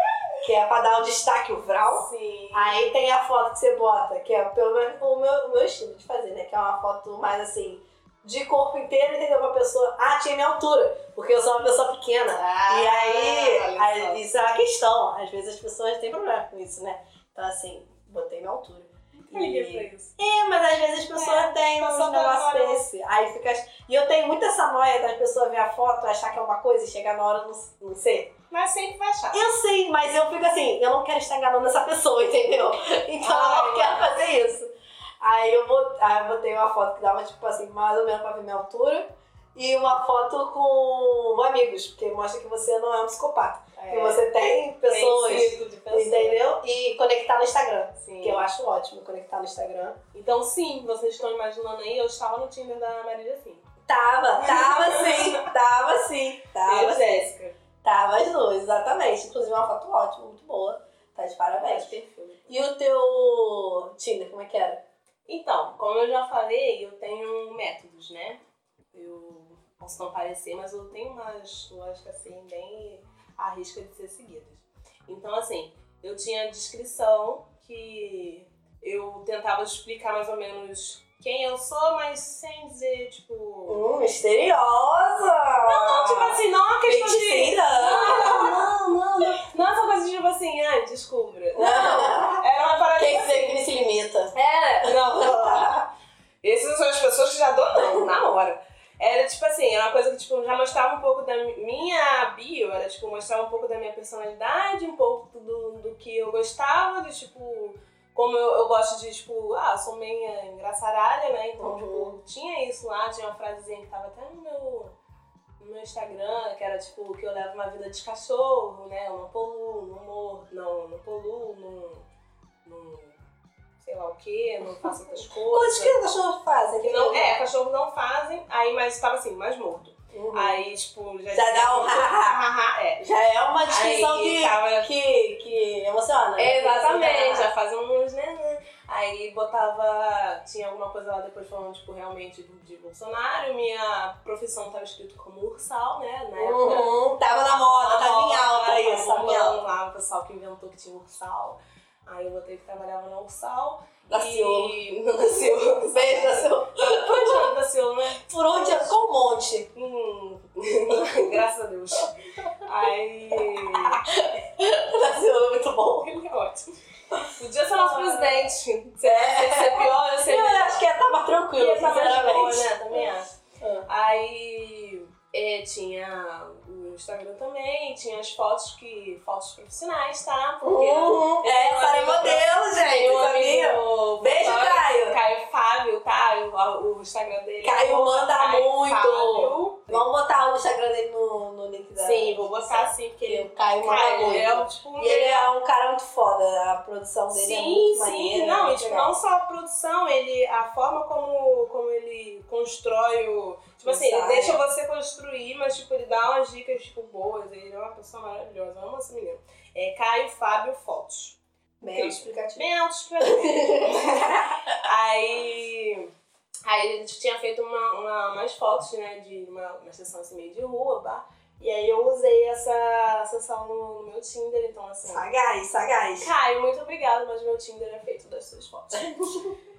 Speaker 2: Que é pra dar um destaque, o Vral.
Speaker 1: Sim.
Speaker 2: Aí tem a foto que você bota, que é pelo menos o meu, o meu estilo de fazer, né? Que é uma foto mais assim, de corpo inteiro, entendeu? Pra pessoa, ah, tinha minha altura, porque eu sou uma pessoa pequena.
Speaker 1: Ah,
Speaker 2: e aí,
Speaker 1: olha
Speaker 2: a- isso é uma questão. Às vezes as pessoas têm problema com isso, né? Então, assim, botei minha altura.
Speaker 1: só. Liguei
Speaker 2: E-
Speaker 1: pra isso.
Speaker 2: É, mas às vezes as pessoas têm
Speaker 1: tá
Speaker 2: um
Speaker 1: só
Speaker 2: negócio
Speaker 1: agora-
Speaker 2: desse. Aí fica. E eu tenho muita essa noia das pessoas ver a foto, achar que é uma coisa e chegar na hora não, não ser.
Speaker 1: Mas sempre vai achar.
Speaker 2: Eu sei, mas eu fico assim, eu não quero estar enganando essa pessoa, entendeu? Então eu não
Speaker 1: Ai.
Speaker 2: quero fazer isso. Aí eu, bot- aí eu botei uma foto que dava, tipo assim, mais ou menos pra ver minha altura. E uma foto com amigos, porque mostra que você não é um psicopata. Que você tem pessoas,
Speaker 1: Tem ciclo de pessoas.
Speaker 2: entendeu? E conectar no Instagram.
Speaker 1: Sim.
Speaker 2: Que eu acho ótimo conectar no Instagram.
Speaker 1: Então, sim, vocês estão imaginando aí, eu estava no Tinder da Marília sim.
Speaker 2: Tava, tava sim, tava sim,
Speaker 1: eu,
Speaker 2: tava sim.
Speaker 1: Jéssica.
Speaker 2: Tava as duas, exatamente. Inclusive uma foto ótima, muito boa. Tá de parabéns.
Speaker 1: perfil.
Speaker 2: E o teu Tinder, como é que era?
Speaker 1: Então, como eu já falei, eu tenho métodos, né? Eu posso não parecer, mas eu tenho umas lógicas assim, bem à risca de ser seguidas. Então, assim, eu tinha a descrição que eu tentava explicar mais ou menos quem eu sou, mas sem dizer, tipo.
Speaker 2: Hum, misteriosa!
Speaker 1: Não, tipo assim, não é uma questão de.
Speaker 2: Feiticeira!
Speaker 1: Não, não, não, não. Não é essa coisa de tipo assim, ai, descubra. Não, era uma parada assim,
Speaker 2: Quem sempre me se limita.
Speaker 1: É, não. Essas são as pessoas que já dão não, na hora. Era tipo assim, era uma coisa que tipo, já mostrava um pouco da mi- minha bio, era tipo, mostrava um pouco da minha personalidade, um pouco do, do que eu gostava, de tipo, como eu, eu gosto de, tipo, ah, eu sou meio engraçaralha, né? Então,
Speaker 2: Uhum.
Speaker 1: tipo, tinha isso lá, tinha uma frasezinha que tava até no meu, no meu Instagram, que era tipo, que eu levo uma vida de cachorro, né? Eu não poluo, não morro, não, não poluo, não. não sei lá o quê, não faço
Speaker 2: Quantos
Speaker 1: outras coisas.
Speaker 2: que as pessoas fazem?
Speaker 1: Que não, é, cachorro não fazem, aí mas tava assim, mais morto.
Speaker 2: Uhum.
Speaker 1: Aí, tipo, já,
Speaker 2: Já dá um
Speaker 1: muito- hahaha, é.
Speaker 2: Já é uma descrição
Speaker 1: Aí
Speaker 2: que,
Speaker 1: tava
Speaker 2: que, que emociona. né?
Speaker 1: Exatamente, já fazia uns né, né. Aí botava. Tinha alguma coisa lá depois falando, tipo, realmente do- de Bolsonaro. Minha profissão tava escrito como ursal, né? Na época.
Speaker 2: Uhum, tava na moda, tava em alta isso,
Speaker 1: Tava
Speaker 2: tava em alta.
Speaker 1: bombando lá, o pessoal que inventou que tinha ursal. Aí eu botei que trabalhava na ursal.
Speaker 2: Da Ciolo.
Speaker 1: e... Não, Daciolo.
Speaker 2: Beijo, da Ciolo.
Speaker 1: Pode da Ciolo, né?
Speaker 2: Por onde? é? Com um monte.
Speaker 1: Hum, graças a Deus. Aí.
Speaker 2: Da Ciolo, muito bom.
Speaker 1: Ele é ótimo. Podia ser nosso presidente. Se é, se é pior, eu sei
Speaker 2: Eu
Speaker 1: melhor.
Speaker 2: acho que é, tava tranquilo,
Speaker 1: Ia tá mais boa,
Speaker 2: sinceramente.
Speaker 1: né? Também acho. Aí é, tinha o Instagram também, tinha as fotos que. fotos profissionais, tá? Porque
Speaker 2: Uhum. É,
Speaker 1: Eu
Speaker 2: Sara é
Speaker 1: amigo-
Speaker 2: modelo, gente,
Speaker 1: tem um
Speaker 2: sabia?
Speaker 1: amigo.
Speaker 2: Beijo,
Speaker 1: fotógrafo,
Speaker 2: Caio.
Speaker 1: Caio Fábio, tá? O, o Instagram dele. é
Speaker 2: Caio manda
Speaker 1: Caio
Speaker 2: muito.
Speaker 1: Fábio.
Speaker 2: Vamos botar o Instagram dele no, no link da...
Speaker 1: Sim, vou botar sim, porque ele
Speaker 2: Ele, o Caio manda
Speaker 1: Caio,
Speaker 2: muito.
Speaker 1: ele é o, tipo um
Speaker 2: E ele é um cara muito foda, a produção dele é
Speaker 1: Sim,
Speaker 2: muito
Speaker 1: sim,
Speaker 2: maneira.
Speaker 1: não, e,
Speaker 2: muito
Speaker 1: tipo,
Speaker 2: legal.
Speaker 1: não só a produção, ele, a forma como, como ele constrói o. Tipo assim, ele
Speaker 2: Exato.
Speaker 1: deixa você construir, mas tipo, ele dá umas dicas tipo, boas, ele é uma pessoa maravilhosa, eu amo esse menino. É Caio Fábio Fotos.
Speaker 2: Bem explicativo.
Speaker 1: Bem altos pra Aí. Aí ele tinha feito uma, uma, umas fotos, né, de uma, uma sessão assim meio de rua, pá. E aí eu usei essa sessão no, no meu Tinder, então assim.
Speaker 2: Sagaz, sagaz.
Speaker 1: Caio, muito obrigada, mas meu Tinder é feito das suas fotos.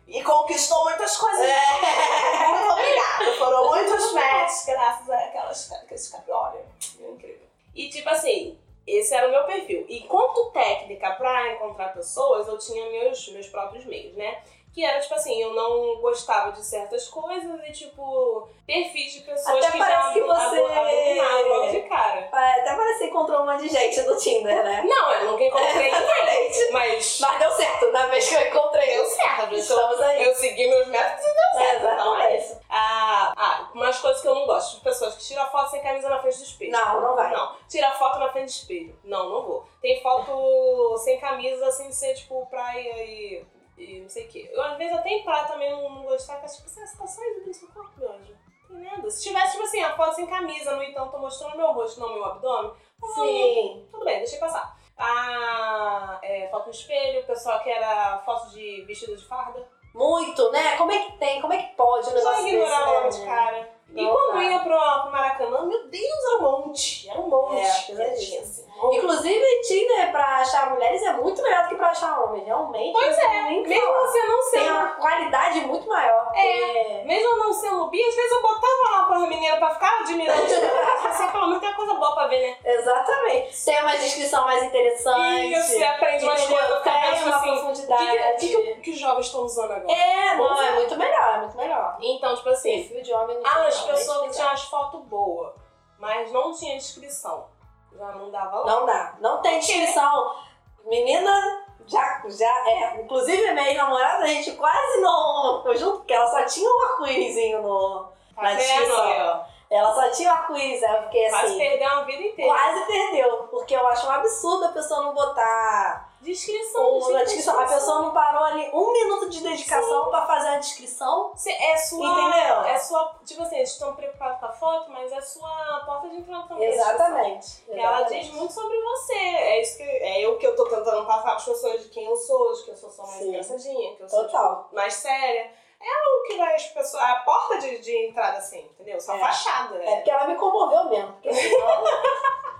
Speaker 2: E conquistou muitas coisas. É.
Speaker 1: Muito obrigada. Foram muitos matches graças àquelas aqueles cabos. Olha, é incrível. E tipo assim, esse era o meu perfil. E quanto técnica pra encontrar pessoas, eu tinha meus, meus próprios meios, né? Que era tipo assim, eu não gostava de certas coisas e tipo, perfis de pessoas
Speaker 2: Até
Speaker 1: que
Speaker 2: parece
Speaker 1: já
Speaker 2: que você-
Speaker 1: abo- abominavam logo de cara.
Speaker 2: Até parece que encontrou um monte de gente no Tinder, né?
Speaker 1: Não, eu nunca encontrei ninguém, mas
Speaker 2: Mas deu certo, na vez que eu encontrei.
Speaker 1: deu certo. então
Speaker 2: Estamos aí.
Speaker 1: Eu segui meus métodos e deu certo. Então é isso.
Speaker 2: Exatamente.
Speaker 1: Ah, ah, umas coisas que eu não gosto. tipo, Pessoas que tiram foto sem camisa na frente do espelho.
Speaker 2: Não, não vai.
Speaker 1: Não. Tira foto na frente do espelho. Não, não vou. Tem foto sem camisa, sem ser, tipo, praia e, e não sei o quê. Eu, às vezes, até em praia também não, não gostar, porque, tipo, assim, você tá só indo pro seu corpo, meu anjo. Não tem nada. Se tivesse, tipo assim, a foto sem camisa, no então, tô mostrando meu rosto, não meu abdômen. ah,
Speaker 2: Sim.
Speaker 1: tudo bem, deixei passar. Ah, é, foto no espelho, o pessoal que era foto de vestido de farda.
Speaker 2: Muito, né? Como é que tem? Como é que pode um
Speaker 1: Só
Speaker 2: negócio
Speaker 1: ignorar
Speaker 2: desse,
Speaker 1: logo
Speaker 2: né?
Speaker 1: de cara. E
Speaker 2: Não
Speaker 1: quando
Speaker 2: dá.
Speaker 1: ia pro, pro Maracanã, meu Deus, era um monte. Era um monte.
Speaker 2: É, apesar
Speaker 1: Era
Speaker 2: disso.
Speaker 1: assim, um monte.
Speaker 2: Inclusive, Tinder, pra achar mulheres é muito melhor do que pra achar homens, realmente.
Speaker 1: Pois
Speaker 2: é, assim, nem o que
Speaker 1: Mesmo
Speaker 2: falar.
Speaker 1: você não
Speaker 2: Tem
Speaker 1: sendo.
Speaker 2: uma qualidade muito maior.
Speaker 1: É.
Speaker 2: porque-
Speaker 1: Mesmo não sendo bi, às vezes eu botava lá pra menina pra ficar admirando. assim, pelo menos tem uma coisa boa pra ver, né?
Speaker 2: Exatamente. Tem uma descrição mais interessante.
Speaker 1: Isso, você aprende umas
Speaker 2: entendeu?
Speaker 1: coisas, fica
Speaker 2: Tem é
Speaker 1: tipo
Speaker 2: uma
Speaker 1: assim. O que,
Speaker 2: profundidade.
Speaker 1: que, que, que os jovens estão usando agora?
Speaker 2: É, não, é muito melhor, é muito melhor.
Speaker 1: Então, tipo assim,
Speaker 2: Perfil de homem no
Speaker 1: Ah, as
Speaker 2: Instagram,
Speaker 1: pessoas
Speaker 2: bem
Speaker 1: que tinham as fotos boas, mas não tinha descrição. Já não dava lá.
Speaker 2: Não dá. Não tem descrição. Menina, já, já é. Inclusive, minha namorada, a gente quase não. Eu junto porque ela só tinha um arco-írisinho no.
Speaker 1: Tá
Speaker 2: na
Speaker 1: vendo?
Speaker 2: descrição.
Speaker 1: aí, ó?
Speaker 2: Ela só tinha um arco-íris, aí eu fiquei
Speaker 1: Quase
Speaker 2: assim.
Speaker 1: perdeu a vida inteira.
Speaker 2: Quase perdeu, porque eu acho um absurdo a pessoa não botar
Speaker 1: Descrição,
Speaker 2: uma descrição. A pessoa não parou ali um minuto de dedicação pra fazer a descrição,
Speaker 1: Cê- é sua.
Speaker 2: entendeu?
Speaker 1: É sua. Tipo assim, eles estão preocupados com a foto, mas é sua porta de entrada também. é
Speaker 2: Exatamente.
Speaker 1: a descrição. Ela
Speaker 2: exatamente.
Speaker 1: diz muito sobre você. É isso que é eu que eu tô tentando passar para as pessoas de quem eu sou, de que eu sou só mais
Speaker 2: Sim.
Speaker 1: engraçadinha, que eu sou
Speaker 2: Total.
Speaker 1: mais séria. É o que vai as pessoas. A porta de, de entrada, assim, entendeu? Só
Speaker 2: É.
Speaker 1: fachada,
Speaker 2: É
Speaker 1: né?
Speaker 2: porque ela me comoveu mesmo.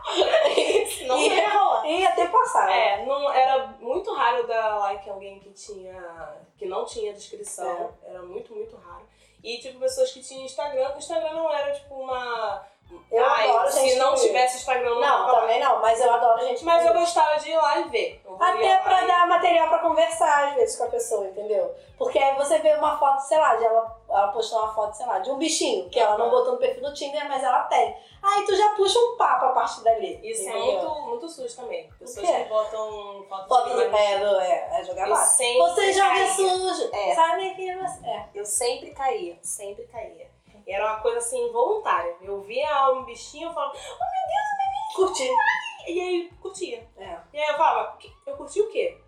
Speaker 2: Porque senão
Speaker 1: Não
Speaker 2: É. E-
Speaker 1: ia rolar.
Speaker 2: ia ter passado.
Speaker 1: É, não, era muito raro dar like a alguém que tinha. que não tinha descrição.
Speaker 2: É.
Speaker 1: Era muito, muito raro. E, tipo, pessoas que tinham Instagram. O Instagram não era, tipo, uma.
Speaker 2: Eu
Speaker 1: Ai,
Speaker 2: adoro
Speaker 1: se
Speaker 2: gente
Speaker 1: não
Speaker 2: que-
Speaker 1: tivesse Instagram, não,
Speaker 2: Não,
Speaker 1: tava
Speaker 2: também não, mas eu adoro gente.
Speaker 1: Mas eu
Speaker 2: que-
Speaker 1: gostava de ir lá e ver. Eu ia
Speaker 2: Até
Speaker 1: lá
Speaker 2: pra
Speaker 1: e-
Speaker 2: dar material pra conversar, às vezes, com a pessoa, entendeu? Porque aí você vê uma foto, sei lá, de ela, ela postou uma foto, sei lá, de um bichinho, que ela não botou no perfil do Tinder, mas ela tem. Aí tu já puxa um papo a partir dali.
Speaker 1: Isso é
Speaker 2: entendeu?
Speaker 1: muito, muito SUS também. Pessoas
Speaker 2: quê?
Speaker 1: que botam fotos
Speaker 2: Foto
Speaker 1: de
Speaker 2: do pé, do, é, é jogar lá.
Speaker 1: sempre
Speaker 2: Você joga
Speaker 1: caía.
Speaker 2: sujo,
Speaker 1: É.
Speaker 2: sabe que você. É.
Speaker 1: Eu sempre caía, sempre caía. E era uma coisa assim, involuntária. Eu via um bichinho, eu falava,
Speaker 2: Curtir.
Speaker 1: e aí curtia.
Speaker 2: É.
Speaker 1: E aí eu falava, "Que- eu curti o quê?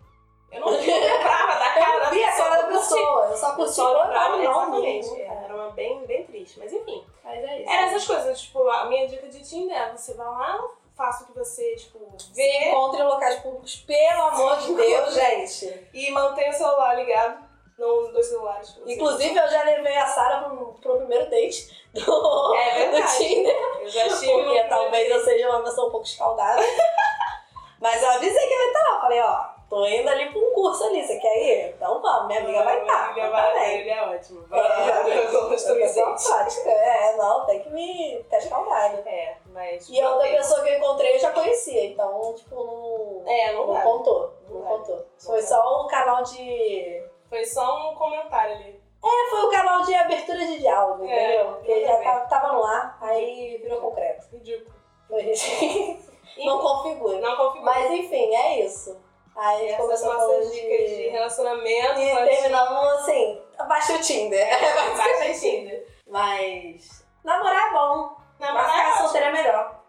Speaker 1: Eu não eu não lembrava da cara da
Speaker 2: Eu vi a
Speaker 1: pessoa.
Speaker 2: cara da
Speaker 1: eu curti.
Speaker 2: pessoa, eu só
Speaker 1: Eu
Speaker 2: curti
Speaker 1: só lembrava,
Speaker 2: o nome.
Speaker 1: exatamente. É, Era uma bem, bem triste, mas enfim.
Speaker 2: Mas é isso.
Speaker 1: Era essas coisas, tipo, a minha dica de Tinder é você vai lá, faça o que você, tipo,
Speaker 2: Se
Speaker 1: vê
Speaker 2: encontre em locais públicos, pelo amor de Deus, gente.
Speaker 1: e mantenha o celular ligado. Não os dois celulares. assim. você-
Speaker 2: Inclusive, eu já levei a Sara pro, pro primeiro date do,
Speaker 1: É verdade.
Speaker 2: do Tinder.
Speaker 1: eu já estive no
Speaker 2: Porque
Speaker 1: primeiro
Speaker 2: talvez eu seja uma pessoa um pouco escaldada. Mas eu avisei que ele ia estar lá. Falei, ó, tô indo ali pra um curso ali, você quer ir? Então vamos, minha amiga vai estar.
Speaker 1: Minha amiga
Speaker 2: tá
Speaker 1: vai
Speaker 2: bem.
Speaker 1: Ele é ótimo.
Speaker 2: É.
Speaker 1: Eu gosto
Speaker 2: Eu sou uma
Speaker 1: desse.
Speaker 2: prática. É, não, tem que me ficar escaldada.
Speaker 1: É, mas.
Speaker 2: E a outra
Speaker 1: mantém.
Speaker 2: pessoa que eu encontrei eu já conhecia, então, tipo, não.
Speaker 1: É, não
Speaker 2: Não
Speaker 1: vale.
Speaker 2: contou, não
Speaker 1: Não vale.
Speaker 2: contou.
Speaker 1: Não
Speaker 2: Foi
Speaker 1: vale.
Speaker 2: só um canal de.
Speaker 1: Foi só um comentário ali.
Speaker 2: É, foi o canal de abertura de diálogo,
Speaker 1: É,
Speaker 2: entendeu? Porque ele já
Speaker 1: tudo bem.
Speaker 2: tava, tava no ar, aí virou concreto.
Speaker 1: Ridículo.
Speaker 2: Pois. não configura.
Speaker 1: Não configura.
Speaker 2: Mas enfim, é isso. Aí a gente
Speaker 1: essas
Speaker 2: começou
Speaker 1: são
Speaker 2: a falar
Speaker 1: nossas
Speaker 2: de...
Speaker 1: dicas de relacionamento. É,
Speaker 2: E terminamos assim, baixa o Tinder.
Speaker 1: Baixa Tinder.
Speaker 2: Mas namorar é bom, mas
Speaker 1: Namorar
Speaker 2: ficar
Speaker 1: eu
Speaker 2: solteira é melhor.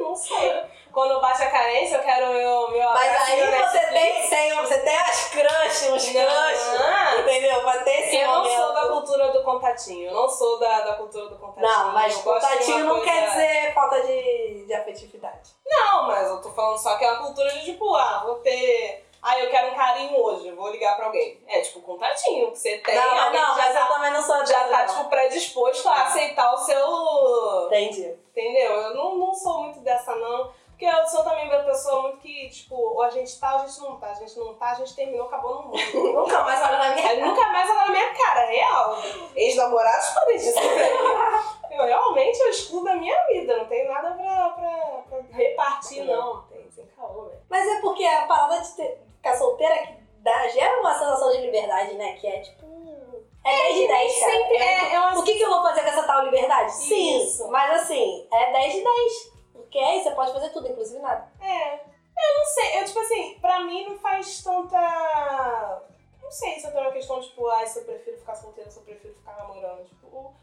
Speaker 1: não sei. Quando baixa a carência, eu quero meu, meu
Speaker 2: Mas
Speaker 1: abracinho
Speaker 2: aí você tem,
Speaker 1: Netflix.
Speaker 2: tem, você tem as crush, uns crush,
Speaker 1: Não,
Speaker 2: entendeu? Pra ter esse
Speaker 1: Eu não
Speaker 2: momento.
Speaker 1: sou da cultura do contatinho. Eu não sou da, da cultura do contatinho.
Speaker 2: Não, mas
Speaker 1: eu gosto de uma
Speaker 2: contatinho não
Speaker 1: coisa-
Speaker 2: quer dizer falta de, de afetividade.
Speaker 1: Não, mas eu tô falando só que é uma cultura de tipo, ah, vou ter. Ah, eu quero um carinho hoje, eu vou ligar pra alguém. É tipo contatinho que você tem.
Speaker 2: não, mas,
Speaker 1: alguém
Speaker 2: não,
Speaker 1: já
Speaker 2: mas eu
Speaker 1: tá,
Speaker 2: também não sou
Speaker 1: já
Speaker 2: dessa,
Speaker 1: tá
Speaker 2: não.
Speaker 1: tipo predisposto a aceitar o seu.
Speaker 2: Entendi.
Speaker 1: Entendeu? Eu não, não sou muito dessa, não. Porque eu sou também uma pessoa muito que, tipo, ou a gente tá, ou a gente não tá, a gente não tá, a gente terminou, acabou no mundo.
Speaker 2: Nunca mais olha na minha
Speaker 1: Aí nunca mais ela na minha cara, real. Ex-namorados podem dizer. Eu realmente eu excluo a minha vida, não tem nada pra, pra, pra repartir, não. Tem sem caô, né? velho.
Speaker 2: Mas é porque a parada de ter- ficar solteira que dá, gera uma sensação de liberdade, né? Que é tipo. É 10 de 10, cara.
Speaker 1: Sempre é, é uma.
Speaker 2: O que, que eu vou fazer com essa tal liberdade? Sim.
Speaker 1: Isso.
Speaker 2: Mas assim, é 10 de 10. Porque aí você pode fazer tudo, inclusive nada.
Speaker 1: É. Eu não sei, eu, tipo assim, pra mim não faz tanta. Não sei se eu tenho uma questão, tipo, ah, se eu prefiro ficar solteira, se eu prefiro ficar namorando. Tipo,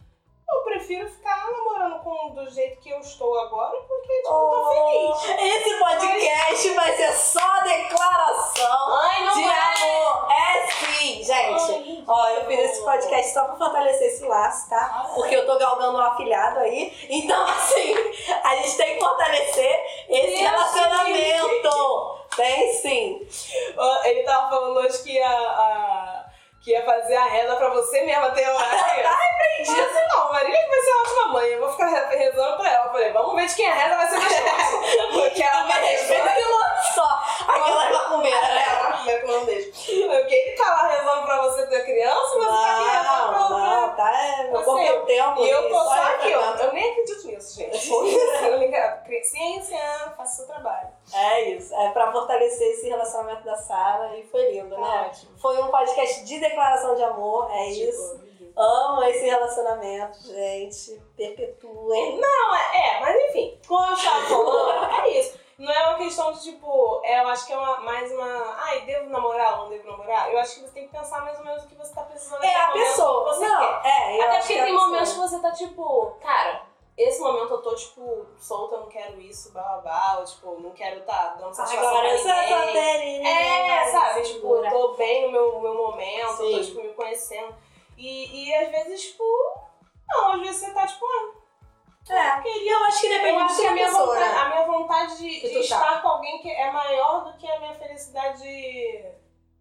Speaker 1: eu prefiro ficar namorando com, do jeito que eu estou agora, porque, tipo, eu tô feliz.
Speaker 2: Esse podcast vai ser só declaração
Speaker 1: Ai,
Speaker 2: de amor. É sim, gente. Ó, eu fiz esse podcast só pra fortalecer esse laço, tá? Porque eu tô galgando um afilhado aí. Então, assim, a gente tem que fortalecer esse
Speaker 1: Deus
Speaker 2: relacionamento. Tem sim.
Speaker 1: Ó, Ele tava falando hoje que ia, a- que ia fazer a reza pra você mesma ter uma. Ai, aprendi assim, não. Marília que vai ser uma ótima mãe. Eu vou ficar re- rezando pra ela. Eu falei, vamos ver de quem a reza vai ser mais fácil. Porque ela vai
Speaker 2: Respeita
Speaker 1: rezando. né? um
Speaker 2: tá. É, assim,
Speaker 1: tá é
Speaker 2: trabalho. É isso. É pra fortalecer esse relacionamento da Sara e foi lindo, né?
Speaker 1: Tá ótimo.
Speaker 2: Foi um podcast de declaração de amor, é
Speaker 1: Tipo,
Speaker 2: isso. Amo esse relacionamento, gente. Perpetuem.
Speaker 1: Não, é, é, mas enfim, como eu estava falando, é isso. Não é uma questão de tipo, é, eu acho que é uma, mais uma. Ai, devo namorar ou não devo namorar? Eu acho que você tem que pensar mais ou menos o que você tá precisando
Speaker 2: É
Speaker 1: naquele
Speaker 2: a
Speaker 1: momento, o
Speaker 2: pessoa.
Speaker 1: que Você
Speaker 2: Não,
Speaker 1: quer.
Speaker 2: é. eu
Speaker 1: Até
Speaker 2: acho
Speaker 1: porque
Speaker 2: que é a
Speaker 1: tem momentos que
Speaker 2: pessoa.
Speaker 1: você tá tipo, cara, esse momento eu tô tipo, solta, eu não quero isso, blá blá blá, ou tipo, não quero tá dando satisfação
Speaker 2: Agora eu
Speaker 1: pra
Speaker 2: sou a
Speaker 1: ninguém.
Speaker 2: Terina,
Speaker 1: É,
Speaker 2: mas
Speaker 1: sabe? Tipo,
Speaker 2: segura.
Speaker 1: eu tô bem no meu, no meu momento, eu
Speaker 2: Sim.
Speaker 1: tô tipo, me conhecendo. E, e às vezes, tipo, não, às vezes você tá tipo, ah,
Speaker 2: É.
Speaker 1: eu queria
Speaker 2: Eu acho que
Speaker 1: eu
Speaker 2: depende
Speaker 1: acho que
Speaker 2: de
Speaker 1: a minha,
Speaker 2: pessoa,
Speaker 1: vontade,
Speaker 2: né?
Speaker 1: a minha vontade de,
Speaker 2: Que
Speaker 1: de
Speaker 2: tu tá.
Speaker 1: estar com alguém que é maior do que a minha felicidade.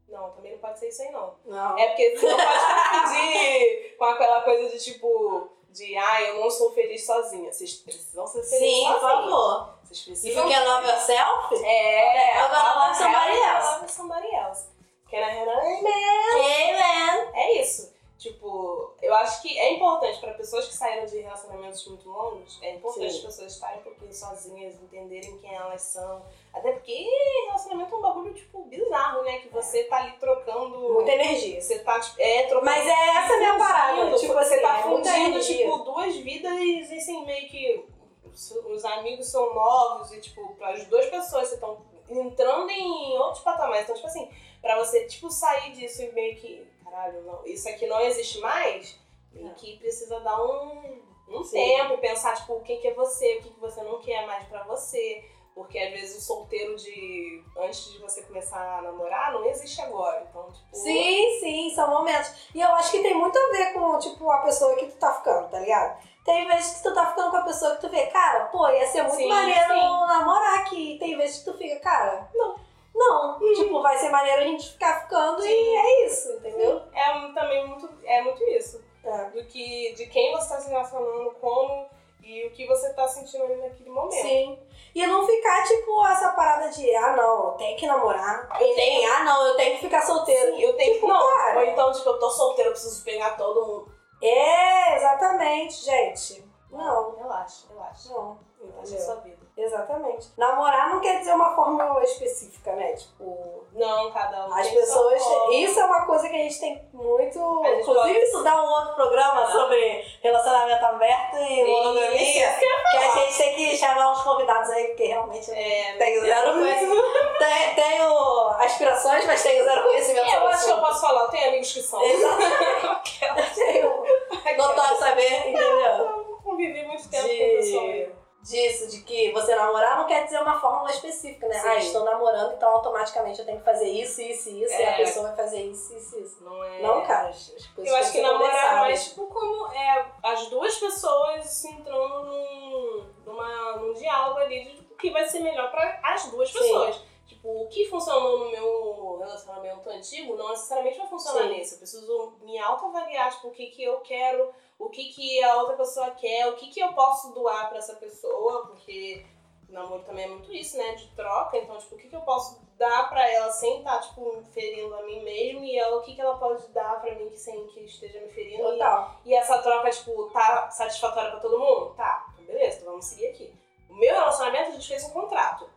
Speaker 1: Não, também não pode ser isso aí, não.
Speaker 2: Não.
Speaker 1: É porque você não pode confundir com aquela coisa de tipo. De, ah, eu não sou feliz sozinha. Vocês precisam ser felizes
Speaker 2: Sim, por
Speaker 1: sozinhos.
Speaker 2: favor.
Speaker 1: Vocês
Speaker 2: E fica
Speaker 1: precisam.
Speaker 2: love yourself?
Speaker 1: É,
Speaker 2: É, agora
Speaker 1: love
Speaker 2: love somebody
Speaker 1: else,
Speaker 2: else.
Speaker 1: love somebody else. Que na Renan é
Speaker 2: Amen.
Speaker 1: é isso. Tipo, eu acho que é importante pra pessoas que saíram de relacionamentos muito longos, é importante
Speaker 2: Sim.
Speaker 1: as pessoas estarem um pouquinho sozinhas, entenderem quem elas são. Até porque relacionamento é um bagulho, tipo, bizarro, né? Que você tá ali trocando.
Speaker 2: É. Muita energia.
Speaker 1: Você tá, tipo, é, trocando.
Speaker 2: Mas é essa a minha parada.
Speaker 1: Fundindo,
Speaker 2: Tipo,
Speaker 1: você
Speaker 2: assim,
Speaker 1: tá
Speaker 2: é muita
Speaker 1: fundindo,
Speaker 2: energia.
Speaker 1: tipo, duas vidas e assim, meio que os- os amigos são novos e, tipo, para as duas pessoas você estão entrando em outros patamares. Então, tipo assim, pra você, tipo, sair disso e meio que, caralho, não, isso aqui não existe mais, meio
Speaker 2: Não.
Speaker 1: que precisa dar um, um
Speaker 2: É. Sim.
Speaker 1: tempo e pensar, tipo, o que, que é você, o que, que você não quer mais pra você. Porque às vezes o solteiro de. antes de você começar a namorar não existe agora. Então, tipo.
Speaker 2: Sim, sim, são momentos. E eu acho que tem muito a ver com, tipo, a pessoa que tu tá ficando, tá ligado? Tem vezes que tu tá ficando com a pessoa que tu vê, cara, pô, ia ser muito
Speaker 1: Sim,
Speaker 2: maneiro
Speaker 1: sim.
Speaker 2: namorar aqui. E tem vezes que tu fica, cara, não. Não, tipo, vai ser maneiro a gente ficar ficando e
Speaker 1: Sim.
Speaker 2: é isso, entendeu?
Speaker 1: É um- também muito, é muito isso.
Speaker 2: É.
Speaker 1: Do que, de quem você tá se relacionando, como e o que você tá sentindo ali naquele momento.
Speaker 2: Sim. E não ficar, tipo, essa parada de, ah, não, eu tenho que namorar. Eu tenho, ah, não, eu tenho que ficar solteiro.
Speaker 1: Sim, eu tenho que.
Speaker 2: Tipo,
Speaker 1: Não,
Speaker 2: cara.
Speaker 1: ou então, tipo, eu tô solteiro, eu preciso pegar todo mundo.
Speaker 2: É, exatamente, gente. Não,
Speaker 1: Relaxa, relaxa.
Speaker 2: não.
Speaker 1: Relaxa a
Speaker 2: Entendeu?
Speaker 1: sua vida.
Speaker 2: Exatamente. Namorar não quer dizer uma fórmula específica, né? Tipo,
Speaker 1: Não, cada um.
Speaker 2: as
Speaker 1: tem sua
Speaker 2: pessoas.
Speaker 1: forma.
Speaker 2: Isso é uma coisa que a gente tem muito.
Speaker 1: A gente
Speaker 2: Inclusive, isso dá um outro programa
Speaker 1: Ah.
Speaker 2: sobre relacionamento aberto e
Speaker 1: Isso,
Speaker 2: monogamia.
Speaker 1: isso que eu ia
Speaker 2: Que a
Speaker 1: falar.
Speaker 2: gente tem que chamar uns convidados aí, porque realmente eu
Speaker 1: É,
Speaker 2: tenho zero
Speaker 1: eu não
Speaker 2: conhecimento. Tenho, tenho aspirações, mas tenho zero conhecimento.
Speaker 1: Eu
Speaker 2: sobre
Speaker 1: acho que eu
Speaker 2: o assunto.
Speaker 1: posso falar, eu tenho amigos que são.
Speaker 2: Exatamente. Tenho- Notório saber, entendeu?
Speaker 1: Eu convivi muito tempo com pessoas.
Speaker 2: de, disso, de que você namorar não quer dizer uma fórmula específica, né?
Speaker 1: Sim.
Speaker 2: Ah, estou namorando, então automaticamente eu tenho que fazer isso, isso e isso, e a
Speaker 1: É.
Speaker 2: pessoa vai fazer isso, isso e isso.
Speaker 1: Não é.
Speaker 2: Não, cara, as as coisas
Speaker 1: Eu acho que
Speaker 2: têm ser
Speaker 1: namorar é
Speaker 2: conversadas.
Speaker 1: mais tipo como é, as duas pessoas se entrando num, numa, num diálogo ali de tipo, o que vai ser melhor para as duas
Speaker 2: Sim.
Speaker 1: pessoas. Tipo, o que funcionou no meu relacionamento antigo não necessariamente vai funcionar
Speaker 2: Sim.
Speaker 1: nesse. Eu preciso me autoavaliar, tipo, o que, que eu quero, o que, que a outra pessoa quer, o que, que eu posso doar pra essa pessoa, porque namoro também é muito isso, né? De troca. Então, tipo, o que, que eu posso dar pra ela sem estar, tipo, me ferindo a mim mesmo e ela, o que, que ela pode dar pra mim que sem que esteja me ferindo. E,
Speaker 2: Total.
Speaker 1: e essa troca, tipo, tá satisfatória pra todo mundo? Tá, então beleza, então vamos seguir aqui. O meu relacionamento, a gente fez um contrato.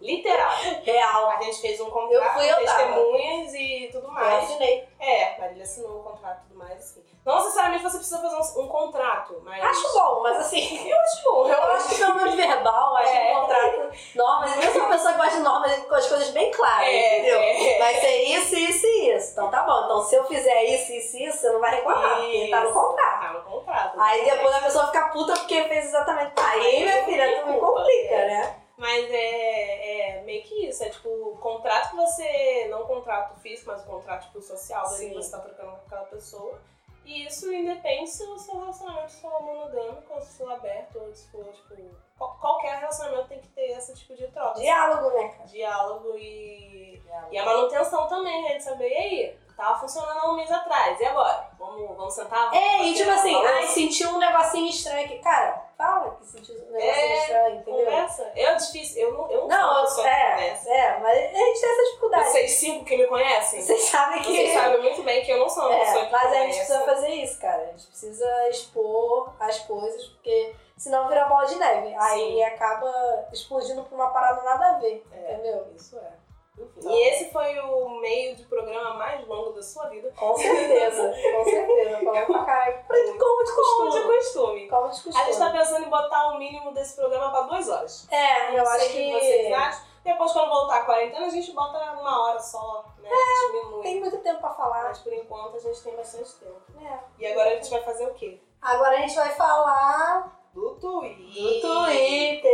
Speaker 1: Literal.
Speaker 2: Real.
Speaker 1: A gente fez um
Speaker 2: Eu
Speaker 1: contrato,
Speaker 2: fui, eu tava.
Speaker 1: testemunhas e tudo
Speaker 2: Eu
Speaker 1: mais.
Speaker 2: assinei.
Speaker 1: É, Marília assinou o contrato e tudo mais, assim. Não necessariamente você precisa fazer um, um contrato, mas.
Speaker 2: Acho bom, mas assim,
Speaker 1: Eu acho bom,
Speaker 2: eu
Speaker 1: realmente.
Speaker 2: acho que pelo menos verbal, acho
Speaker 1: É.
Speaker 2: que um contrato, normas. Eu sou uma pessoa que gosta de normas com as coisas bem claras, entendeu?
Speaker 1: é,
Speaker 2: Vai ser isso, isso e isso. Então tá bom. Então se eu fizer isso, isso e isso, você não vai reclamar, porque tá no
Speaker 1: Isso.
Speaker 2: contrato.
Speaker 1: Tá no contrato.
Speaker 2: Aí depois a pessoa fica puta porque fez exatamente. Aí, minha filha, tu me complica, né?
Speaker 1: Mas é, é meio que isso, é tipo, o contrato que você, não o contrato físico, mas o contrato tipo, social, ali
Speaker 2: Sim.
Speaker 1: que você tá trocando com aquela pessoa. E isso independe se o seu relacionamento for monogâmico, ou se for aberto, ou se for, tipo, qual- qualquer relacionamento tem que ter esse tipo de troca.
Speaker 2: Diálogo, né,
Speaker 1: Diálogo e,
Speaker 2: cara?
Speaker 1: e a manutenção também, né, de saber, e aí? Tava funcionando há um mês atrás, e agora? Vamos, vamos sentar? Vamos
Speaker 2: É, e tipo
Speaker 1: fazer
Speaker 2: assim,
Speaker 1: uma
Speaker 2: ai, sentiu um negocinho estranho aqui. Cara, fala que sentiu um negocinho
Speaker 1: É,
Speaker 2: estranho, entendeu?
Speaker 1: Conversa? Eu difícil, eu não, eu não, sou uma
Speaker 2: Não,
Speaker 1: pessoa
Speaker 2: eu,
Speaker 1: que
Speaker 2: é,
Speaker 1: conversa.
Speaker 2: é, mas a gente tem essa dificuldade.
Speaker 1: Vocês cinco que me conhecem,
Speaker 2: Vocês sabem que.
Speaker 1: Vocês sabem muito bem que eu não sou uma
Speaker 2: É,
Speaker 1: pessoa que
Speaker 2: mas a gente
Speaker 1: conhece.
Speaker 2: precisa fazer isso, cara. A gente precisa expor as coisas, porque senão vira bola de neve. Aí
Speaker 1: Sim.
Speaker 2: acaba explodindo pra uma parada nada a ver,
Speaker 1: É.
Speaker 2: entendeu?
Speaker 1: Isso é. Enfim,
Speaker 4: Então-
Speaker 1: E esse foi o meio de programa mais longo da sua vida.
Speaker 2: Com certeza, com certeza. Falou pra caralho. Como de
Speaker 1: Como de
Speaker 2: costume.
Speaker 1: costume.
Speaker 2: Como de
Speaker 1: A gente
Speaker 2: costume.
Speaker 1: tá pensando em botar o mínimo desse programa pra duas horas.
Speaker 2: É, eu
Speaker 1: Não sei
Speaker 2: acho
Speaker 1: o
Speaker 2: que
Speaker 1: vocês acham. Depois, quando voltar a quarentena, a gente bota uma hora só, né? Diminui.
Speaker 2: É, tem muito tempo pra falar. né?
Speaker 1: Mas por enquanto a gente tem bastante tempo.
Speaker 2: É.
Speaker 1: E agora a gente vai fazer o quê?
Speaker 2: Agora a gente vai falar
Speaker 1: Do Twitter.
Speaker 4: No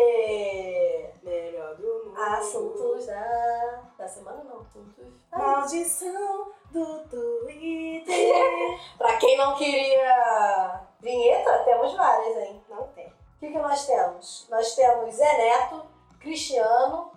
Speaker 4: Twitter!
Speaker 1: Melhor do mundo.
Speaker 2: assuntos da, da semana, não. Assuntos. Ah,
Speaker 1: Maldição do Twitter.
Speaker 2: Pra quem não queria vinheta, temos várias, hein?
Speaker 1: Não tem.
Speaker 2: O que, que nós temos? Nós temos Zé Neto, Cristiano,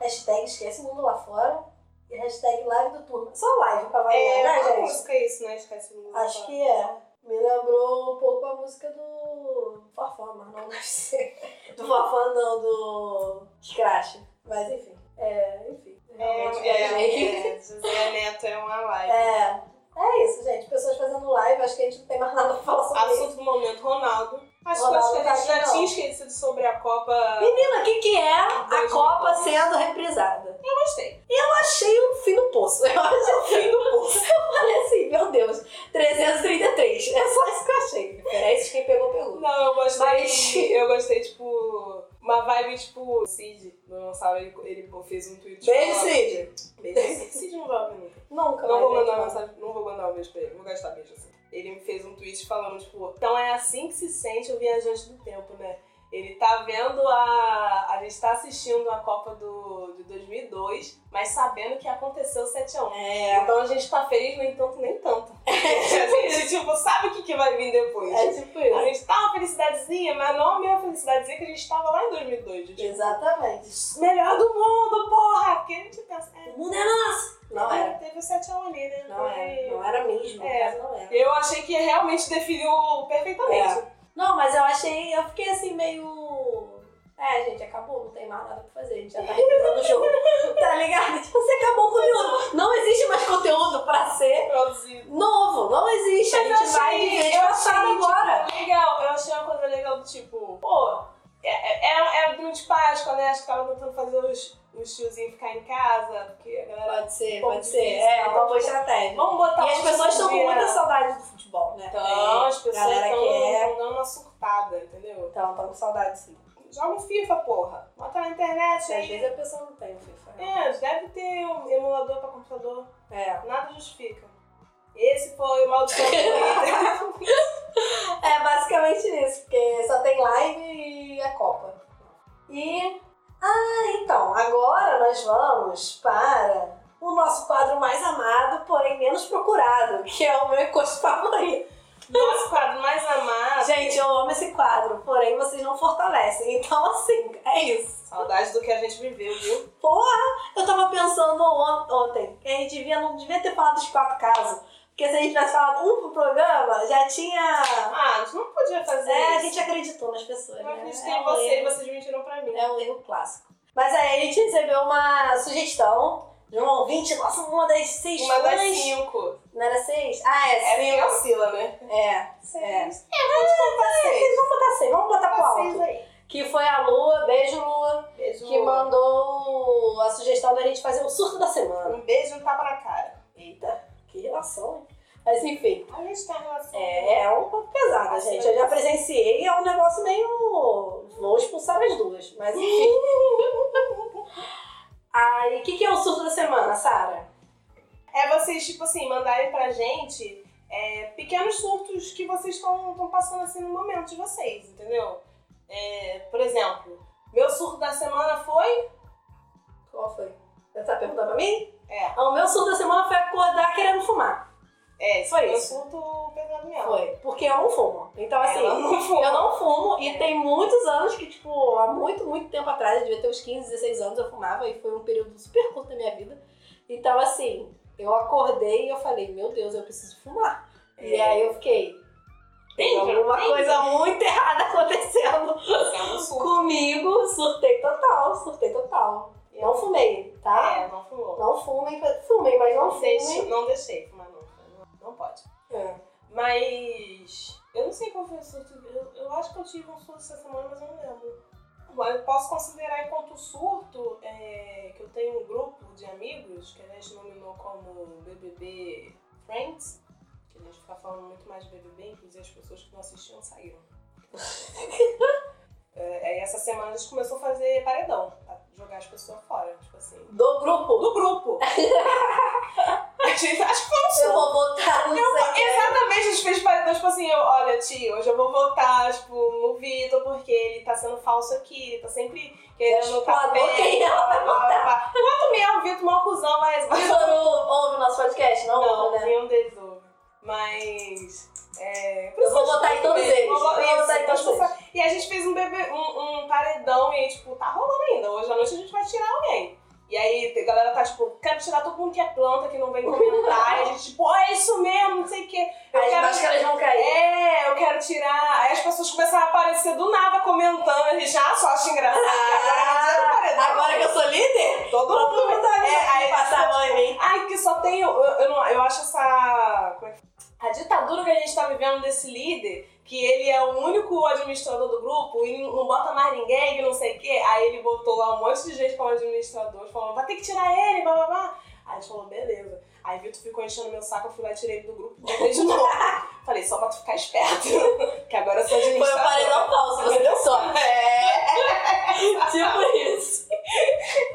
Speaker 2: hashtag Esquece o Mundo Lá Fora e hashtag Live do Turma. Só live pra variar,
Speaker 1: É,
Speaker 2: né,
Speaker 1: uma
Speaker 2: gente?
Speaker 1: música é isso, né? Esquece o mundo.
Speaker 2: Acho que é. Me lembrou um pouco a música do Fafá, mas não deve ser. Do Fafá, não, do Scratch. Mas enfim. É, enfim. Realmente
Speaker 1: É,
Speaker 2: viajei.
Speaker 1: é, é, José Neto é uma live.
Speaker 2: É. É isso, gente. Pessoas fazendo live, acho que a gente não tem mais nada pra falar sobre isso.
Speaker 1: Assunto do momento, Ronaldo. As
Speaker 2: Ronaldo
Speaker 1: coisas que a
Speaker 2: tá
Speaker 1: gente já
Speaker 2: aqui,
Speaker 1: tinha
Speaker 2: não.
Speaker 1: esquecido sobre a Copa.
Speaker 2: Menina, o que, que é a
Speaker 1: Dois
Speaker 2: Copa
Speaker 1: mil e dois.
Speaker 2: sendo reprisada?
Speaker 1: Eu gostei.
Speaker 2: Eu achei o fim do poço. Eu achei o fim
Speaker 1: tipo,
Speaker 2: do poço. Eu falei assim, meu Deus, 333. É só isso que eu achei. Parece quem pegou, pegou.
Speaker 1: Não, eu gostei.
Speaker 2: Mas-
Speaker 1: Eu gostei, tipo. Uma vibe tipo. o Cid, do dinossauro, ele, ele fez um tweet.
Speaker 2: Beijo,
Speaker 1: falando-
Speaker 2: Cid.
Speaker 1: Beijo, Cid. Cid não vai ouvir nunca.
Speaker 2: Nunca
Speaker 1: Não
Speaker 2: mais
Speaker 1: vou mandar
Speaker 2: vejo.
Speaker 1: mensagem, não vou mandar um beijo pra ele, vou gastar beijo assim. Ele me fez um tweet falando, tipo, então é assim que se sente o viajante do tempo, né? Ele tá vendo a. A gente tá assistindo a Copa do, de 2002, mas sabendo que aconteceu 7x1.
Speaker 2: É.
Speaker 1: Então a gente tá feliz, no entanto, nem tanto. a gente, tipo, sabe o que, que vai vir depois.
Speaker 2: É tipo
Speaker 1: A
Speaker 2: isso.
Speaker 1: gente tá uma felicidadezinha, mas não a mesma felicidadezinha que a gente tava lá em 2002. de, Tipo,
Speaker 2: Exatamente.
Speaker 1: Melhor do mundo, porra! Porque a gente pensa, é,
Speaker 2: O mundo é nosso! Não era.
Speaker 1: teve o 7x1 ali, né?
Speaker 2: Não
Speaker 1: Foi-
Speaker 2: era. Não era mesmo. no
Speaker 1: É.
Speaker 2: caso, Não era.
Speaker 1: Eu achei que realmente definiu perfeitamente.
Speaker 2: Não, mas eu achei. Eu fiquei assim meio. É, gente, acabou, não tem mais nada pra fazer, a gente já tá reprisando o jogo. Tá ligado? Tipo, você acabou o conteúdo. Não existe mais conteúdo pra
Speaker 1: É.
Speaker 2: ser
Speaker 1: Produzido.
Speaker 2: novo. Não existe. A
Speaker 1: Mas eu
Speaker 2: gente vai
Speaker 1: achei-
Speaker 2: viver de
Speaker 1: eu
Speaker 2: passado
Speaker 1: achei, tipo,
Speaker 2: agora.
Speaker 1: Legal, eu achei uma coisa legal do tipo, pô, é, é, é, é de Páscoa, né? Acho que tava tentando fazer os, os tiozinhos ficar em casa, porque a galera.
Speaker 2: Pode ser,
Speaker 1: Bom,
Speaker 2: pode ser.
Speaker 1: difícil,
Speaker 2: É,
Speaker 1: tá?
Speaker 2: uma boa estratégia.
Speaker 1: Vamos botar
Speaker 2: E as
Speaker 1: um
Speaker 2: pessoas estão com
Speaker 1: tiozinho,
Speaker 2: muita
Speaker 1: né?
Speaker 2: saudade do futebol, né?
Speaker 1: Então,
Speaker 2: É,
Speaker 1: as pessoas
Speaker 2: galera
Speaker 1: estão
Speaker 2: que é.
Speaker 1: dando uma surtada, entendeu?
Speaker 2: Então, estão com saudade sim.
Speaker 1: Joga um FIFA, porra. Bota na internet
Speaker 2: Às
Speaker 1: aí.
Speaker 2: vezes a pessoa não tem o FIFA. né?
Speaker 1: É, deve ter um emulador pra computador.
Speaker 2: É.
Speaker 1: Nada justifica. Esse foi o maldição do Twitter.
Speaker 2: É basicamente isso, porque só tem live e a Copa. E. Ah, então, agora nós vamos para o nosso quadro mais amado, porém menos procurado, que é o meu encosto favorito.
Speaker 1: Nosso quadro mais amado.
Speaker 2: Gente, eu amo esse quadro, porém vocês não fortalecem. Então, assim, é isso.
Speaker 1: Saudade do que a gente viveu, viu?
Speaker 2: Porra! Eu tava pensando on- ontem que a gente devia, não devia ter falado dos quatro casos. Porque se a gente tivesse falado um pro programa, já tinha.
Speaker 1: Ah, a gente não podia fazer
Speaker 2: É, a
Speaker 1: isso.
Speaker 2: gente acreditou nas pessoas.
Speaker 1: Eu
Speaker 2: né?
Speaker 1: acreditei
Speaker 2: É
Speaker 1: em
Speaker 2: um
Speaker 1: vocês,
Speaker 2: erro.
Speaker 1: vocês mentiram pra mim.
Speaker 2: É um erro clássico. Mas aí a gente recebeu uma sugestão de um ouvinte, nossa, uma das seis
Speaker 1: Uma das
Speaker 2: fãs.
Speaker 1: cinco.
Speaker 2: Não era seis? Ah, é,
Speaker 1: É
Speaker 2: seis.
Speaker 1: quem oscila, né?
Speaker 2: É.
Speaker 1: Seis.
Speaker 2: Seis, Vamos botar seis, vamos botar pro
Speaker 1: Vocês
Speaker 2: alto.
Speaker 1: aí.
Speaker 2: Que foi a Lua, beijo Lua,
Speaker 1: né? Beijo.
Speaker 2: que mandou a sugestão da gente fazer o surto da semana.
Speaker 1: Um beijo e um tapa na cara.
Speaker 2: Eita, que relação, hein? Mas enfim,
Speaker 1: A gente tem relação.
Speaker 2: é, é um pouco pesada, gente. Eu já presenciei e é um negócio meio. Vou expulsar as duas, mas enfim. Aí, o que, que é o surto da semana, Sara?
Speaker 1: É vocês, tipo assim, mandarem pra gente é, pequenos surtos que vocês estão passando assim no momento de vocês, entendeu? É, por exemplo, meu surto da semana foi.
Speaker 2: Qual foi? Você tá perguntando pra mim?
Speaker 1: É,
Speaker 2: Ah, o meu surto da semana foi acordar querendo fumar.
Speaker 1: é esse
Speaker 2: Foi
Speaker 1: foi meu
Speaker 2: isso.
Speaker 1: surto pesado mesmo.
Speaker 2: Foi. Porque eu não fumo. Então, assim,
Speaker 1: Ela não foi.
Speaker 2: eu não fumo e tem muitos anos que, tipo, há muito, muito tempo atrás, eu devia ter uns 15, 16 anos, eu fumava e foi um período super curto da minha vida. Então, assim, eu acordei e eu falei, meu Deus, eu preciso fumar.
Speaker 5: É.
Speaker 2: E aí eu fiquei. Tem
Speaker 1: Danger,
Speaker 2: alguma
Speaker 1: danger.
Speaker 2: coisa muito errada acontecendo
Speaker 1: É um surto.
Speaker 2: comigo. Surtei total, surtei total. Não fumei, tá?
Speaker 1: É, não fumou.
Speaker 2: Não fumem, fumem, É. mas não
Speaker 1: Não deixei,
Speaker 2: fumem.
Speaker 1: não deixei fumar, não. Não, não pode.
Speaker 2: É.
Speaker 1: Mas Eu não sei qual foi o surto. Eu, eu acho que eu tive um surto essa semana, mas eu não lembro. Bom, Eu posso considerar enquanto surto é, que eu tenho um grupo de amigos que a gente nominou como BBB Friends, que a gente fica falando muito mais de BBB, inclusive as pessoas que não assistiam saíram. É, aí essa semana a gente começou a fazer paredão, pra jogar as pessoas fora, tipo assim.
Speaker 2: Do grupo.
Speaker 1: Do grupo! a gente, acho que foi um surto.
Speaker 5: Eu vou botar no
Speaker 1: Eu- exatamente, a gente fez paredão, tipo assim, eu, olha, tio, hoje eu vou votar, tipo, no Vitor, porque ele tá sendo falso aqui, ele tá sempre querendo
Speaker 5: Expor a boca e é ela vai
Speaker 1: votar. Quanto mesmo, o Vitor, mal cuzão, mas...
Speaker 5: Vitor não ouve o nosso podcast? Não,
Speaker 1: Não,
Speaker 5: ouve, né?
Speaker 1: nenhum deles ouve. Mas... É, por
Speaker 5: Eu
Speaker 1: isso
Speaker 5: vou
Speaker 1: que a gente
Speaker 5: votar em todos
Speaker 1: fez mesmo,
Speaker 5: eles.
Speaker 1: vou votar-
Speaker 5: Eu vou votar em
Speaker 1: então,
Speaker 5: todos
Speaker 1: tipo, E a gente fez um, bebê, um, um paredão e, tipo, tá rolando ainda. Hoje à noite a gente vai tirar alguém. E aí a galera tá, tipo, quero tirar todo mundo que é planta, que não vem comentar. e a gente, tipo, "Ó, é isso mesmo, não sei o quê. Eu
Speaker 5: As
Speaker 1: quero
Speaker 5: máscaras vão cair.
Speaker 1: é, eu quero tirar. Aí as pessoas começaram a aparecer do nada comentando. A gente, ah, só acho engraçado. é
Speaker 2: Agora que eu sou líder,
Speaker 1: eu um todo
Speaker 2: todo
Speaker 1: mundo.
Speaker 2: mundo tá
Speaker 1: É, aí-
Speaker 2: me passar a mão em mim.
Speaker 1: Ai, que só tem. Eu, eu, não, eu acho essa. Como é que A ditadura que a gente tá vivendo desse líder, que ele é o único administrador do grupo e não bota mais ninguém, que não sei o quê. Aí ele botou lá um monte de gente como administrador, falando, vai ter que tirar ele, blá blá blá. Aí a gente falou, beleza. Aí Vitor ficou enchendo meu saco, eu fui lá e tirei ele do grupo botei de novo. Falei, só pra tu ficar esperto, que agora eu
Speaker 2: Foi
Speaker 1: sou
Speaker 2: o
Speaker 1: administrador.
Speaker 2: paredão falso, você deu sorte. É. Tipo isso.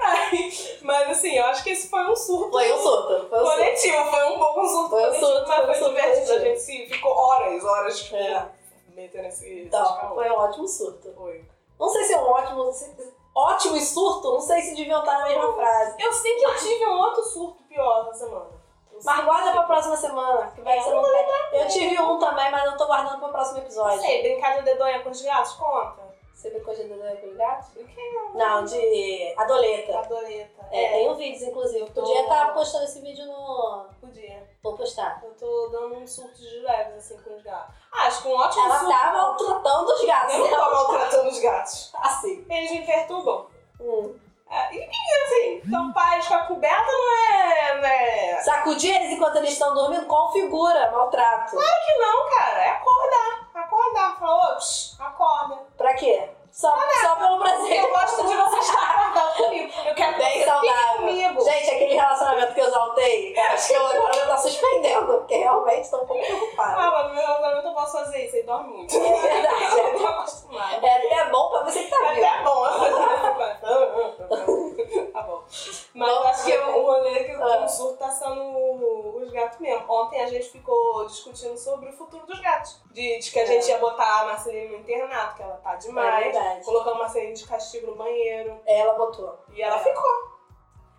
Speaker 1: Ai, Mas assim, eu acho que esse foi um surto.
Speaker 2: Foi um surto. Foi um surto.
Speaker 1: Coletivo, foi um pouco um surto
Speaker 2: Foi um
Speaker 1: coletivo,
Speaker 2: surto,
Speaker 1: mas
Speaker 2: foi um
Speaker 1: foi
Speaker 2: surto
Speaker 1: divertido. A
Speaker 2: coletivo.
Speaker 1: gente se ficou horas, horas, tipo,
Speaker 2: É.
Speaker 1: metendo esse.
Speaker 2: Então, foi um ótimo surto.
Speaker 1: Tá, Foi.
Speaker 2: Não sei se é um ótimo. não sei- Ótimo e surto, não sei se deviam estar na mesma frase.
Speaker 1: Eu sei que eu tive um outro surto pior essa semana. Eu sei
Speaker 2: Mas guarda
Speaker 1: que-
Speaker 2: pra próxima semana. Que vai
Speaker 1: É,
Speaker 2: que você
Speaker 1: eu
Speaker 2: não tem. Eu tive um também, mas eu tô guardando pro próximo
Speaker 1: Não
Speaker 2: episódio.
Speaker 1: sei, brincar de dedonha com os gatos, conta.
Speaker 2: Você né, brincou de dedonha com gato?
Speaker 1: Brinquei
Speaker 2: Não, de adoleta.
Speaker 1: Adoreta.
Speaker 2: É, tem um vídeos, inclusive.
Speaker 1: Tô-
Speaker 2: Podia estar postando esse vídeo no.
Speaker 1: podia.
Speaker 2: Vou postar.
Speaker 1: Eu tô dando um surto de leves assim com os gatos. Ah, acho que um ótimo
Speaker 2: Ela
Speaker 1: surto.
Speaker 2: tá maltratando os gatos.
Speaker 1: Eu não tô maltratando os gatos.
Speaker 2: Assim.
Speaker 1: Eles me perturbam.
Speaker 2: Hum.
Speaker 1: Ah, e assim, tampar eles com a coberta não é. Não é
Speaker 2: Sacudir eles enquanto eles estão dormindo configura maltrato.
Speaker 1: Não, cara, é acordar. Acordar. Falar, ô, psh, acorda.
Speaker 2: Pra quê? Só, só pelo prazer.
Speaker 1: Eu gosto de você estar acordando comigo. Eu quero que
Speaker 2: Bem
Speaker 1: você fique
Speaker 2: saudável.
Speaker 1: comigo.
Speaker 2: Gente, aquele relacionamento que eu exaltei, acho que eu agora vou estar suspendendo, porque realmente tô um pouco preocupada.
Speaker 1: Ah, mas no meu relacionamento eu posso fazer isso, ele dorme muito. Tá,
Speaker 2: É verdade.
Speaker 1: Eu tô acostumada.
Speaker 2: É até bom pra você que tá
Speaker 1: É
Speaker 2: vivo.
Speaker 1: até bom. tá bom. Mas eu acho que o rolê que
Speaker 2: Ah.
Speaker 1: o surto tá sendo os gatos mesmo. Ontem a gente ficou discutindo sobre o futuro dos gatos. De, de que a gente ia botar a Marceline no internato, que ela tá
Speaker 2: É
Speaker 1: demais.
Speaker 2: verdade.
Speaker 1: Colocou a Marceline de castigo no banheiro.
Speaker 2: Ela botou.
Speaker 1: E ela
Speaker 2: É.
Speaker 1: ficou.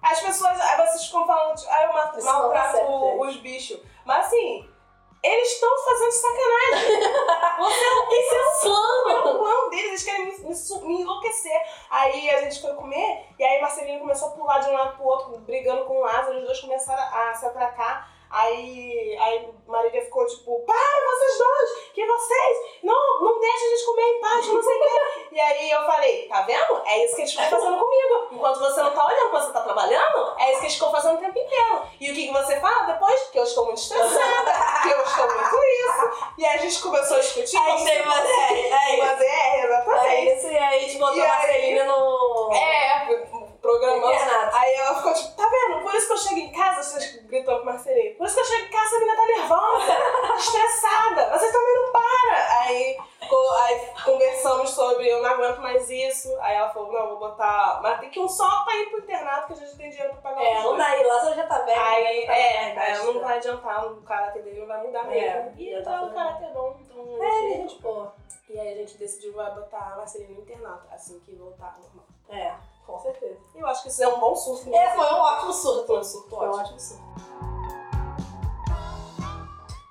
Speaker 1: As pessoas, aí vocês ficam falando, tipo, ah, eu ma-
Speaker 2: Isso não tá
Speaker 1: maltrato
Speaker 2: certo.
Speaker 1: os bichos. Mas assim, eles estão fazendo sacanagem.
Speaker 2: Esse é um plano!
Speaker 1: O plano deles, eles querem me, me su- me enlouquecer. Aí a gente foi comer, e aí Marcelino começou a pular de um lado pro outro, brigando com o Lázaro, os dois começaram a se atracar. Aí, aí Marília ficou tipo, para vocês dois, que vocês, não, não deixa a gente comer em paz, não sei o quê. E aí eu falei, tá vendo? É isso que eles ficam fazendo comigo. Enquanto você não tá olhando, você tá trabalhando, é isso que eles ficam fazendo o tempo inteiro. E o que, que você fala depois? Que eu estou muito estressada, que eu estou muito isso. E aí a gente começou a discutir.
Speaker 2: Aí
Speaker 1: como
Speaker 2: teve
Speaker 1: se
Speaker 2: uma
Speaker 1: fosse-
Speaker 2: série, é isso.
Speaker 1: mas é,
Speaker 2: É
Speaker 1: exatamente.
Speaker 2: isso, e aí a gente botou
Speaker 1: E
Speaker 2: a
Speaker 1: aí?
Speaker 2: Marcelina no
Speaker 1: É, programando.
Speaker 2: internato.
Speaker 1: Aí ela ficou tipo, tá vendo? Por isso que eu chego em casa, vocês gritou com Marcelinho. Por isso que eu chego em casa, a menina tá nervosa, tá estressada, vocês também não para. Aí, co- aí conversamos sobre eu não aguento mais isso. Aí ela falou, não, vou botar. Mas tem que um só pra ir pro internato que a gente tem dinheiro pra pagar
Speaker 2: É, não
Speaker 1: os dois.
Speaker 2: dá aí, Lázaro já tá velho.
Speaker 1: Aí,
Speaker 2: já tá
Speaker 1: é,
Speaker 2: velho,
Speaker 1: aí não vai adiantar, o caráter dele não vai mudar mesmo.
Speaker 2: É,
Speaker 1: e
Speaker 2: já
Speaker 1: ele
Speaker 2: tá
Speaker 1: tá um
Speaker 2: falando.
Speaker 1: caráter bom, então.
Speaker 2: É, ele é gente boa.
Speaker 1: E aí a gente decidiu vai botar a Marcelina no internato, assim que voltar ao normal.
Speaker 2: É, com certeza.
Speaker 1: Eu acho que isso é um bom surto. né?
Speaker 2: É, foi um ótimo surto.
Speaker 1: Foi um surto
Speaker 2: Foi um
Speaker 1: ótimo.
Speaker 2: ótimo surto.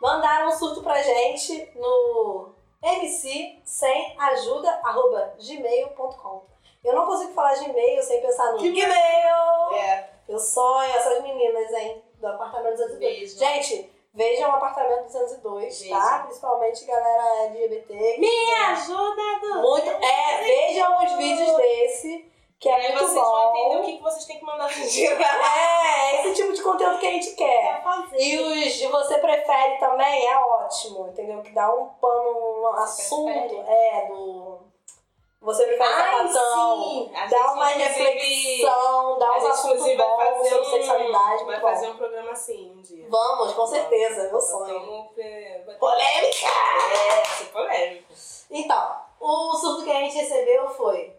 Speaker 2: Mandaram um surto pra gente no mc sem ajuda, arroba, gmail.com. Eu não consigo falar gmail sem pensar no
Speaker 1: Que
Speaker 2: e-mail.
Speaker 1: É,
Speaker 2: Eu sonho essas meninas, hein? Do apartamento 202.
Speaker 1: Beijo.
Speaker 2: Gente, vejam o apartamento 202,
Speaker 1: Beijo.
Speaker 2: tá? Principalmente galera LGBT.
Speaker 1: me ajuda, Du!
Speaker 2: Muito. É, vejam os vídeos desse, que
Speaker 1: E
Speaker 2: é
Speaker 1: aí
Speaker 2: muito
Speaker 1: vocês
Speaker 2: bom.
Speaker 1: vão entender o que, que vocês têm que mandar no dia.
Speaker 2: É, esse tipo de conteúdo que a gente quer.
Speaker 6: Quer fazer.
Speaker 2: E os de você prefere também é ótimo, entendeu? Que dá um pano, um assunto,
Speaker 1: prefere?
Speaker 2: é, do. Você prefere
Speaker 1: Ai,
Speaker 2: sapatão.
Speaker 1: sim. A
Speaker 2: Dá
Speaker 1: gente,
Speaker 2: uma
Speaker 1: inclusive,
Speaker 2: reflexão, dá
Speaker 1: a
Speaker 2: uns
Speaker 1: gente,
Speaker 2: assuntos
Speaker 1: inclusive, vai
Speaker 2: bons
Speaker 1: fazer
Speaker 2: sobre
Speaker 1: um-
Speaker 2: sexualidade.
Speaker 1: Vai
Speaker 2: muito bom.
Speaker 1: fazer um programa assim um dia.
Speaker 2: Vamos, com certeza, meu sonho.
Speaker 1: Então, é, vai-
Speaker 2: Polêmica!
Speaker 1: É, isso é polêmico.
Speaker 2: Então, o surto que a gente recebeu foi.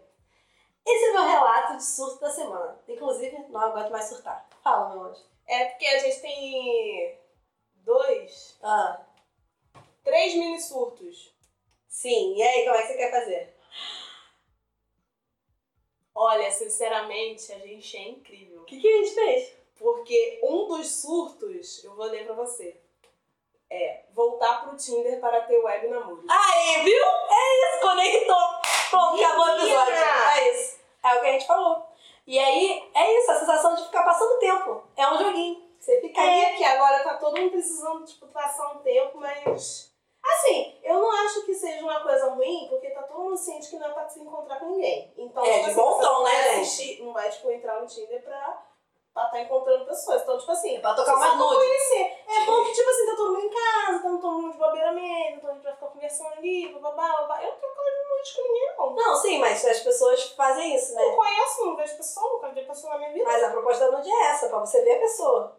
Speaker 2: Esse é meu relato de surto da semana. Inclusive, não aguento mais surtar. Fala, meu anjo.
Speaker 1: É porque a gente tem dois,
Speaker 2: Ah,
Speaker 1: três mini surtos.
Speaker 2: sim, e aí, como é que você quer fazer?
Speaker 1: Olha, sinceramente, a gente é incrível.
Speaker 2: O que, que a gente fez?
Speaker 1: Porque um dos surtos, eu vou ler pra você, é voltar pro Tinder para ter web namoro.
Speaker 2: Aí, viu? É isso, conectou. Pronto, acabou o episódio.
Speaker 1: Menina!
Speaker 2: É isso. É o que a gente falou. E aí, é isso, a sensação de ficar passando tempo. É um joguinho. Você fica aí.
Speaker 1: É que agora tá todo mundo precisando, tipo, passar um tempo, mas. Assim, eu não acho que seja uma coisa ruim, porque tá todo mundo ciente que não é pra se encontrar com ninguém. Então,
Speaker 2: É,
Speaker 1: tipo
Speaker 2: de
Speaker 1: assim,
Speaker 2: bom
Speaker 1: você
Speaker 2: tom,
Speaker 1: não
Speaker 2: né,
Speaker 1: vai
Speaker 2: gente?
Speaker 1: assistir- Não vai, tipo, entrar no Tinder pra pra tá encontrando pessoas. Então, tipo assim,
Speaker 2: Pra tocar
Speaker 1: você
Speaker 2: uma
Speaker 1: só pra
Speaker 2: nude.
Speaker 1: conhecer. É bom que, tipo assim, tá todo mundo em casa, tá todo mundo de bobeira mesmo, então a gente vai ficar conversando ali, bababá, babá. Eu não tô falando nude com ninguém, não.
Speaker 2: Não, sim, mas as pessoas fazem isso, né?
Speaker 1: Não conheço, não vejo pessoa, nunca vi pessoa na minha vida.
Speaker 2: Mas a proposta da nude é essa, pra você ver a pessoa.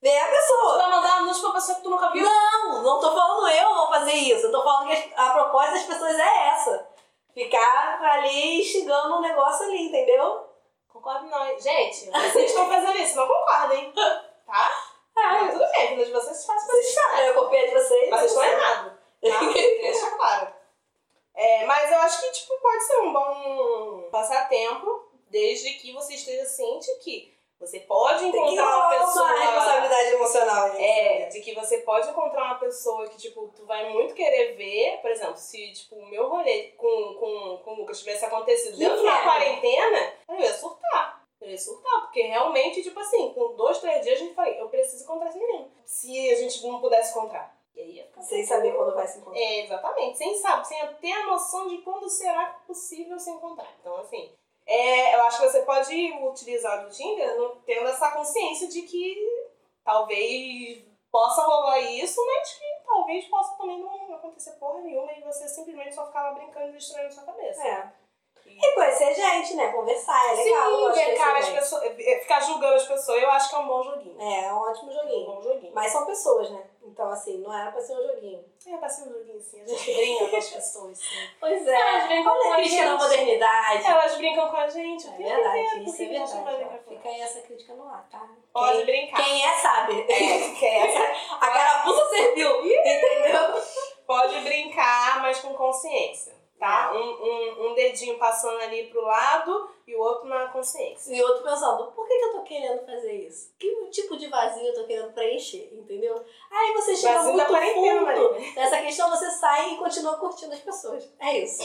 Speaker 2: Ver a pessoa.
Speaker 1: vai mandar nude pra pessoa que tu nunca viu?
Speaker 2: Não, não tô falando eu vou fazer isso. Eu tô falando que as- a proposta das pessoas é essa. Ficar ali instigando um negócio ali, entendeu?
Speaker 1: Concordo não. Gente, vocês estão fazendo isso, não concordem. Tá? Mas tudo bem, vida de vocês faz pra vocês
Speaker 2: Aí eu copiei de vocês.
Speaker 1: Mas vocês estão errados. Tá? Deixa claro. É, mas eu acho que tipo, pode ser um bom passatempo, desde que você esteja ciente que você pode
Speaker 2: Tem que
Speaker 1: encontrar uma
Speaker 2: rolar
Speaker 1: pessoa.
Speaker 2: uma responsabilidade emocional. aí.
Speaker 1: É, de que você pode encontrar uma pessoa que, tipo, tu vai muito querer ver. Por exemplo, se, tipo, o meu rolê com, com, com o Lucas tivesse acontecido
Speaker 2: Que
Speaker 1: dentro de uma
Speaker 2: merda.
Speaker 1: quarentena, eu ia surtar. Eu ia surtar, porque realmente, tipo assim, com dois, três dias a gente falei, eu preciso encontrar esse menino. Se a gente não pudesse encontrar. E aí ia ficar.
Speaker 2: Sem saber quando vai se encontrar.
Speaker 1: É, exatamente. Sem saber, sem ter a noção de quando será possível se encontrar. Então, assim, é, eu acho que você pode utilizar o Tinder no- tendo essa consciência de que talvez possa rolar isso, mas que talvez possa também não acontecer porra nenhuma e você simplesmente só ficar lá brincando e distraindo sua cabeça.
Speaker 2: É. E conhecer gente, né? Conversar, é legal. eu
Speaker 1: Sim,
Speaker 2: gosto de
Speaker 1: ver
Speaker 2: conhecer
Speaker 1: cara as
Speaker 2: gente.
Speaker 1: pessoas, é, ficar julgando as pessoas, eu acho que é um bom joguinho.
Speaker 2: É, é um ótimo
Speaker 1: Um
Speaker 2: joguinho.
Speaker 1: bom joguinho.
Speaker 2: Mas são pessoas, né? Então, assim, não era pra ser um joguinho.
Speaker 1: É, pra ser um joguinho sim, a gente brinca com as pessoas, sim.
Speaker 2: Pois é.
Speaker 1: Elas brincam com
Speaker 2: Olha
Speaker 1: a
Speaker 2: a crítica da
Speaker 1: gente.
Speaker 2: modernidade.
Speaker 1: Elas brincam com a gente, o
Speaker 2: É
Speaker 1: tempo
Speaker 2: verdade,
Speaker 1: inteiro,
Speaker 2: isso é
Speaker 1: por que a gente não vai
Speaker 2: verdade.
Speaker 1: brincar
Speaker 2: ó.
Speaker 1: com
Speaker 2: Fica aí essa crítica no ar, tá?
Speaker 1: Pode
Speaker 2: Quem,
Speaker 1: brincar.
Speaker 2: quem é, sabe.
Speaker 1: quer.
Speaker 2: A carapuça serviu, entendeu?
Speaker 1: Pode brincar, mas com consciência, tá? Um, um, um dedinho passando ali pro lado e o outro na consciência.
Speaker 2: E outro pensando, por que, que eu tô querendo fazer isso? Que tipo de vazio eu tô querendo preencher, entendeu? Aí você chega
Speaker 1: Vazio da
Speaker 2: muito
Speaker 1: tá quarentena,
Speaker 2: fundo
Speaker 1: Marina.
Speaker 2: nessa questão, você sai e continua curtindo as pessoas. É isso.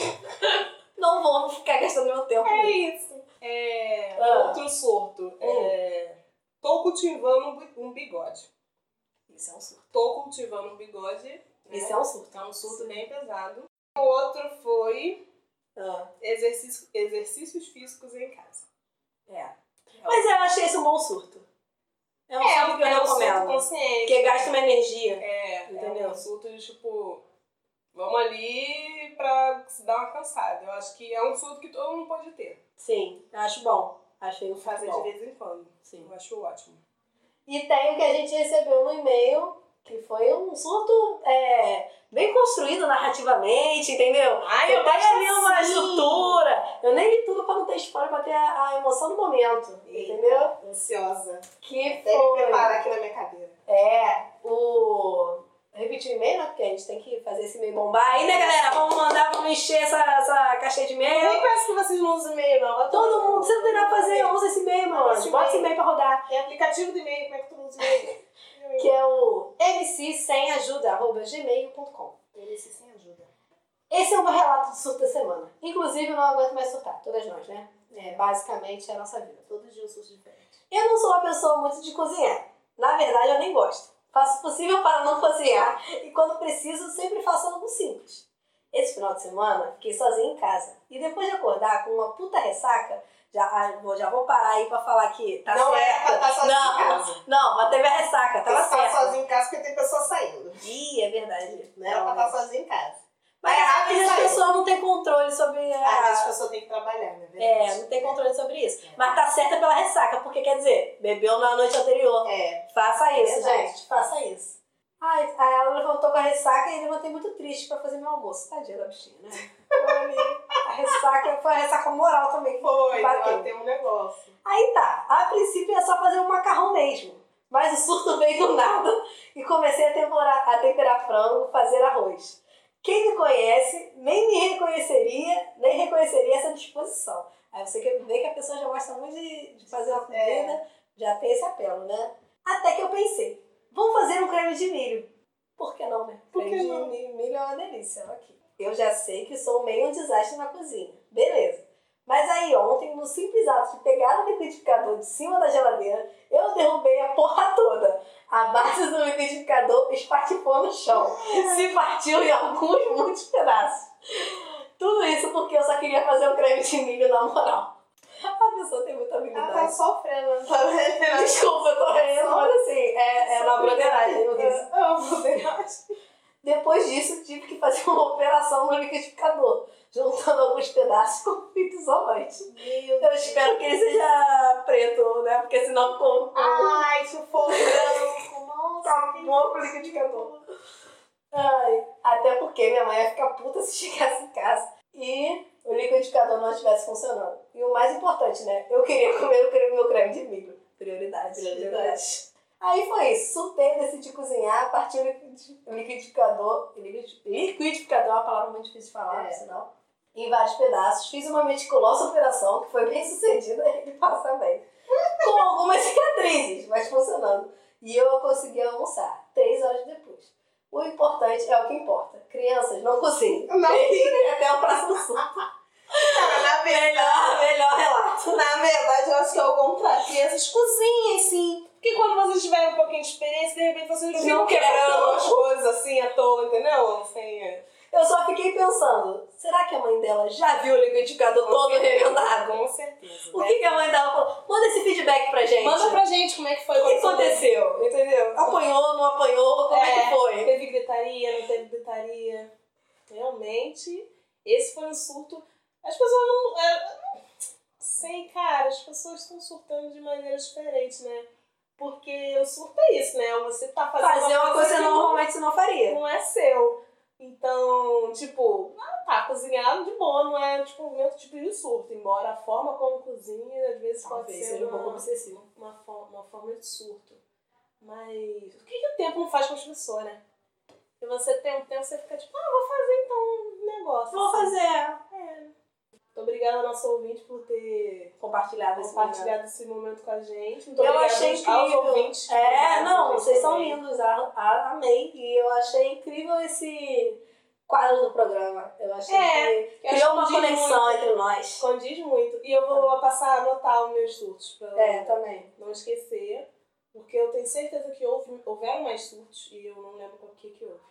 Speaker 2: Não vou ficar gastando meu tempo.
Speaker 1: É
Speaker 2: nisso.
Speaker 1: isso. É,
Speaker 2: Ah.
Speaker 1: Outro surto. É, tô cultivando um bi- um bigode.
Speaker 2: Isso é um surto.
Speaker 1: Tô cultivando um bigode. né?
Speaker 2: Isso é um surto.
Speaker 1: Tá um surto bem pesado. O outro foi
Speaker 2: Ah,
Speaker 1: exercício, exercícios físicos em casa.
Speaker 2: é. Mas eu achei isso um bom surto. É um surto que eu
Speaker 1: é um surto
Speaker 2: recomendo.
Speaker 1: consciente.
Speaker 2: Porque gasta uma energia.
Speaker 1: É,
Speaker 2: Entendeu?
Speaker 1: é um surto de tipo, vamos ali pra se dar uma cansada. Eu acho que é um surto que todo mundo pode ter.
Speaker 2: Sim, eu acho bom. Achei um surto
Speaker 1: Fazer
Speaker 2: bom.
Speaker 1: de vez em quando.
Speaker 2: Sim.
Speaker 1: Eu acho ótimo.
Speaker 2: E tem o que a gente recebeu no e-mail, que foi um surto é, bem construído narrativamente, entendeu?
Speaker 1: Ai, assim.
Speaker 2: Você pega ali uma estrutura. Eu nem li tudo pra não ter spoiler, pra ter a, a emoção do momento, entendeu?
Speaker 1: Entendeu? Ansiosa.
Speaker 2: Que
Speaker 1: Até me
Speaker 2: foi...
Speaker 1: preparar aqui na minha cadeira.
Speaker 2: É, o... Repetir o e-mail, né? Porque a gente tem que fazer esse e-mail bombar. Aí, né, galera? Vamos mandar, vamos encher essa, essa caixinha de
Speaker 1: Eu
Speaker 2: e-mail.
Speaker 1: nem conheço que vocês não usam e-mail, não. Mas
Speaker 2: Todo mundo, você não tem nada pra fazer, usa esse e-mail, mano.
Speaker 1: Esse
Speaker 2: Bota
Speaker 1: e-mail.
Speaker 2: esse e-mail pra rodar.
Speaker 1: Tem aplicativo de e-mail, como é que todo mundo usa e-mail?
Speaker 2: que é o mcsemajuda.gmail.com.
Speaker 1: Ele se sem ajuda.
Speaker 2: Esse é o meu relato de surto da semana. Inclusive, eu não aguento mais surtar, todas nós, né? É, basicamente é a nossa vida.
Speaker 1: Todo dia um surto diferente.
Speaker 2: Eu não sou uma pessoa muito de cozinhar. Na verdade, eu nem gosto. Faço o possível para não cozinhar e quando preciso, sempre faço algo simples. Esse final de semana, fiquei sozinha em casa e depois de acordar com uma puta ressaca, de Já, ah, vou- já vou parar aí pra falar que tá
Speaker 7: não é
Speaker 2: certa.
Speaker 7: pra estar sozinho
Speaker 2: Não. Tá
Speaker 7: em casa.
Speaker 2: Não, mas teve a ressaca,
Speaker 7: Tem que
Speaker 2: tava
Speaker 7: estar
Speaker 2: certa.
Speaker 7: sozinho em casa porque tem pessoa saindo.
Speaker 2: Ih, é verdade.
Speaker 7: Não era pra
Speaker 1: tá
Speaker 7: estar sozinho em casa.
Speaker 2: Mas
Speaker 7: É
Speaker 2: às
Speaker 7: rápido
Speaker 2: vezes as
Speaker 7: sair.
Speaker 2: pessoas não têm controle sobre a-
Speaker 7: Às vezes a pessoa tem que trabalhar, né?
Speaker 2: Ah. É, não tem controle sobre isso. Mas tá certa pela ressaca, porque quer dizer, bebeu na noite anterior.
Speaker 7: É.
Speaker 2: Faça
Speaker 7: É
Speaker 2: isso,
Speaker 7: verdade.
Speaker 2: gente. Faça isso. Ai, aí ela levantou com a ressaca e levantei muito triste pra fazer meu almoço. Tadinha da bichinha, né? Olha, a ressaca foi a ressaca moral também.
Speaker 7: Foi,
Speaker 2: Bateu.
Speaker 7: tem um negócio.
Speaker 2: Aí tá, a princípio é só fazer um macarrão mesmo. Mas o surto veio do nada e comecei a temperar, a temperar frango, fazer arroz. Quem me conhece nem me reconheceria, nem reconheceria essa disposição. Aí você quer ver que a pessoa já gosta muito de, de fazer uma comida,
Speaker 7: É.
Speaker 2: já tem esse apelo, né? Até que eu pensei, vamos fazer um creme de milho. Por que não, né?
Speaker 7: Por que
Speaker 2: creme
Speaker 7: não?
Speaker 2: de mi- milho é uma delícia, aqui. Eu já sei que sou meio um desastre na cozinha. Beleza. Mas aí ontem, no simples ato de pegar o liquidificador de cima da geladeira, eu derrubei a porra toda. A base do liquidificador espartifou no chão. Se partiu em alguns muitos pedaços. Tudo isso porque eu só queria fazer um creme de milho na moral. A pessoa tem muita
Speaker 7: Ela tá
Speaker 1: Ah,
Speaker 2: habilidade.
Speaker 7: sofrendo, tá vendo?
Speaker 2: Desculpa, eu tô rindo, mas assim, é, é na broderagem, eu
Speaker 1: É.
Speaker 2: disse.
Speaker 7: Eu amo, verdade.
Speaker 2: Depois disso, tive que fazer uma operação no liquidificador, juntando alguns pedaços com fita isolante.
Speaker 7: Meu
Speaker 2: Eu espero que ele seja preto, né? Porque senão com
Speaker 7: Ai, se for branco, nossa.
Speaker 2: tá bom pro liquidificador. Ai, até porque minha mãe ia ficar puta se chegasse em casa e o liquidificador não estivesse funcionando. E o mais importante, né? Eu queria comer o creme, meu creme de milho. Prioridade.
Speaker 7: Prioridade.
Speaker 2: Aí foi isso. Surtei, decidi cozinhar, parti o liquidi- liquidificador. liquidi- Liquidificador é uma palavra muito difícil de falar,
Speaker 7: É.
Speaker 2: por sinal. Em vários pedaços. Fiz uma meticulosa operação, que foi bem sucedida e passa bem. Com algumas cicatrizes, mas funcionando. E eu consegui almoçar, três horas depois. O importante é o que importa. Crianças, não cozinhem.
Speaker 7: Não.
Speaker 2: E até o próximo surto.
Speaker 7: Cara, na
Speaker 2: Melhor, melhor relato.
Speaker 7: Na verdade, eu acho que é o contrário. Crianças cozinhem, sim.
Speaker 1: Porque quando vocês tiverem um pouquinho de experiência, de repente vocês não
Speaker 7: Ficam
Speaker 1: ficam
Speaker 7: quebrando
Speaker 1: quebrando.
Speaker 7: as coisas assim à toa, entendeu? Assim, é.
Speaker 2: Eu só fiquei pensando, será que a mãe dela já viu o liquidificador todo remendado?
Speaker 1: Com certeza.
Speaker 2: O que, que a mãe dela falou? Manda esse feedback pra gente.
Speaker 1: Manda pra gente como é que foi.
Speaker 2: O que
Speaker 1: quando você-
Speaker 2: aconteceu?
Speaker 7: Entendeu?
Speaker 2: Apanhou, não apanhou? Como é, que
Speaker 1: É.
Speaker 2: foi?
Speaker 1: Teve gritaria, não teve gritaria. Realmente, esse foi um surto. As pessoas não. é, não sei, cara, as pessoas estão surtando de maneira diferente, né? Porque o surto é isso, né? Você tá fazendo
Speaker 2: Fazer uma coisa que
Speaker 1: que não-
Speaker 2: normalmente você não faria.
Speaker 1: não é seu. Então, tipo, ah, tá, cozinhar de boa, não é tipo o meu tipo de surto, embora a forma como cozinha às vezes pode ser
Speaker 2: um
Speaker 1: uma,
Speaker 2: obsessivo.
Speaker 1: uma, fo- uma forma de surto. Mas o que, que o tempo não faz com as pessoas, né? Se você tem um tempo, você fica tipo, ah, vou fazer então um negócio.
Speaker 2: Vou
Speaker 1: assim.
Speaker 2: fazer.
Speaker 1: Muito obrigada ao nosso ouvinte por ter
Speaker 2: Compartilhado esse momento.
Speaker 1: compartilhado esse momento com a gente. Muito
Speaker 2: Eu
Speaker 1: obrigada
Speaker 2: achei
Speaker 1: aos- aos
Speaker 2: incrível.
Speaker 1: ouvintes. que
Speaker 2: É,
Speaker 1: mandaram
Speaker 2: não,
Speaker 1: pra gente
Speaker 2: vocês são
Speaker 1: também.
Speaker 2: lindos, a- a- amei. E eu achei incrível esse quadro do programa. Eu achei
Speaker 1: É,
Speaker 2: que
Speaker 1: Eu acho
Speaker 2: criou uma
Speaker 1: que diz
Speaker 2: conexão
Speaker 1: muito.
Speaker 2: entre nós.
Speaker 1: Condiz muito. E eu vou passar a anotar os meus surtos pra
Speaker 2: É, também.
Speaker 1: não esquecer, porque eu tenho certeza que houve, houveram mais surtos e eu não lembro o que que houve.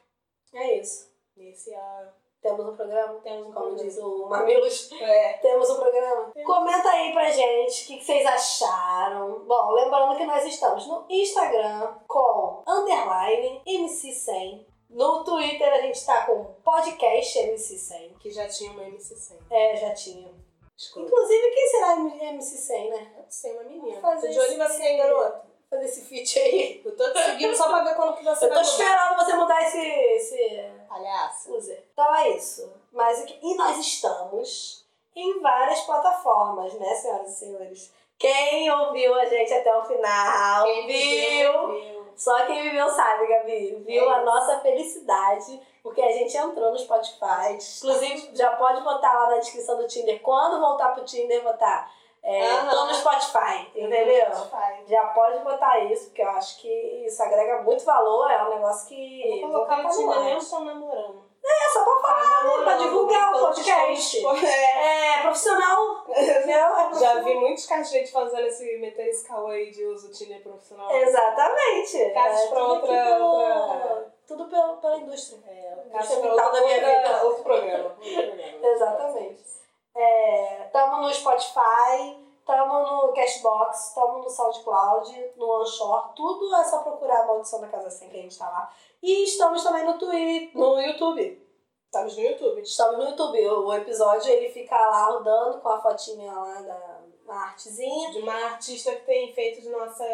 Speaker 2: É isso.
Speaker 1: Nesse a
Speaker 2: Temos um programa.
Speaker 1: temos um
Speaker 2: Como
Speaker 1: problema.
Speaker 2: diz o Mamilos.
Speaker 1: É,
Speaker 2: Temos um programa?
Speaker 1: Temos.
Speaker 2: Comenta aí pra gente o que, que vocês acharam. Bom, lembrando que nós estamos no Instagram com underline MC100. No Twitter a gente tá com podcast MC100.
Speaker 1: que já tinha uma MC100.
Speaker 2: É, já tinha.
Speaker 1: Desculpa.
Speaker 2: Inclusive, quem será MC100, né?
Speaker 1: Eu não sei, uma menina.
Speaker 2: Vou fazer
Speaker 1: Tô de olho em você,
Speaker 2: esse-
Speaker 1: hein, garoto?
Speaker 2: Fazer esse feat aí.
Speaker 1: Eu tô te seguindo só pra ver quando que você
Speaker 2: Eu
Speaker 1: vai
Speaker 2: tô
Speaker 1: mudar.
Speaker 2: esperando você mudar esse, esse
Speaker 1: Palhaço.
Speaker 2: user. Então é isso. Mas, o que- e nós estamos em várias plataformas, né, senhoras e senhores? Quem ouviu a gente até o final,
Speaker 1: Quem
Speaker 2: viu?
Speaker 1: viu?
Speaker 2: Só quem viveu sabe, Gabi. Viu
Speaker 1: É
Speaker 2: a nossa felicidade, porque a gente entrou no Spotify. Inclusive, já pode botar lá na descrição do Tinder. Quando voltar pro Tinder, botar. É,
Speaker 1: Aham.
Speaker 2: Tô no Spotify,
Speaker 1: um
Speaker 2: entendeu?
Speaker 1: Spotify.
Speaker 2: Já pode botar isso, porque eu acho que isso agrega muito valor. É um negócio que.
Speaker 1: Vou colocar no
Speaker 2: botar
Speaker 1: Tinder,
Speaker 2: like.
Speaker 1: mesmo estão né? namorando. então, tipo,
Speaker 2: É só pra falar, né? Pra divulgar o podcast.
Speaker 1: É.
Speaker 2: É profissional. entendeu? É
Speaker 1: Já vi muitos casos de gente fazendo esse, meter esse caô aí de uso Tinder profissional.
Speaker 2: Exatamente.
Speaker 1: Casos
Speaker 2: É,
Speaker 1: pra
Speaker 2: tudo
Speaker 1: outra-
Speaker 2: aqui pelo-
Speaker 1: outra-
Speaker 2: Tudo pela, pela indústria. É,
Speaker 1: Caso pra
Speaker 2: vital da minha
Speaker 1: outra-
Speaker 2: vida.
Speaker 1: Outro programa. Outro programa.
Speaker 2: Exatamente. É, tamo no Spotify, Tamo no Cashbox, tamo no SoundCloud, no Onshore, tudo é só procurar a Maldição da Casa Sem que a gente tá lá. E estamos também no Twitter, no YouTube.
Speaker 8: Estamos no YouTube.
Speaker 2: Estamos no YouTube. O o episódio ele fica lá rodando com a fotinha lá da da artezinha.
Speaker 1: De uma artista que tem feito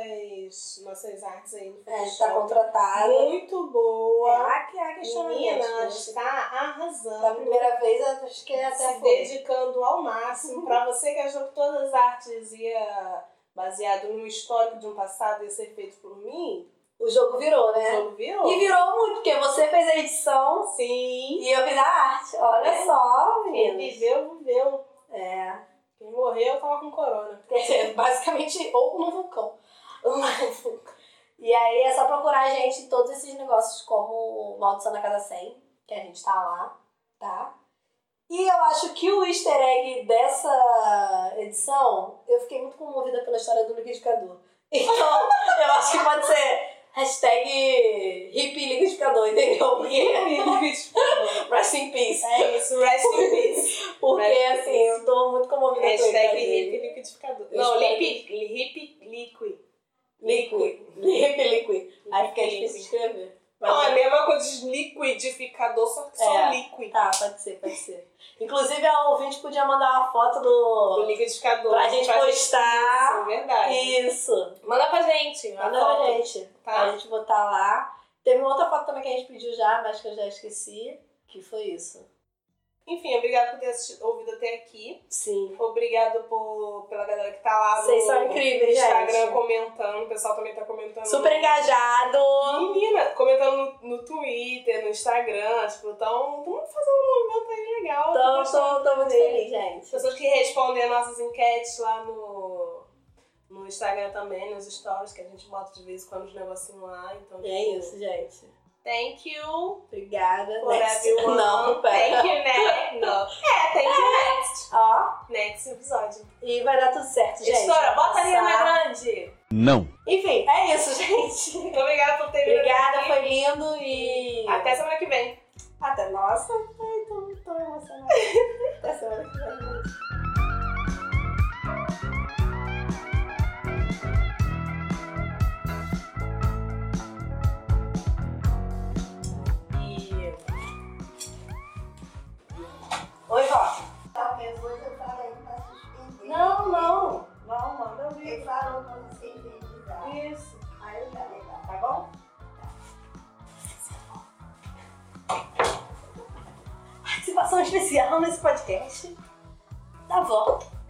Speaker 1: nossas, nossas artes aí no
Speaker 2: É, a gente
Speaker 1: Photoshop.
Speaker 2: tá contratada.
Speaker 1: Muito boa.
Speaker 2: Ah, que é tá questionamento.
Speaker 1: Menina,
Speaker 2: né?
Speaker 1: está
Speaker 2: Da
Speaker 1: tá arrasando.
Speaker 2: primeira vez, acho que é até
Speaker 1: Se
Speaker 2: foi.
Speaker 1: dedicando ao máximo. Pra você que achou que todas as artes ia baseado num histórico de um passado ia ser feito por mim,
Speaker 2: O jogo virou,
Speaker 1: o
Speaker 2: né?
Speaker 1: jogo virou.
Speaker 2: E virou muito, porque você fez a edição
Speaker 1: Sim.
Speaker 2: e eu fiz a arte. Olha
Speaker 1: É.
Speaker 2: só,
Speaker 1: Quem
Speaker 2: meninas.
Speaker 1: viveu, viveu.
Speaker 2: É.
Speaker 1: Quem morreu, tava com corona.
Speaker 2: É, basicamente, ou no vulcão. e aí é só procurar a gente em todos esses negócios, como Maldição na Casa 100, que a gente tá lá, tá? E eu acho que o easter egg dessa edição, eu fiquei muito comovida pela história do liquidificador. Então, eu acho que pode ser hashtag hippie liquidificador, entendeu? Porque, rest in peace.
Speaker 1: É isso, rest in peace.
Speaker 2: Porque,
Speaker 1: Rest in
Speaker 2: assim,
Speaker 1: peace.
Speaker 2: eu tô muito comovida com ele,
Speaker 1: Hashtag
Speaker 2: tadinho.
Speaker 1: hip liquidificador. Não,
Speaker 2: Hashtag-
Speaker 1: lip, hip liquid.
Speaker 2: Liqui. Liqui, liqui. Aí fica difícil de escrever. Mas
Speaker 1: Não, é a
Speaker 2: é.
Speaker 1: mesma coisa de liquidificador, só que só
Speaker 2: É.
Speaker 1: líquido.
Speaker 2: Tá, pode ser, pode ser. Inclusive, a ouvinte podia mandar uma foto
Speaker 1: O
Speaker 2: do.
Speaker 1: liquidificador.
Speaker 2: pra gente
Speaker 1: Isso,
Speaker 2: postar.
Speaker 1: é verdade.
Speaker 2: Isso.
Speaker 1: Manda pra gente. uma
Speaker 2: Manda
Speaker 1: foto,
Speaker 2: pra gente.
Speaker 1: Tá?
Speaker 2: Pra gente botar lá. Teve uma outra foto também que a gente pediu já, mas que eu já esqueci. Que foi isso.
Speaker 1: Enfim, obrigado por ter assistido, ouvido até aqui.
Speaker 2: Sim.
Speaker 1: Obrigado por, pela galera que tá lá no
Speaker 2: Vocês são incríveis,
Speaker 1: Instagram
Speaker 2: gente.
Speaker 1: comentando. O pessoal também tá comentando.
Speaker 2: Super engajado.
Speaker 1: Menina, comentando no, no Twitter, no Instagram. Tipo, tão, tão fazendo um movimento aí legal. tô
Speaker 2: Tô,
Speaker 1: gostando.
Speaker 2: tô, tô muito feliz, gente.
Speaker 1: As pessoas que respondem as nossas enquetes lá no, no Instagram também, nos stories, que a gente bota de vez em quando os negocinhos lá. Então,
Speaker 2: É
Speaker 1: tipo,
Speaker 2: isso, gente.
Speaker 1: Thank you
Speaker 2: Obrigada.
Speaker 1: for
Speaker 2: Next.
Speaker 1: everyone.
Speaker 2: Não,
Speaker 1: Thank
Speaker 2: pera.
Speaker 1: you next. Não. É, thank you next.
Speaker 2: Ó,
Speaker 1: Next episódio.
Speaker 2: e vai dar tudo certo, gente.
Speaker 1: Editora, bota né, a Ariana
Speaker 2: Passar.
Speaker 1: Grande.
Speaker 9: Não.
Speaker 2: Enfim, é isso, gente.
Speaker 1: Muito obrigada por ter vindo.
Speaker 2: Obrigada,
Speaker 1: aqui.
Speaker 2: foi lindo e.
Speaker 1: Até semana que vem.
Speaker 2: Até nossa.
Speaker 10: Ai, tô, tô emocionada.
Speaker 2: Tá
Speaker 10: Até semana que vem.
Speaker 1: E
Speaker 2: Oi, vó.
Speaker 10: Talvez hoje eu falei pra suspender.
Speaker 2: Não, não. Não, manda
Speaker 10: Ele falou pra você indenizar.
Speaker 2: Isso.
Speaker 10: Aí eu já legal.
Speaker 2: Tá bom? Tá Participação especial nesse podcast da vó.